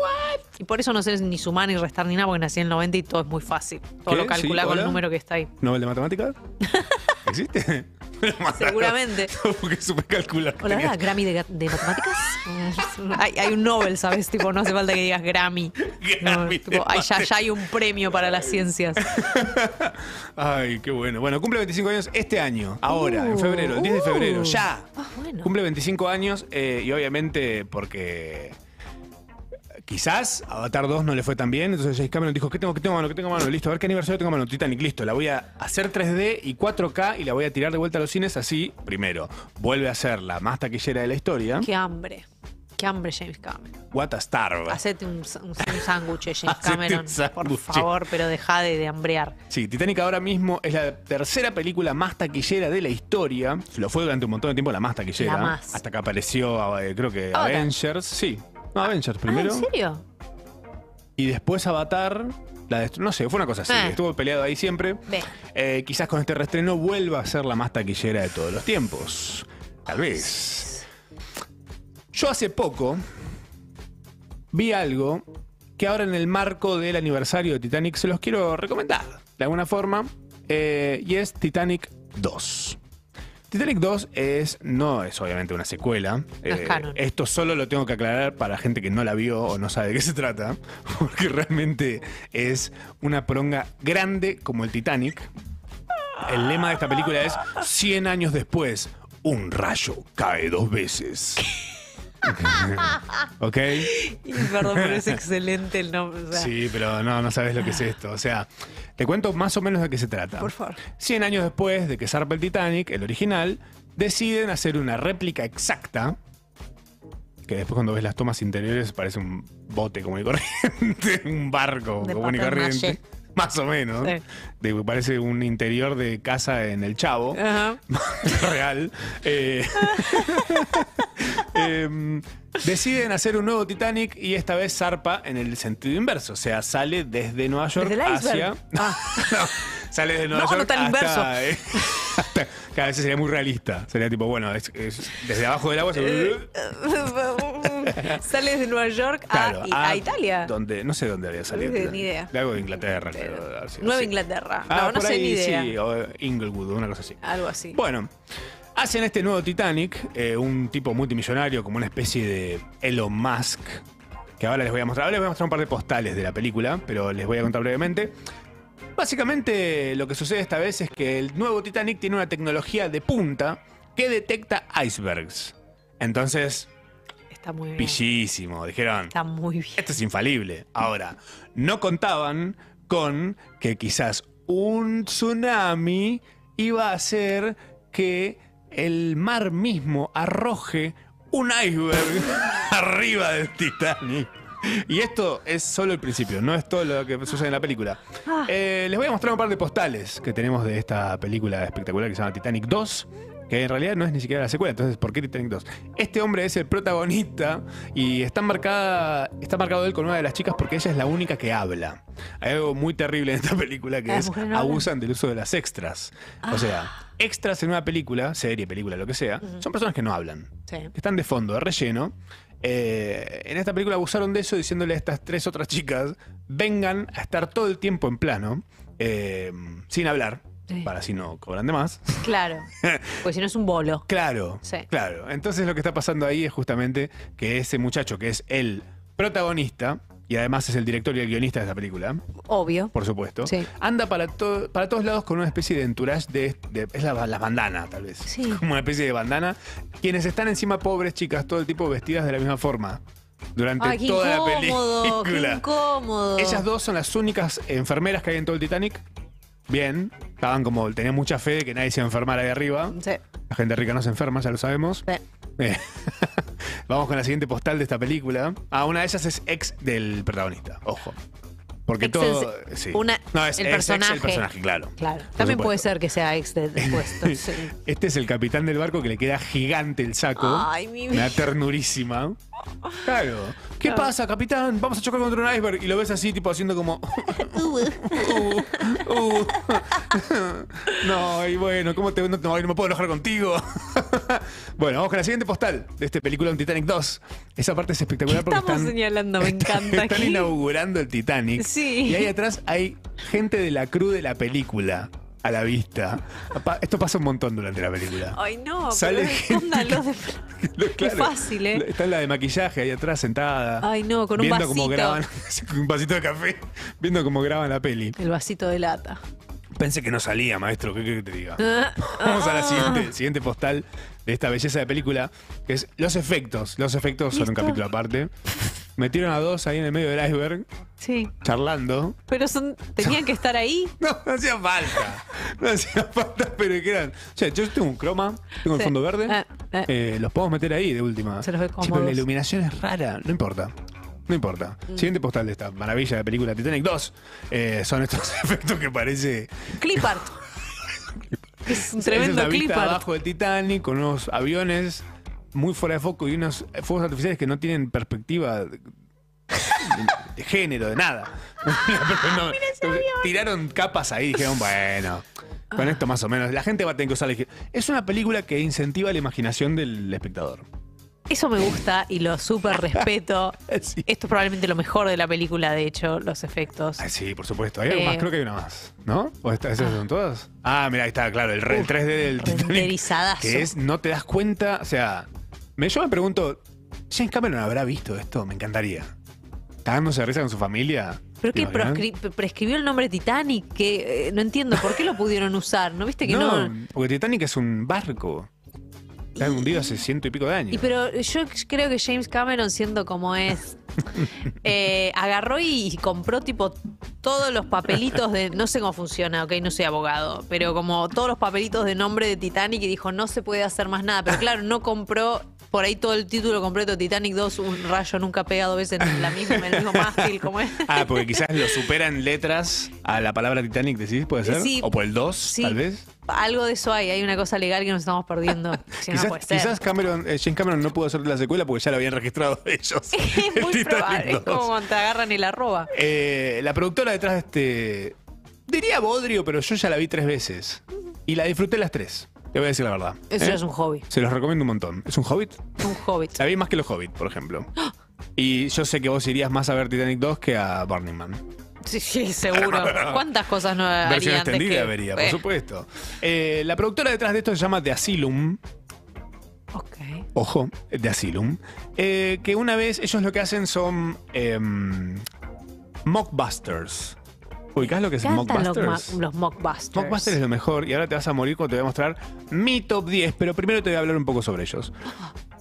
Speaker 5: Y por eso no sé ni sumar ni restar ni nada, porque nací en el 90 y todo es muy fácil. Todo
Speaker 4: ¿Qué?
Speaker 5: lo calcula
Speaker 4: Sí,
Speaker 5: con
Speaker 4: hola.
Speaker 5: el número que está ahí.
Speaker 4: ¿Nobel de matemáticas? ¿Existe?
Speaker 5: Seguramente.
Speaker 4: Porque supe calcular. que
Speaker 5: Hola,
Speaker 4: tenía-
Speaker 5: hola, Grammy de, ga- de matemáticas. Mm, hay, hay un Nobel, ¿sabes? Tipo, no hace falta que digas Grammy. No, tipo, ay, ya, ya hay un premio para las ciencias.
Speaker 4: Ay, qué bueno. Bueno, cumple 25 años este año. Ahora, en febrero, el 10 de febrero.
Speaker 5: Uh.
Speaker 4: Ya.
Speaker 5: Ah, bueno.
Speaker 4: Cumple 25 años eh, y obviamente porque quizás Avatar 2 no le fue tan bien, entonces James Cameron dijo, ¿qué tengo, qué tengo a mano? ¿Qué tengo a mano? Listo, a ver qué aniversario tengo a mano. Titanic, listo, la voy a hacer 3D y 4K y la voy a tirar de vuelta a los cines así, primero. Vuelve a ser la más taquillera de la historia.
Speaker 5: Qué hambre. Qué hambre, James Cameron.
Speaker 4: What a star.
Speaker 5: Hacete un, sa- un- un sándwich, James
Speaker 4: Hacete un
Speaker 5: Cameron. Por
Speaker 4: sándwich.
Speaker 5: favor, pero deja de, de hambrear.
Speaker 4: Sí, Titanic ahora mismo es la tercera película más taquillera de la historia. Lo fue durante un montón de tiempo la más taquillera.
Speaker 5: La más.
Speaker 4: Hasta que apareció, eh, creo que
Speaker 5: Avatar.
Speaker 4: Avengers. Sí, no, Avengers
Speaker 5: Ah,
Speaker 4: primero.
Speaker 5: ¿En serio?
Speaker 4: Y después Avatar, la destru- no sé, fue una cosa así.
Speaker 5: Ah.
Speaker 4: Estuvo peleado ahí siempre.
Speaker 5: Ve.
Speaker 4: Eh, quizás con este reestreno vuelva a ser la más taquillera de todos los tiempos. Tal vez. Yo hace poco vi algo que ahora en el marco del aniversario de Titanic se los quiero recomendar de alguna forma. eh, y es Titanic 2. Titanic 2 es, no es obviamente una secuela. eh,
Speaker 5: es canon.
Speaker 4: Esto solo lo tengo que aclarar para gente que no la vio o no sabe de qué se trata, porque realmente es una pronga grande como el Titanic. El lema de esta película es 100 años después, un rayo cae dos veces. ¿Ok?
Speaker 5: Y perdón, pero es excelente el nombre. o sea,
Speaker 4: Sí, pero no, no sabes lo que es esto. O sea, te cuento más o menos de qué se trata.
Speaker 5: Por favor.
Speaker 4: 100 años después de que zarpa el Titanic, el original, deciden hacer una réplica exacta. Que después cuando ves las tomas interiores parece un bote común y corriente, un barco
Speaker 5: De
Speaker 4: común y
Speaker 5: papel
Speaker 4: corriente.
Speaker 5: maché.
Speaker 4: Más o menos.
Speaker 5: Sí.
Speaker 4: De- parece un interior de casa en el Chavo.
Speaker 5: Ajá.
Speaker 4: Real. Eh, Em, deciden hacer un nuevo Titanic y esta vez zarpa en el sentido inverso. O sea, sale desde Nueva York
Speaker 5: Desde el
Speaker 4: hacia.
Speaker 5: iceberg. Ah.
Speaker 4: No, sale desde Nueva
Speaker 5: No, no
Speaker 4: York.
Speaker 5: tan
Speaker 4: hasta, eh, hasta- cada vez sería muy realista. Sería tipo, bueno, es- es desde abajo del agua.
Speaker 5: Eh,
Speaker 4: se-
Speaker 5: Sales de Nueva York a,
Speaker 4: Claro,
Speaker 5: ah, y- a Italia.
Speaker 4: Donde, no sé dónde había salido.
Speaker 5: Eh, ni idea.
Speaker 4: De algo de Inglaterra. creo, así,
Speaker 5: Nueva
Speaker 4: así.
Speaker 5: Inglaterra.
Speaker 4: Ah,
Speaker 5: no, no
Speaker 4: por
Speaker 5: sé
Speaker 4: ahí,
Speaker 5: ni idea.
Speaker 4: Sí, o Inglewood, una cosa así.
Speaker 5: Algo así.
Speaker 4: Bueno, hacen este nuevo Titanic, eh, un tipo multimillonario, como una especie de Elon Musk, que ahora les voy a mostrar. Ahora les voy a mostrar un par de postales de la película, pero les voy a contar brevemente. Básicamente lo que sucede esta vez es que el nuevo Titanic tiene una tecnología de punta que detecta icebergs. Entonces,
Speaker 5: Está muy bien.
Speaker 4: pillísimo, dijeron.
Speaker 5: Está muy bien.
Speaker 4: Esto Este es infalible. Ahora, no contaban con que quizás un tsunami iba a hacer que el mar mismo arroje un iceberg arriba del Titanic. Y esto es solo el principio, no es todo lo que sucede en la película. Eh, les voy a mostrar un par de postales que tenemos de esta película espectacular que se llama Titanic 2, que en realidad no es ni siquiera la secuela, entonces ¿por qué Titanic 2? Este hombre es el protagonista y está, marcada, está marcado él con una de las chicas porque ella es la única que habla. Hay algo muy terrible en esta película que
Speaker 5: Las
Speaker 4: es
Speaker 5: mujeres no Ah. hablan.
Speaker 4: abusan del uso de las extras. O sea, extras en una película, serie, película, lo que sea, son personas que no hablan
Speaker 5: Sí.
Speaker 4: que están de fondo, de relleno. Eh, en esta película abusaron de eso diciéndole a estas tres otras chicas, vengan a estar todo el tiempo en plano, eh, sin hablar,
Speaker 5: Sí.
Speaker 4: para si no cobran de más.
Speaker 5: Claro. Pues si no es un bolo.
Speaker 4: Claro,
Speaker 5: Sí.
Speaker 4: claro. Entonces lo que está pasando ahí es justamente que ese muchacho que es el protagonista, y además es el director y el guionista de esta película,
Speaker 5: Obvio.
Speaker 4: por supuesto,
Speaker 5: Sí.
Speaker 4: anda para, to- para todos lados con una especie de entourage de, de- es la, la bandana, tal vez.
Speaker 5: Sí.
Speaker 4: Como una especie de bandana. Quienes están encima pobres chicas, todo el tipo vestidas de la misma forma. Durante
Speaker 5: Ay, qué
Speaker 4: toda
Speaker 5: incómodo,
Speaker 4: la
Speaker 5: qué
Speaker 4: película.
Speaker 5: incómodo.
Speaker 4: Ellas dos son las únicas enfermeras que hay en todo el Titanic. Bien, estaban como, tenían mucha fe de que nadie se iba a enfermar ahí arriba. La gente rica no se enferma, ya lo sabemos. Eh, Vamos con la siguiente postal de esta película. Ah, una de ellas es ex del protagonista, ojo. Porque
Speaker 5: Ex
Speaker 4: todo.
Speaker 5: en-
Speaker 4: sí.
Speaker 5: una-
Speaker 4: no, es
Speaker 5: el
Speaker 4: es ex del
Speaker 5: personaje.
Speaker 4: personaje, claro.
Speaker 5: Claro.
Speaker 4: Por
Speaker 5: También
Speaker 4: supuesto.
Speaker 5: puede ser que sea ex de después. sí.
Speaker 4: Este es el capitán del barco que le queda gigante el saco.
Speaker 5: Ay, mi
Speaker 4: Una
Speaker 5: vida.
Speaker 4: ternurísima. Claro. ¿Qué pasa, capitán? Vamos a chocar contra un iceberg. Y lo ves así, tipo, haciendo como. Uh, uh. no, y bueno, ¿cómo te, no, no me puedo enojar contigo? bueno, vamos con la siguiente postal de este película un Titanic 2. Esa parte es espectacular porque
Speaker 5: Estamos
Speaker 4: están,
Speaker 5: señalando, me encanta.
Speaker 4: están
Speaker 5: aquí.
Speaker 4: inaugurando el Titanic.
Speaker 5: Sí.
Speaker 4: Y ahí atrás hay gente de la crew de la película a la vista. Pa- Esto pasa un montón durante la película.
Speaker 5: Ay, no,
Speaker 4: Sale
Speaker 5: pero
Speaker 4: gente
Speaker 5: escóndanlo de
Speaker 4: Claro.
Speaker 5: fácil, ¿eh?
Speaker 4: Está la de maquillaje ahí atrás sentada.
Speaker 5: Ay, no, con un
Speaker 4: viendo
Speaker 5: vasito.
Speaker 4: Cómo graban, con un vasito de café, viendo cómo graban la peli.
Speaker 5: El vasito de lata.
Speaker 4: Pensé que no salía, maestro, ¿qué querés que te diga?
Speaker 5: Ah,
Speaker 4: Vamos a la
Speaker 5: ah.
Speaker 4: siguiente, siguiente postal de esta belleza de película, que es los efectos. Los efectos son un
Speaker 5: ¿Listo?
Speaker 4: capítulo aparte. Metieron a dos ahí en el medio del iceberg,
Speaker 5: Sí.
Speaker 4: charlando.
Speaker 5: Pero son, tenían que estar ahí.
Speaker 4: No, no hacía falta. No hacía falta, pero que eran. O sea, yo tengo un croma, tengo el
Speaker 5: Sí.
Speaker 4: fondo verde.
Speaker 5: Ah, ah.
Speaker 4: eh, los podemos meter ahí de última.
Speaker 5: Se los ve
Speaker 4: Sí, pero la
Speaker 5: cómodos.
Speaker 4: iluminación es rara, no importa. No importa.
Speaker 5: Mm.
Speaker 4: Siguiente postal de esta maravilla de película Titanic 2 eh, son estos efectos que parece
Speaker 5: Clip art. es un
Speaker 4: Esa es
Speaker 5: tremendo
Speaker 4: la
Speaker 5: clip
Speaker 4: vista
Speaker 5: art.
Speaker 4: abajo del Titanic con unos aviones muy fuera de foco y unos fuegos artificiales que no tienen perspectiva de, de género, de nada. No, tiraron capas ahí y dijeron, bueno, con esto más o menos. La gente va a tener que usar... la- Es una película que incentiva la imaginación del espectador.
Speaker 5: Eso me gusta y lo súper respeto. Esto es probablemente lo mejor de la película, de hecho, los efectos.
Speaker 4: Ah, sí, por supuesto. Hay algo
Speaker 5: Eh.
Speaker 4: más, creo que hay una más. ¿No? ¿O esta- esas son todas? Ah, mira, ahí está, claro, el, re- el
Speaker 5: Uf,
Speaker 4: 3D del Titanic.
Speaker 5: renderizadazo.
Speaker 4: Que es, no te das cuenta. O sea, me, yo me pregunto, ¿James Cameron habrá visto esto? Me encantaría. Cagándose de risa con su familia.
Speaker 5: Pero
Speaker 4: ¿te
Speaker 5: que
Speaker 4: imaginas?
Speaker 5: proscri- prescribió el nombre Titanic, que eh, no entiendo por qué lo pudieron usar, ¿no viste que no?
Speaker 4: no, porque Titanic es un barco. Está hundido hace ciento y pico de años.
Speaker 5: Y pero yo creo que James Cameron, siendo como es, eh, agarró y compró tipo todos los papelitos de. No sé cómo funciona, ok, no soy abogado, pero como todos los papelitos de nombre de Titanic y dijo, no se puede hacer más nada. Pero claro, no compró por ahí todo el título completo: Titanic 2, un rayo nunca pegado dos veces en la misma, en el mismo mástil, como es.
Speaker 4: Ah, porque quizás lo superan letras a la palabra Titanic, decís, puede ser.
Speaker 5: Sí.
Speaker 4: o por el 2, tal vez.
Speaker 5: Algo de eso hay, hay una cosa legal que nos estamos perdiendo. Si no, no
Speaker 4: quizás
Speaker 5: puede ser.
Speaker 4: quizás Cameron, eh, James Cameron no pudo hacer la secuela porque ya lo habían registrado ellos.
Speaker 5: es muy probable, es
Speaker 4: 2.
Speaker 5: como cuando te agarran el arroba.
Speaker 4: Eh, la productora detrás de este. Diría Bodrio, pero yo ya la vi tres veces. Y la disfruté las tres. Te voy a decir la verdad.
Speaker 5: Eso
Speaker 4: ¿eh?
Speaker 5: ya es un hobby.
Speaker 4: Se los recomiendo un montón. ¿Es un hobbit?
Speaker 5: Un hobbit.
Speaker 4: La vi más que los hobbit, por ejemplo. Y yo sé que vos irías más a ver Titanic 2 que a Burning Man.
Speaker 5: Sí, sí, seguro. ¿Cuántas cosas no
Speaker 4: Versión
Speaker 5: haría Ah, antes que...?
Speaker 4: extendida vería, por
Speaker 5: Eh,
Speaker 4: supuesto. Eh, la productora detrás de esto se llama The Asylum. Ojo, The Asylum. Eh, que una vez ellos lo que hacen son em, mockbusters. ¿Ubicás lo que es
Speaker 5: Me encantan los,
Speaker 4: mockbusters?
Speaker 5: ma- los mockbusters.
Speaker 4: Mockbuster es lo mejor y ahora te vas a morir cuando te voy a mostrar mi top 10, pero primero te voy a hablar un poco sobre ellos.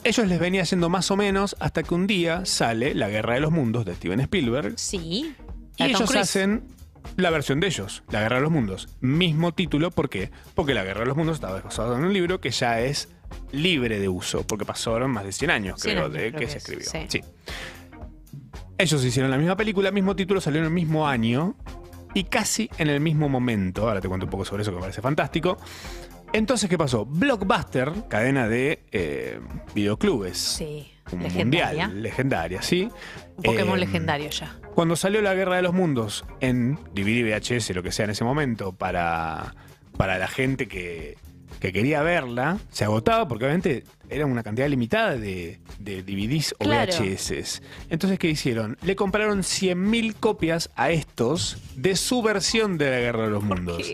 Speaker 4: Ellos les venía yendo más o menos hasta que un día sale La Guerra de los Mundos de Steven Spielberg.
Speaker 5: Sí.
Speaker 4: Y
Speaker 5: La de Tom
Speaker 4: ellos
Speaker 5: Cruise.
Speaker 4: hacen la versión de ellos, La Guerra de los Mundos. Mismo título, ¿por qué? Porque La Guerra de los Mundos estaba basado en un libro que ya es libre de uso, porque pasaron más de 100 años,
Speaker 5: 100
Speaker 4: creo,
Speaker 5: años,
Speaker 4: de
Speaker 5: creo
Speaker 4: que
Speaker 5: que
Speaker 4: se
Speaker 5: es,
Speaker 4: escribió.
Speaker 5: sí.
Speaker 4: Sí. Ellos hicieron la misma película, mismo título, salió en el mismo año y casi en el mismo momento. Ahora te cuento un poco sobre eso que me parece fantástico. Entonces, ¿qué pasó? Blockbuster, cadena de eh, videoclubes.
Speaker 5: Sí.
Speaker 4: Un
Speaker 5: Legendaria.
Speaker 4: mundial, legendaria, sí.
Speaker 5: Un Pokémon
Speaker 4: Eh,
Speaker 5: legendario ya.
Speaker 4: Cuando salió la Guerra de los Mundos en DVD, VHS, lo que sea en ese momento, para, para la gente que, que quería verla, se agotaba porque obviamente era una cantidad limitada de, de DVDs o
Speaker 5: Claro.
Speaker 4: VHS. Entonces, ¿qué hicieron? Le compraron 100.000 copias a estos de su versión de la Guerra de los Mundos.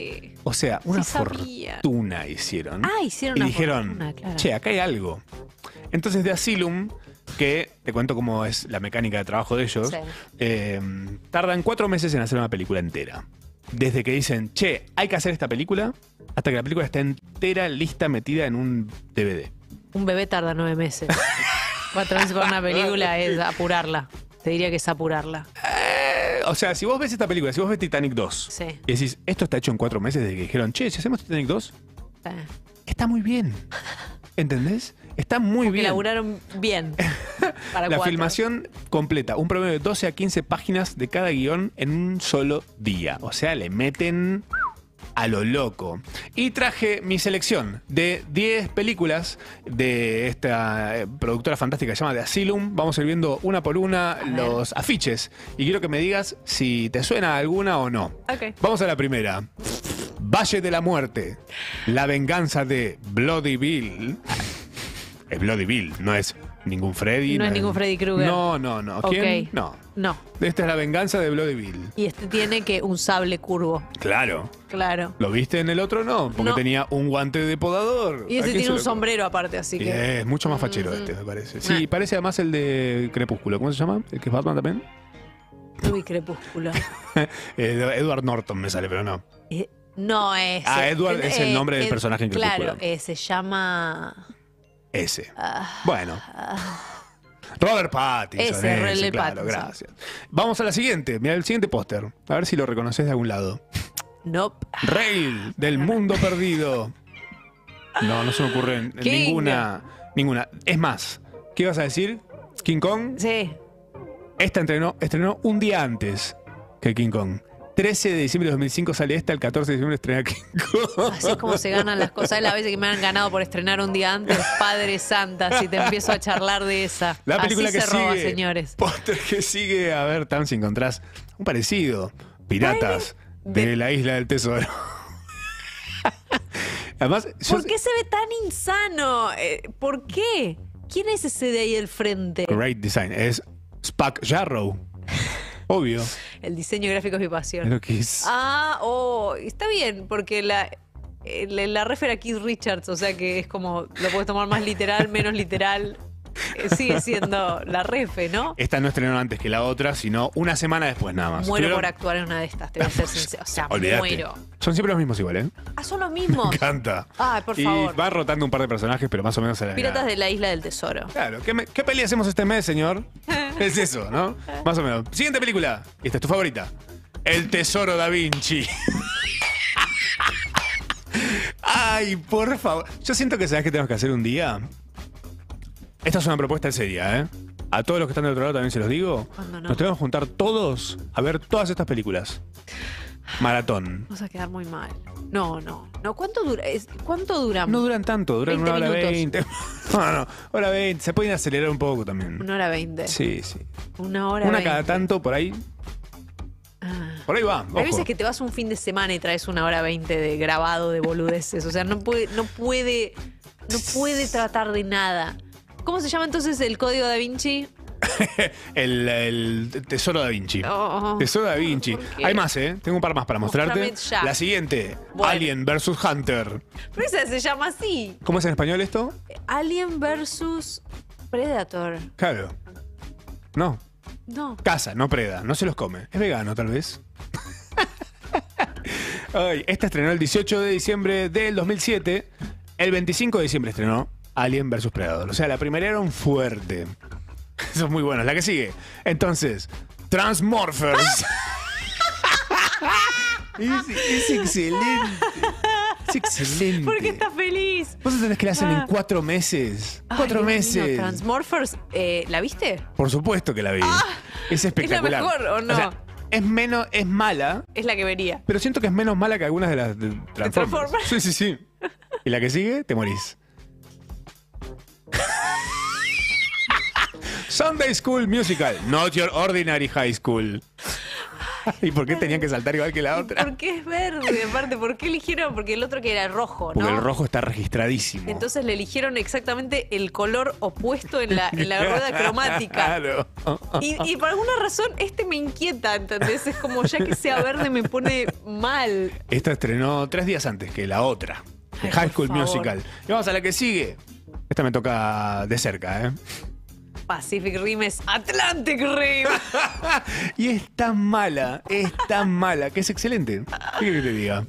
Speaker 4: O sea, una
Speaker 5: Sí sabía.
Speaker 4: fortuna hicieron.
Speaker 5: Ah, hicieron
Speaker 4: Y
Speaker 5: una
Speaker 4: dijeron,
Speaker 5: fortuna, claro.
Speaker 4: che, acá hay algo. Entonces, de Asylum, que te cuento cómo es la mecánica de trabajo de ellos,
Speaker 5: Sí.
Speaker 4: eh, tardan cuatro meses en hacer una película entera. Desde que dicen, che, hay que hacer esta película, hasta que la película está entera, lista, metida en un DVD.
Speaker 5: Un bebé tarda nueve meses. Cuatro meses para una película es apurarla. Te diría que es apurarla.
Speaker 4: Eh, o sea, si vos ves esta película, si vos ves Titanic 2,
Speaker 5: Sí.
Speaker 4: y decís, esto está hecho en cuatro meses desde que dijeron, che, si hacemos Titanic 2, está muy bien. ¿Entendés? Está muy
Speaker 5: Que
Speaker 4: bien.
Speaker 5: laburaron bien. Para
Speaker 4: La
Speaker 5: cuatro.
Speaker 4: filmación completa, un promedio de 12 a 15 páginas de cada guión en un solo día. O sea, le meten a lo loco. Y traje mi selección de 10 películas de esta eh, productora fantástica que se llama The Asylum. Vamos a ir viendo una por una los afiches. Y quiero que me digas si te suena alguna o no.
Speaker 5: Ok.
Speaker 4: Vamos a la primera. Valle de la Muerte. La venganza de Bloody Bill. Es Bloody Bill, no es ningún Freddy.
Speaker 5: No es ningún Freddy Krueger.
Speaker 4: No, no, no. ¿Quién?
Speaker 5: Ok.
Speaker 4: No.
Speaker 5: No.
Speaker 4: Esta es la venganza de Bloody Bill.
Speaker 5: Y este tiene que un sable curvo.
Speaker 4: Claro.
Speaker 5: Claro.
Speaker 4: ¿Lo viste en el otro? No, porque
Speaker 5: No.
Speaker 4: tenía un guante de podador.
Speaker 5: Y
Speaker 4: ¿A
Speaker 5: este
Speaker 4: quién se
Speaker 5: tiene un
Speaker 4: lo-
Speaker 5: sombrero Ah. aparte, así
Speaker 4: Y
Speaker 5: que.
Speaker 4: Es mucho más fachero este, me parece. Sí, parece además el de Crepúsculo. ¿Cómo se llama? ¿El que es Batman también?
Speaker 5: Uy, crepúsculo.
Speaker 4: Eh, Edward Norton me sale, pero no.
Speaker 5: Eh, No es.
Speaker 4: Ah, Edward es el nombre del personaje en Crepúsculo.
Speaker 5: Claro, eh, se llama.
Speaker 4: Ese.
Speaker 5: ah,
Speaker 4: Bueno.
Speaker 5: ah,
Speaker 4: Robert Pattinson.
Speaker 5: Ese,
Speaker 4: ese,
Speaker 5: Ridley
Speaker 4: claro,
Speaker 5: Pattinson.
Speaker 4: gracias. Vamos a la siguiente. Mira el siguiente póster. A ver si lo reconoces de algún lado.
Speaker 5: nope.
Speaker 4: Rail del mundo perdido. No, no se me ocurre en- en
Speaker 5: King.
Speaker 4: ninguna. Ninguna. Es más, ¿qué ibas a decir? ¿King Kong?
Speaker 5: Sí.
Speaker 4: Esta entrenó, estrenó un día antes que King Kong. 13 de diciembre de 2005 sale esta, el 14 de diciembre estrena King Kong.
Speaker 5: Así es como se ganan las cosas. Es la veces que me han ganado por estrenar un día antes, Padre Santa, si te empiezo a charlar de esa.
Speaker 4: La película
Speaker 5: así
Speaker 4: que
Speaker 5: se roba,
Speaker 4: sigue.
Speaker 5: señores.
Speaker 4: Póster que sigue, a ver, Tam, si encontrás un parecido. Piratas de, la isla del tesoro. Además, yo-
Speaker 5: ¿Por qué se ve tan insano? Eh, ¿Por qué? ¿Quién es ese de ahí al frente?
Speaker 4: Great design. Es Spack Jarrow. Obvio.
Speaker 5: El diseño gráfico es mi pasión.
Speaker 4: Lo que es.
Speaker 5: Ah, oh, está bien, porque la, eh, la, la ref era Keith Richards, o sea que es como, lo puedes tomar más literal, menos literal. Eh, Sigue siendo la refe, ¿no?
Speaker 4: Esta no estrenó antes que la otra, sino una semana después nada más.
Speaker 5: Muero
Speaker 4: Estuvieron-
Speaker 5: por actuar en una de estas, te voy a ser sincero. O sea,
Speaker 4: Olvídate.
Speaker 5: muero.
Speaker 4: Son siempre los mismos iguales, ¿eh?
Speaker 5: Ah, son los mismos.
Speaker 4: Me encanta.
Speaker 5: Ay, por
Speaker 4: y
Speaker 5: favor.
Speaker 4: va rotando un par de personajes, pero más o menos a la
Speaker 5: Piratas de la Isla del Tesoro.
Speaker 4: Claro, ¿qué, me- qué peli hacemos este mes, señor? es eso, ¿no? Más o menos. Siguiente película. Esta es tu favorita. El Tesoro da Vinci. Ay, por favor. Yo siento que sabes que tenemos que hacer un día. Esta es una propuesta seria, ¿eh? A todos los que están del otro lado también se los digo.
Speaker 5: Cuando no.
Speaker 4: Nos tenemos que juntar todos a ver todas estas películas. Maratón.
Speaker 5: Vamos a quedar muy mal. No, no. No, ¿cuánto dura? es- ¿Cuánto duramos?
Speaker 4: No duran tanto, duran
Speaker 5: 20
Speaker 4: una hora
Speaker 5: minutos.
Speaker 4: veinte. No, no, hora veinte. Se pueden acelerar un poco también.
Speaker 5: Una hora veinte.
Speaker 4: Sí, sí.
Speaker 5: Una hora
Speaker 4: una
Speaker 5: veinte.
Speaker 4: cada tanto por ahí. Por ahí va.
Speaker 5: Hay
Speaker 4: ojo.
Speaker 5: veces que te vas un fin de semana y traes una hora veinte de grabado de boludeces. O sea, no puede, no puede, no puede tratar de nada. ¿Cómo se llama entonces el código da Vinci?
Speaker 4: El, el Tesoro da Vinci.
Speaker 5: No.
Speaker 4: Tesoro da Vinci.
Speaker 5: qué?
Speaker 4: Hay más, ¿eh? Tengo un par más para mostrarte.
Speaker 5: Mostrame ya.
Speaker 4: La siguiente:
Speaker 5: Bueno.
Speaker 4: Alien versus Hunter.
Speaker 5: Pero esa se llama así.
Speaker 4: ¿Cómo es en español esto?
Speaker 5: Alien versus Predator.
Speaker 4: Claro. No.
Speaker 5: No.
Speaker 4: Caza, no preda, no se los come. Es vegano, tal vez. Ay, esta estrenó el 18 de diciembre del 2007. El 25 de diciembre estrenó Alien vs Predador. O sea, la primera era un fuerte. Eso es muy bueno. La que sigue. Entonces, Transmorphers. es, es excelente. Es excelente.
Speaker 5: ¿Por qué está feliz?
Speaker 4: Vos entendés que la hacen en
Speaker 5: Ah.
Speaker 4: cuatro meses.
Speaker 5: Ay,
Speaker 4: cuatro
Speaker 5: Dios mío,
Speaker 4: meses.
Speaker 5: Transmorphers, eh, ¿la viste?
Speaker 4: Por supuesto que la vi. es espectacular.
Speaker 5: Ah, mejor, ¿o no?
Speaker 4: sea, es menos, es mala,
Speaker 5: Es la que vería.
Speaker 4: pero siento que es menos mala que algunas de las de Transformers.
Speaker 5: Transformers.
Speaker 4: Sí, sí, sí. Y la que sigue, te morís. Sunday School Musical, not your ordinary high school. ¿Y por qué tenían que saltar igual que la otra?
Speaker 5: Porque es verde, aparte, ¿por qué eligieron? Porque el otro que era rojo, ¿no?
Speaker 4: Porque el rojo está registradísimo.
Speaker 5: Entonces le eligieron exactamente el color opuesto en la, en la rueda cromática.
Speaker 4: Claro.
Speaker 5: Y, y por alguna razón este me inquieta, ¿entendés? Es como ya que sea verde me pone mal.
Speaker 4: Esta estrenó tres días antes que la otra, de High School
Speaker 5: favor.
Speaker 4: Musical. Y vamos a la que sigue. Esta me toca de cerca, ¿eh?
Speaker 5: Pacific Rim es Atlantic Rim.
Speaker 4: Ah, Y es tan mala, es tan mala, que es excelente. ¿Qué querés que te diga?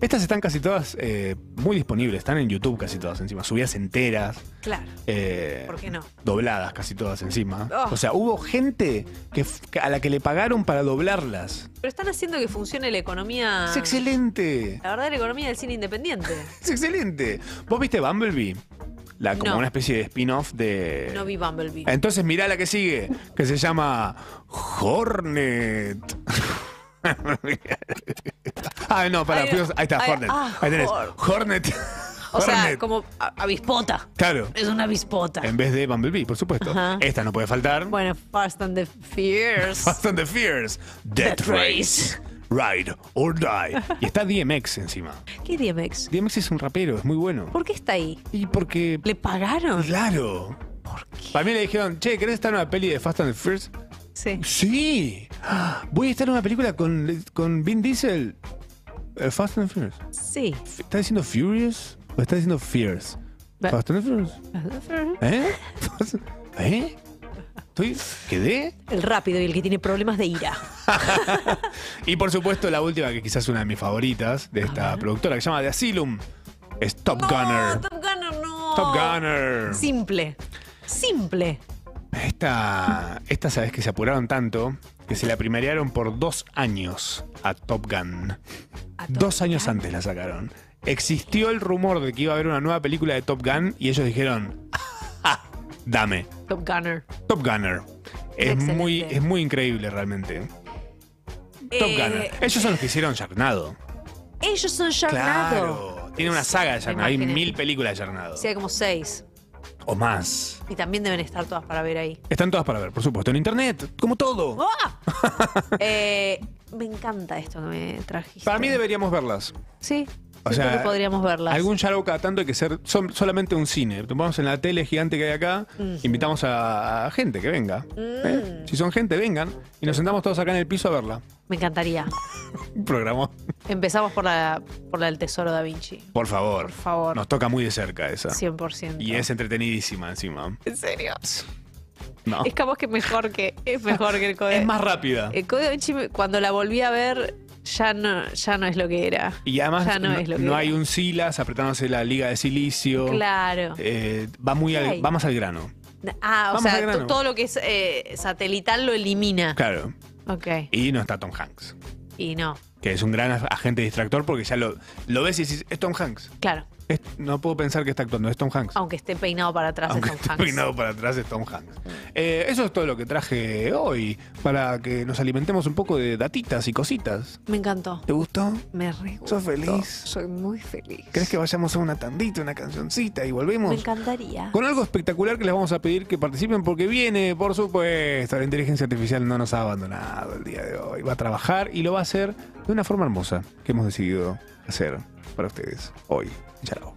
Speaker 4: Estas están casi todas eh, muy disponibles, están en YouTube casi todas encima, subidas enteras,
Speaker 5: Claro,
Speaker 4: eh,
Speaker 5: ¿por qué no?
Speaker 4: dobladas casi todas encima.
Speaker 5: Oh.
Speaker 4: O sea, hubo gente que, f- que- a la que le pagaron para doblarlas.
Speaker 5: Pero están haciendo que funcione la economía.
Speaker 4: Es excelente,
Speaker 5: La verdad, la economía del cine independiente.
Speaker 4: es excelente. ¿Vos viste Bumblebee? La, como
Speaker 5: No.
Speaker 4: una especie de spin-off de...
Speaker 5: No vi Bumblebee.
Speaker 4: Entonces mirá la que sigue, que se llama Hornet. ah, no, para,
Speaker 5: Ay,
Speaker 4: ahí está,
Speaker 5: ay,
Speaker 4: Hornet.
Speaker 5: ah,
Speaker 4: ahí tenés.
Speaker 5: Hor-
Speaker 4: Hornet.
Speaker 5: O sea,
Speaker 4: Hornet.
Speaker 5: como a- avispota.
Speaker 4: Claro.
Speaker 5: Es una avispota.
Speaker 4: En vez de Bumblebee, por supuesto.
Speaker 5: Ajá.
Speaker 4: Esta no puede faltar.
Speaker 5: Bueno, Fast and the Fierce.
Speaker 4: Fast and the Fierce. Death,
Speaker 5: Death
Speaker 4: Race. Ride or Die. Y está DMX encima.
Speaker 5: ¿Qué DMX?
Speaker 4: DMX es un rapero, es muy bueno.
Speaker 5: ¿Por qué está ahí?
Speaker 4: Y porque.
Speaker 5: ¿Le pagaron?
Speaker 4: Claro. Para mí le dijeron, che, ¿querés estar en una peli de Fast and the Fierce?
Speaker 5: Sí.
Speaker 4: Sí. Ah, Voy a estar en una película con, con Vin Diesel. Eh, Fast and Furious.
Speaker 5: Sí.
Speaker 4: ¿Está diciendo Furious o está diciendo Fierce?
Speaker 5: Ba-
Speaker 4: Fast and Furious. ¿Eh? Fast- ¿Eh? ¿Estoy? ¿Quedé?
Speaker 5: El rápido y el que tiene problemas de ira.
Speaker 4: Y por supuesto, la última, que quizás es una de mis favoritas de esta productora, que se llama The Asylum, es Top Gunner.
Speaker 5: Ah, Top Gunner no.
Speaker 4: Top Gunner.
Speaker 5: Simple. Simple.
Speaker 4: Esta, esta sabes que se apuraron tanto que se la primerearon por dos años a Top Gun. dos años antes la sacaron. Existió el rumor de que iba a haber una nueva película de Top Gun y ellos dijeron, "Ah, dame,
Speaker 5: Top Gunner.
Speaker 4: Top Gunner. Es
Speaker 5: Excelente.
Speaker 4: muy, es muy increíble realmente. Top
Speaker 5: Eh,
Speaker 4: Gunner. Ellos son los que hicieron Yarnado.
Speaker 5: Ellos son Sharknado.
Speaker 4: Claro. Tiene una saga de
Speaker 5: Me
Speaker 4: Yarnado. Hay
Speaker 5: imaginé.
Speaker 4: mil películas de Yarnado.
Speaker 5: Sí, hay como seis.
Speaker 4: O más.
Speaker 5: Y también deben estar todas para ver ahí.
Speaker 4: Están todas para ver, por supuesto, en internet, como todo.
Speaker 5: ¡Ah! Eh, me encanta esto que me trajiste.
Speaker 4: Para mí deberíamos verlas.
Speaker 5: Sí.
Speaker 4: O
Speaker 5: Siento que podríamos verlas.
Speaker 4: Algún Yarau cada tanto hay que ser sol- solamente un cine. Vamos en la tele gigante que hay acá,
Speaker 5: Mm.
Speaker 4: invitamos a, a gente que venga. ¿eh? Si son gente, vengan y nos sentamos todos acá en el piso a verla.
Speaker 5: Me encantaría.
Speaker 4: Un programa.
Speaker 5: Empezamos por la, por la del Tesoro da Vinci.
Speaker 4: Por favor.
Speaker 5: Por favor.
Speaker 4: Nos toca muy de cerca esa.
Speaker 5: 100%.
Speaker 4: Y es entretenidísima encima.
Speaker 5: ¿En serio?
Speaker 4: No.
Speaker 5: Es capaz que mejor que, es mejor que el Code.
Speaker 4: Es más rápida.
Speaker 5: El Code Da Vinci, me- cuando la volví a ver, ya no, ya no es lo que era.
Speaker 4: Y además
Speaker 5: ya no,
Speaker 4: no,
Speaker 5: es lo que
Speaker 4: no
Speaker 5: era.
Speaker 4: hay un silas apretándose la liga de silicio.
Speaker 5: Claro.
Speaker 4: Eh, va muy
Speaker 5: ¿Qué
Speaker 4: al-
Speaker 5: hay?
Speaker 4: va más al grano.
Speaker 5: Ah, o
Speaker 4: Vamos al
Speaker 5: sea,
Speaker 4: grano.
Speaker 5: to- todo lo que es eh, satelital lo elimina.
Speaker 4: Claro.
Speaker 5: Ok.
Speaker 4: Y no está Tom Hanks,
Speaker 5: Y no.
Speaker 4: que es un gran a- agente distractor porque ya lo, lo ves y dices, es Tom Hanks.
Speaker 5: Claro.
Speaker 4: Es- no puedo pensar que está actuando, es Tom Hanks.
Speaker 5: Aunque esté peinado para atrás
Speaker 4: Aunque
Speaker 5: es Tom
Speaker 4: esté
Speaker 5: Hanks.
Speaker 4: peinado para atrás es Tom Hanks. Eh, eso es todo lo que traje hoy para que nos alimentemos un poco de datitas y cositas.
Speaker 5: Me encantó.
Speaker 4: ¿Te gustó?
Speaker 5: Me re
Speaker 4: ¿Sos
Speaker 5: gustó.
Speaker 4: feliz?
Speaker 5: Soy muy feliz.
Speaker 4: ¿Crees que vayamos a una tandita, una cancioncita y volvemos?
Speaker 5: Me encantaría.
Speaker 4: Con algo espectacular que les vamos a pedir que participen porque viene, por supuesto, la inteligencia artificial no nos ha abandonado el día de hoy. Va a trabajar y lo va a hacer de una forma hermosa que hemos decidido hacer para ustedes hoy. Chao.
Speaker 18: Uh,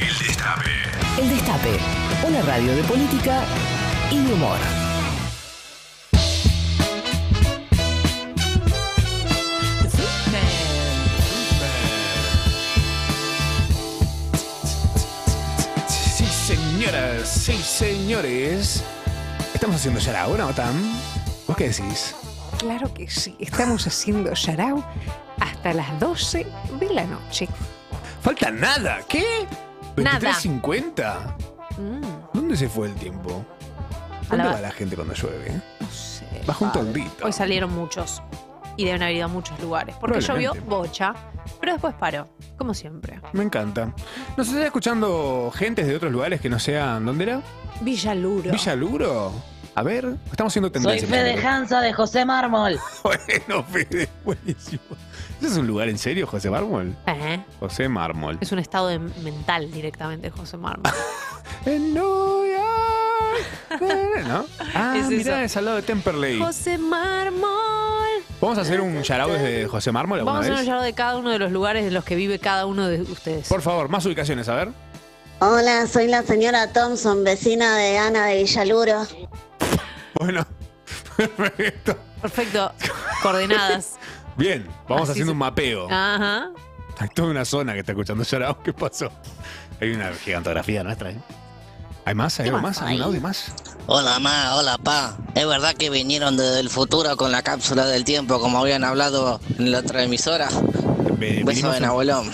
Speaker 2: El Destape. El Destape. Una radio de política y de humor.
Speaker 4: señores, estamos haciendo ya la hora, Otam. ¿Vos qué decís?
Speaker 5: Claro que sí, estamos haciendo Yarao hasta las 12 de la noche.
Speaker 4: Falta nada, ¿qué?
Speaker 5: Nada.
Speaker 4: 50. ¿Dónde se fue el tiempo?
Speaker 5: Mm, A
Speaker 4: ¿Dónde
Speaker 5: la-
Speaker 4: va la gente cuando llueve? No sé. Bajo un toldito.
Speaker 5: Hoy salieron muchos y deben haber ido a muchos lugares, porque llovió
Speaker 4: Probablemente.
Speaker 5: bocha, pero después paró, como siempre.
Speaker 4: Me encanta. ¿Nos está escuchando gentes de otros lugares que no sean. ¿Dónde era?
Speaker 5: Villaluro.
Speaker 4: Villaluro. A ver, estamos haciendo
Speaker 6: Soy
Speaker 4: tendencia.
Speaker 6: Fede
Speaker 4: Villaluro.
Speaker 6: Hansa de José Mármol.
Speaker 4: Bueno, Fede, buenísimo. ¿Ese es un lugar en serio, José Mármol?
Speaker 5: Eh,
Speaker 4: José Mármol.
Speaker 5: Es un estado de- mental directamente, José Mármol.
Speaker 4: Eh, ¿No? Ah,
Speaker 5: Es
Speaker 4: mirá, es al lado de Temperley.
Speaker 5: José Mármol.
Speaker 4: ¿Vamos a hacer un yarao desde José Mármol alguna
Speaker 5: Vamos a
Speaker 4: vez?
Speaker 5: hablar de cada uno de los lugares en los que vive cada uno de ustedes.
Speaker 4: Por favor, más ubicaciones, a ver.
Speaker 15: Hola, soy la señora Thompson, vecina de Ana de Villaluro.
Speaker 4: Bueno, perfecto.
Speaker 5: Perfecto. Coordenadas.
Speaker 4: Bien, vamos
Speaker 5: Así
Speaker 4: haciendo
Speaker 5: se- Ah,
Speaker 4: un mapeo.
Speaker 5: Ajá.
Speaker 4: Hay toda una zona que está escuchando Yarao. ¿Qué pasó? Hay una gigantografía nuestra, ¿eh? ¿Hay más? ¿Hay
Speaker 21: ¿Qué
Speaker 4: algo
Speaker 21: más
Speaker 4: más? ¿Hay un
Speaker 21: hay?
Speaker 4: audio más?
Speaker 21: Hola ma, hola pa. Es verdad que vinieron desde el futuro con la cápsula del tiempo, como habían hablado en la otra emisora.
Speaker 4: Ve-
Speaker 21: Beso de
Speaker 4: un-
Speaker 21: abuelón.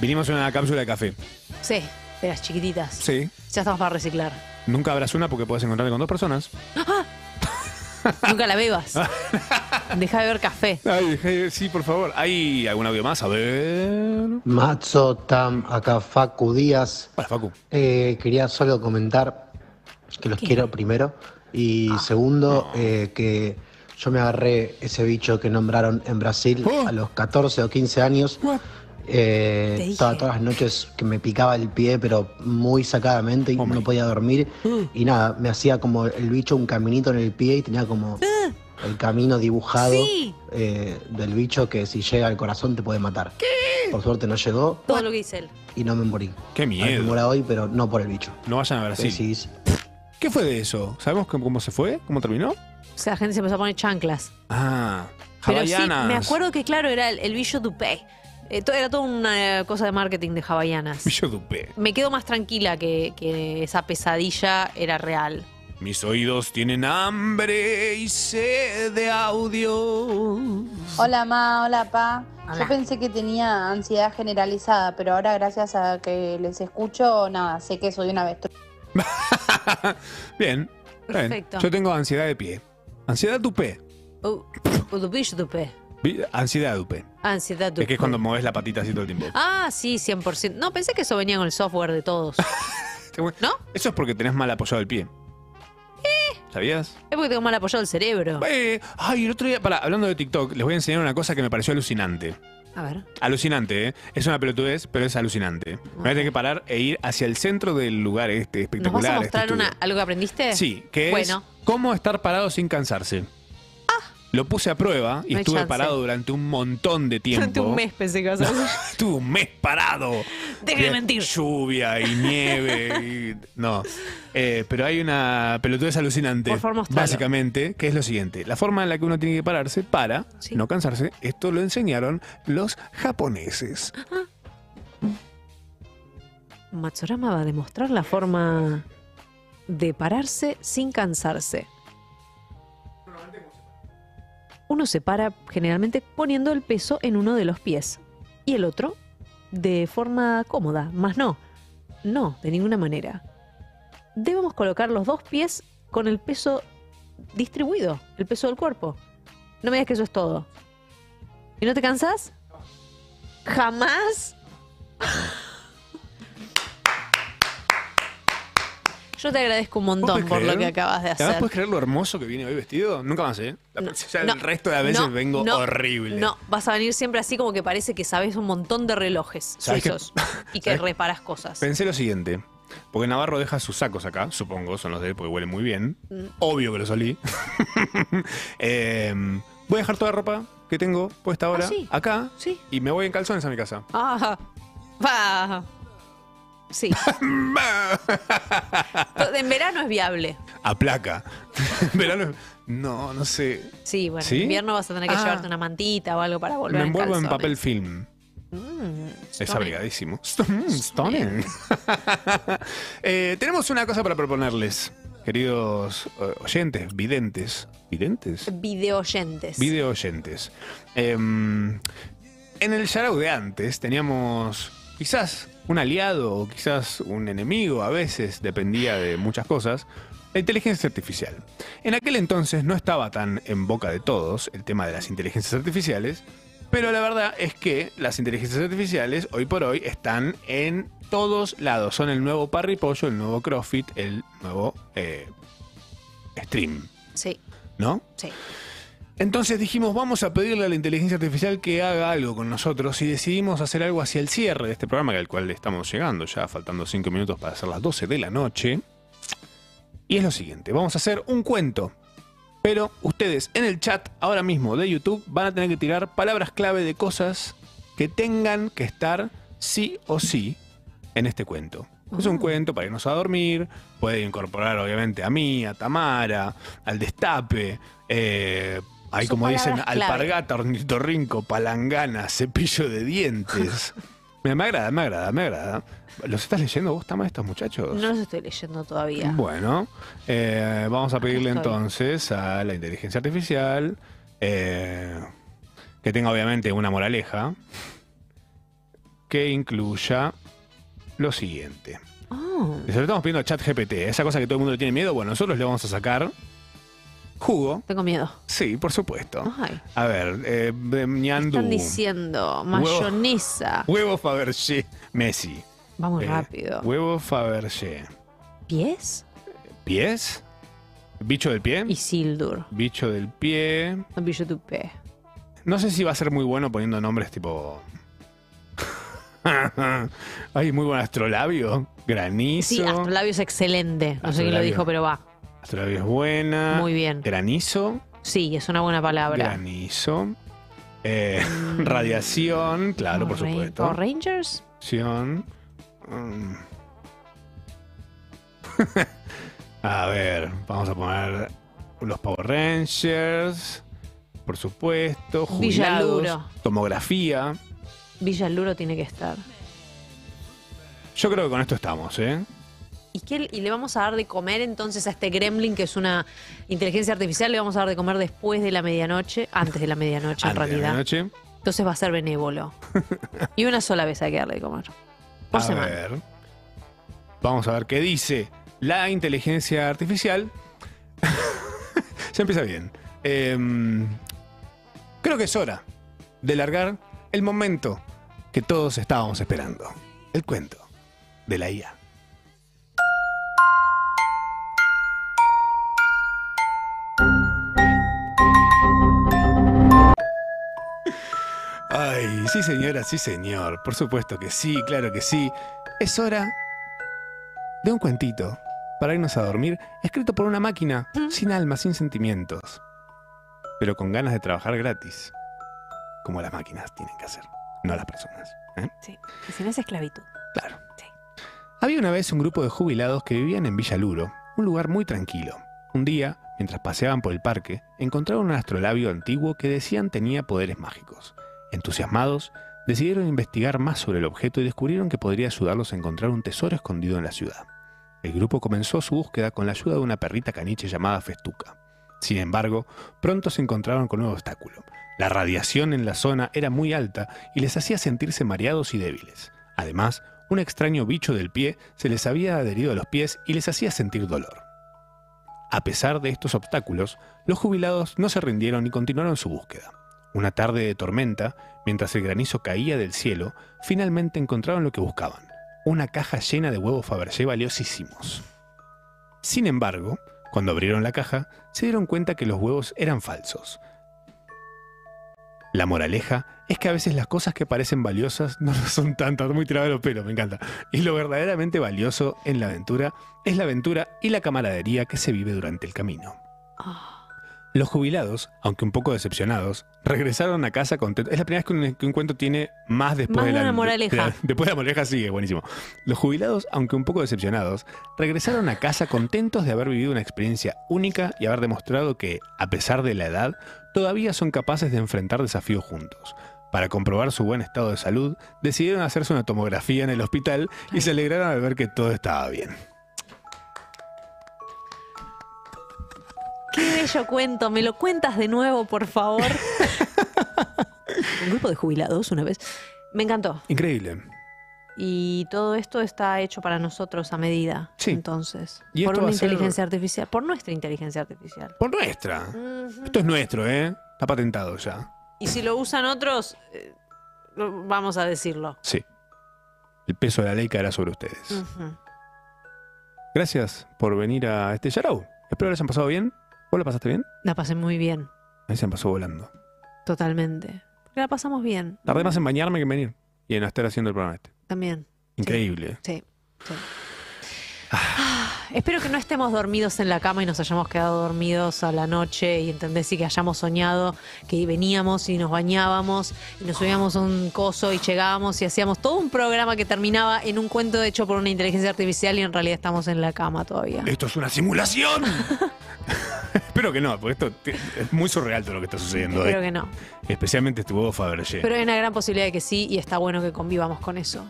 Speaker 4: vinimos en una cápsula de café.
Speaker 5: Sí, de las chiquititas.
Speaker 4: Sí.
Speaker 5: Ya estamos para reciclar.
Speaker 4: Nunca habrás una porque puedes encontrarte con dos personas.
Speaker 5: Nunca la bebas. Deja de ver café.
Speaker 4: Ay, eh, sí, por favor. ¿Hay algún audio más? A ver.
Speaker 22: Mazzo, Tam, acá Facu Díaz.
Speaker 4: Hola, Facu.
Speaker 22: Eh, quería solo comentar que los
Speaker 4: ¿Qué?
Speaker 22: quiero primero. Y
Speaker 21: Ah.
Speaker 22: segundo, eh, que yo me agarré ese bicho que nombraron en Brasil
Speaker 4: Oh,
Speaker 22: a los 14 o 15 años. Eh,
Speaker 23: Te dije.
Speaker 22: toda- todas las noches que me picaba el pie, pero muy sacadamente y no podía dormir. Y nada, me hacía como el bicho un caminito en el pie y tenía como el camino dibujado eh, del bicho que si llega al corazón te puede matar. Por suerte no llegó
Speaker 5: Todo lo que dice él.
Speaker 22: y no me morí.
Speaker 4: Qué
Speaker 22: miedo. Me hoy, pero no por el bicho.
Speaker 4: No vayan a Brasil. ¿Qué fue de eso? ¿Sabemos cómo cómo se fue? ¿Cómo terminó?
Speaker 5: O sea, la gente se empezó a poner chanclas.
Speaker 4: Ah,
Speaker 5: Pero sí,
Speaker 4: hawaianas.
Speaker 5: me acuerdo que, claro, era el, el Billo Dupé. Eh, to- era toda una cosa de marketing de hawaianas.
Speaker 4: Billo Dupé.
Speaker 5: Me quedo más tranquila que, que esa pesadilla era real.
Speaker 4: Mis oídos tienen hambre y sed de audio.
Speaker 17: Hola ma, hola pa.
Speaker 5: Hola.
Speaker 17: Yo pensé que tenía ansiedad generalizada, pero ahora gracias a que les escucho, nada, sé que soy una avestruz.
Speaker 4: Bien. está bien.
Speaker 5: Perfecto.
Speaker 4: Yo tengo ansiedad de pie. Ansiedad dupé.
Speaker 5: Uh, uh, du- Billo Dupé.
Speaker 4: Vi- Ansiedad dupé.
Speaker 5: Ansiedad
Speaker 4: Es que
Speaker 5: Dupé.
Speaker 4: es cuando mueves la patita así todo el tiempo.
Speaker 5: Ah, sí, 100%. No, pensé que eso venía con el software de todos. es
Speaker 4: ¿No? Este, Eso es porque tenés mal apoyado el pie.
Speaker 5: Eh.
Speaker 4: ¿Sabías?
Speaker 5: porque tengo mal apoyado el cerebro.
Speaker 4: Eh, ay, el otro día, para, hablando de TikTok, les voy a enseñar una cosa que me pareció alucinante.
Speaker 5: A ver.
Speaker 4: Alucinante, ¿eh? Es una pelotudez, pero es alucinante. Me voy a tener que parar e ir hacia el centro del lugar este
Speaker 5: ¿Nos vas
Speaker 4: espectacular.
Speaker 5: a
Speaker 4: este
Speaker 5: mostrar
Speaker 4: estudio.
Speaker 5: una, algo que aprendiste?
Speaker 4: Sí, que
Speaker 5: Bueno, Ah.
Speaker 4: es cómo estar parado sin cansarse. Lo puse a prueba y
Speaker 5: No hay
Speaker 4: estuve
Speaker 5: chance.
Speaker 4: parado durante un montón de tiempo.
Speaker 5: durante un mes pensé que vas a hacer.
Speaker 4: estuve un mes parado.
Speaker 5: Deja de
Speaker 4: Y
Speaker 5: mentir.
Speaker 4: Lluvia y nieve. y- No. Eh, pero hay una pelotudez alucinante.
Speaker 5: Por favor, mostralo.
Speaker 4: básicamente, que es lo siguiente: la forma en la que uno tiene que pararse para no cansarse, esto lo enseñaron los japoneses.
Speaker 5: Matsurama va a demostrar la forma de pararse sin cansarse. Uno se para generalmente poniendo el peso en uno de los pies y el otro de forma cómoda, más no. No, de ninguna manera. Debemos colocar los dos pies con el peso distribuido, el peso del cuerpo. No me digas que eso es todo. ¿Y no te cansas? ¿Jamás? Yo te agradezco un
Speaker 4: ¿Vos
Speaker 5: montón
Speaker 4: podés
Speaker 5: por lo
Speaker 4: creer?
Speaker 5: que acabas de
Speaker 4: Y
Speaker 5: hacer.
Speaker 4: Además, ¿puedes creer lo hermoso que viene hoy vestido? Nunca más, ¿eh? La- ya
Speaker 5: No,
Speaker 4: el resto de las veces
Speaker 5: no,
Speaker 4: vengo
Speaker 5: no,
Speaker 4: horrible.
Speaker 5: No, vas a venir siempre así como que parece que sabes un montón de relojes
Speaker 4: ¿Sabes qué?
Speaker 5: suizos y que
Speaker 4: ¿Sabes?
Speaker 5: reparas cosas.
Speaker 4: Pensé lo siguiente. Porque Navarro deja sus sacos acá, supongo, son los de él porque huele muy bien.
Speaker 5: Mm.
Speaker 4: Obvio que los olí. Eh, voy a dejar toda la ropa que tengo puesta ahora
Speaker 5: Ah, sí.
Speaker 4: acá
Speaker 5: Sí.
Speaker 4: y me voy en calzones a mi casa.
Speaker 5: Ah, va. Sí. To- en verano es viable.
Speaker 4: A placa. Verano. No, no sé.
Speaker 5: Sí, bueno,
Speaker 4: ¿Sí?
Speaker 5: en invierno vas a tener que
Speaker 4: Ah.
Speaker 5: llevarte una mantita o algo para volver
Speaker 4: me
Speaker 5: en
Speaker 4: envuelvo en
Speaker 5: calzones. Mm,
Speaker 4: papel film. Es abrigadísimo. Mm, Stunning. Eh, tenemos una cosa para proponerles, queridos eh, oyentes, videntes. ¿Videntes?
Speaker 5: Videoyentes.
Speaker 4: Video oyentes. Em, en el Yarau de antes teníamos quizás un aliado o quizás un enemigo, a veces dependía de muchas cosas, la inteligencia artificial. En aquel entonces no estaba tan en boca de todos el tema de las inteligencias artificiales, pero la verdad es que las inteligencias artificiales hoy por hoy están en todos lados. Son el nuevo parripollo, el nuevo CrossFit, el nuevo eh, stream,
Speaker 5: Sí,
Speaker 4: ¿no?
Speaker 5: sí.
Speaker 4: Entonces dijimos, vamos a pedirle a la inteligencia artificial que haga algo con nosotros y decidimos hacer algo hacia el cierre de este programa al cual estamos llegando, ya faltando 5 minutos para hacer las 12 de la noche. Y es lo siguiente, vamos a hacer un cuento. Pero ustedes en el chat ahora mismo de YouTube van a tener que tirar palabras clave de cosas que tengan que estar sí o sí en este cuento. Es
Speaker 2: Ah.
Speaker 4: un cuento para irnos a dormir, puede incorporar obviamente a mí, a Tamara, al destape, eh, hay
Speaker 2: Son
Speaker 4: como dicen,
Speaker 2: palabras clave.
Speaker 4: alpargata, ornitorrinco, palangana, cepillo de dientes. me, me agrada, me agrada, me agrada. ¿Los estás leyendo vos, Tama, estos muchachos?
Speaker 5: No los estoy leyendo todavía.
Speaker 4: Bueno, eh, vamos a pedirle
Speaker 5: estoy.
Speaker 4: entonces a la inteligencia artificial eh, que tenga obviamente una moraleja que incluya lo siguiente.
Speaker 5: Oh.
Speaker 4: Se lo estamos pidiendo a ChatGPT, esa cosa que todo el mundo le tiene miedo. Bueno, nosotros le vamos a sacar jugo.
Speaker 5: Tengo miedo.
Speaker 4: Sí, por supuesto.
Speaker 5: Ay.
Speaker 4: A ver, eh, de ñandú.
Speaker 5: Están diciendo
Speaker 4: Huevo.
Speaker 5: mayonesa.
Speaker 4: Huevo Fabergé, Messi.
Speaker 5: Vamos
Speaker 4: Eh,
Speaker 5: rápido.
Speaker 4: Huevo Fabergé.
Speaker 5: ¿Pies?
Speaker 4: ¿Pies? ¿Bicho del pie? Y
Speaker 5: Sildur.
Speaker 4: Bicho del pie.
Speaker 5: Billo tu pe.
Speaker 4: No sé si va a ser muy bueno poniendo nombres tipo. Ay, muy buen astrolabio. Granizo.
Speaker 5: Sí, astrolabio es excelente. No sé quién lo
Speaker 4: Astrolabio.
Speaker 5: dijo, pero va.
Speaker 4: astrolabio es buena.
Speaker 5: Muy bien.
Speaker 4: Granizo.
Speaker 5: Sí, es una buena palabra.
Speaker 4: Granizo. Eh,
Speaker 5: Mm.
Speaker 4: radiación, claro, por supuesto.
Speaker 5: ¿O Rangers?
Speaker 4: Radiación. Mm. a ver, vamos a poner los Power Rangers. Por supuesto.
Speaker 5: Villa
Speaker 4: Jubilados.
Speaker 5: Duro.
Speaker 4: Tomografía.
Speaker 5: Villa Luro tiene que estar.
Speaker 4: Yo creo que con esto estamos, ¿eh?
Speaker 5: ¿Y, qué, ¿Y le vamos a dar de comer entonces a este gremlin que es una inteligencia artificial? Le vamos a dar de comer después de la medianoche, antes de la medianoche en
Speaker 4: Antes de la
Speaker 5: realidad.
Speaker 4: noche.
Speaker 5: Entonces va a ser benévolo. y una sola vez hay que darle de comer. Por
Speaker 4: a
Speaker 5: semana.
Speaker 4: ver. Vamos a ver qué dice la inteligencia artificial. ya empieza bien. Em, creo que es hora de largar el momento que todos estábamos esperando. El cuento de la IA. Ay, sí señora, sí señor. Por supuesto que sí, claro que sí. Es hora de un cuentito para irnos a dormir, escrito por una máquina, sin alma, sin sentimientos, pero con ganas de trabajar gratis, como las máquinas tienen que hacer, no las personas. ¿eh?
Speaker 5: Sí. Y si no es esclavitud.
Speaker 4: Claro. Había una vez un grupo de jubilados que vivían en Villaluro, un lugar muy tranquilo. Un día, mientras paseaban por el parque, encontraron un astrolabio antiguo que decían tenía poderes mágicos. Entusiasmados, decidieron investigar más sobre el objeto y descubrieron que podría ayudarlos a encontrar un tesoro escondido en la ciudad. El grupo comenzó su búsqueda con la ayuda de una perrita caniche llamada Festuca. Sin embargo, pronto se encontraron con un obstáculo. La radiación en la zona era muy alta y les hacía sentirse mareados y débiles. Además, un extraño bicho del pie se les había adherido a los pies y les hacía sentir dolor. A pesar de estos obstáculos, los jubilados no se rindieron y continuaron su búsqueda. Una tarde de tormenta, mientras el granizo caía del cielo, finalmente encontraron lo que buscaban, una caja llena de huevos Fabergé valiosísimos. Sin embargo, cuando abrieron la caja, se dieron cuenta que los huevos eran falsos. La moraleja es que a veces las cosas que parecen valiosas no lo son tantas, muy tirado de los pelos, me encanta. Y lo verdaderamente valioso en la aventura es la aventura y la camaradería que se vive durante el camino.
Speaker 5: Ah.
Speaker 4: Los jubilados, aunque un poco decepcionados, regresaron a casa contentos. Es la primera vez que un, que un cuento tiene más después
Speaker 5: Más
Speaker 4: de
Speaker 5: de
Speaker 4: la
Speaker 5: una moraleja.
Speaker 4: de la- después de la moraleja sigue, buenísimo. Los jubilados, aunque un poco decepcionados, regresaron a casa contentos de haber vivido una experiencia única y haber demostrado que, a pesar de la edad, todavía son capaces de enfrentar desafíos juntos. Para comprobar su buen estado de salud, decidieron hacerse una tomografía en el hospital y se alegraron al ver que todo estaba bien.
Speaker 5: Qué bello cuento, me lo cuentas de nuevo, por favor. Un grupo de jubilados una vez. Me encantó.
Speaker 4: Increíble.
Speaker 5: Y todo esto está hecho para nosotros a medida.
Speaker 4: Sí.
Speaker 5: Entonces,
Speaker 4: Y
Speaker 5: por
Speaker 4: esto
Speaker 5: una
Speaker 4: va a ser-
Speaker 5: inteligencia artificial, por nuestra inteligencia artificial.
Speaker 4: Por nuestra.
Speaker 5: Ujú.
Speaker 4: Esto es nuestro, ¿eh? Está patentado ya.
Speaker 5: Y si lo usan otros, eh, lo- vamos a decirlo.
Speaker 4: Sí. El peso de la ley caerá sobre ustedes.
Speaker 5: Ujú.
Speaker 4: Gracias por venir a este Yarau. Espero que les hayan pasado bien. ¿Vos la pasaste bien?
Speaker 5: La pasé muy bien,
Speaker 4: A mí se me pasó volando.
Speaker 5: totalmente. Porque la pasamos bien
Speaker 4: Tardé más en bañarme que en venir. Y en estar haciendo el programa este.
Speaker 5: también.
Speaker 4: Increíble.
Speaker 5: Sí. sí. Ah, Espero que no estemos dormidos en la cama y nos hayamos quedado dormidos a la noche y entendés y que hayamos soñado que veníamos y nos bañábamos y nos subíamos a un coso y llegábamos y hacíamos todo un programa que terminaba en un cuento hecho por una inteligencia artificial y en realidad estamos en la cama todavía.
Speaker 4: ¡Esto es una simulación! Espero que no, porque esto te- es muy surreal todo lo que está sucediendo
Speaker 5: Espero
Speaker 4: hoy.
Speaker 5: que no.
Speaker 4: Especialmente estuvo Fabergé.
Speaker 5: Pero hay una gran posibilidad de que sí y está bueno que convivamos con eso.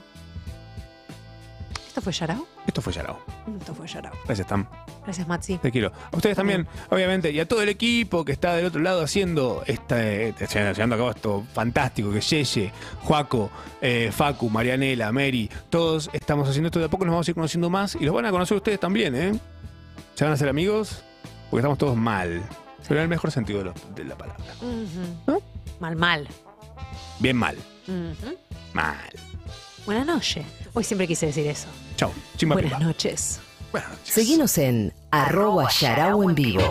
Speaker 5: ¿Esto fue Yarao?
Speaker 4: Esto fue Yarao.
Speaker 5: Esto fue Yarao.
Speaker 4: Gracias, Tam.
Speaker 5: Gracias, Matzi.
Speaker 4: Te quiero. A ustedes también, obviamente, y a todo el equipo que está del otro lado haciendo esta, eh, llevando llevando a cabo esto fantástico, que Yeye, Juaco, eh, Facu, Marianela, Mary, todos estamos haciendo esto de a poco, nos vamos a ir conociendo más y los van a conocer ustedes también, ¿eh? Se van a hacer amigos porque estamos todos mal, pero en el mejor sentido de, lo- de la palabra.
Speaker 5: Ujú. Mal, mal.
Speaker 4: Bien mal,
Speaker 5: Ujú.
Speaker 4: mal.
Speaker 5: Buenas noches. Hoy siempre quise decir eso.
Speaker 4: Chao, chimba
Speaker 5: Buenas noches.
Speaker 3: Seguinos en arroba Yarao en vivo.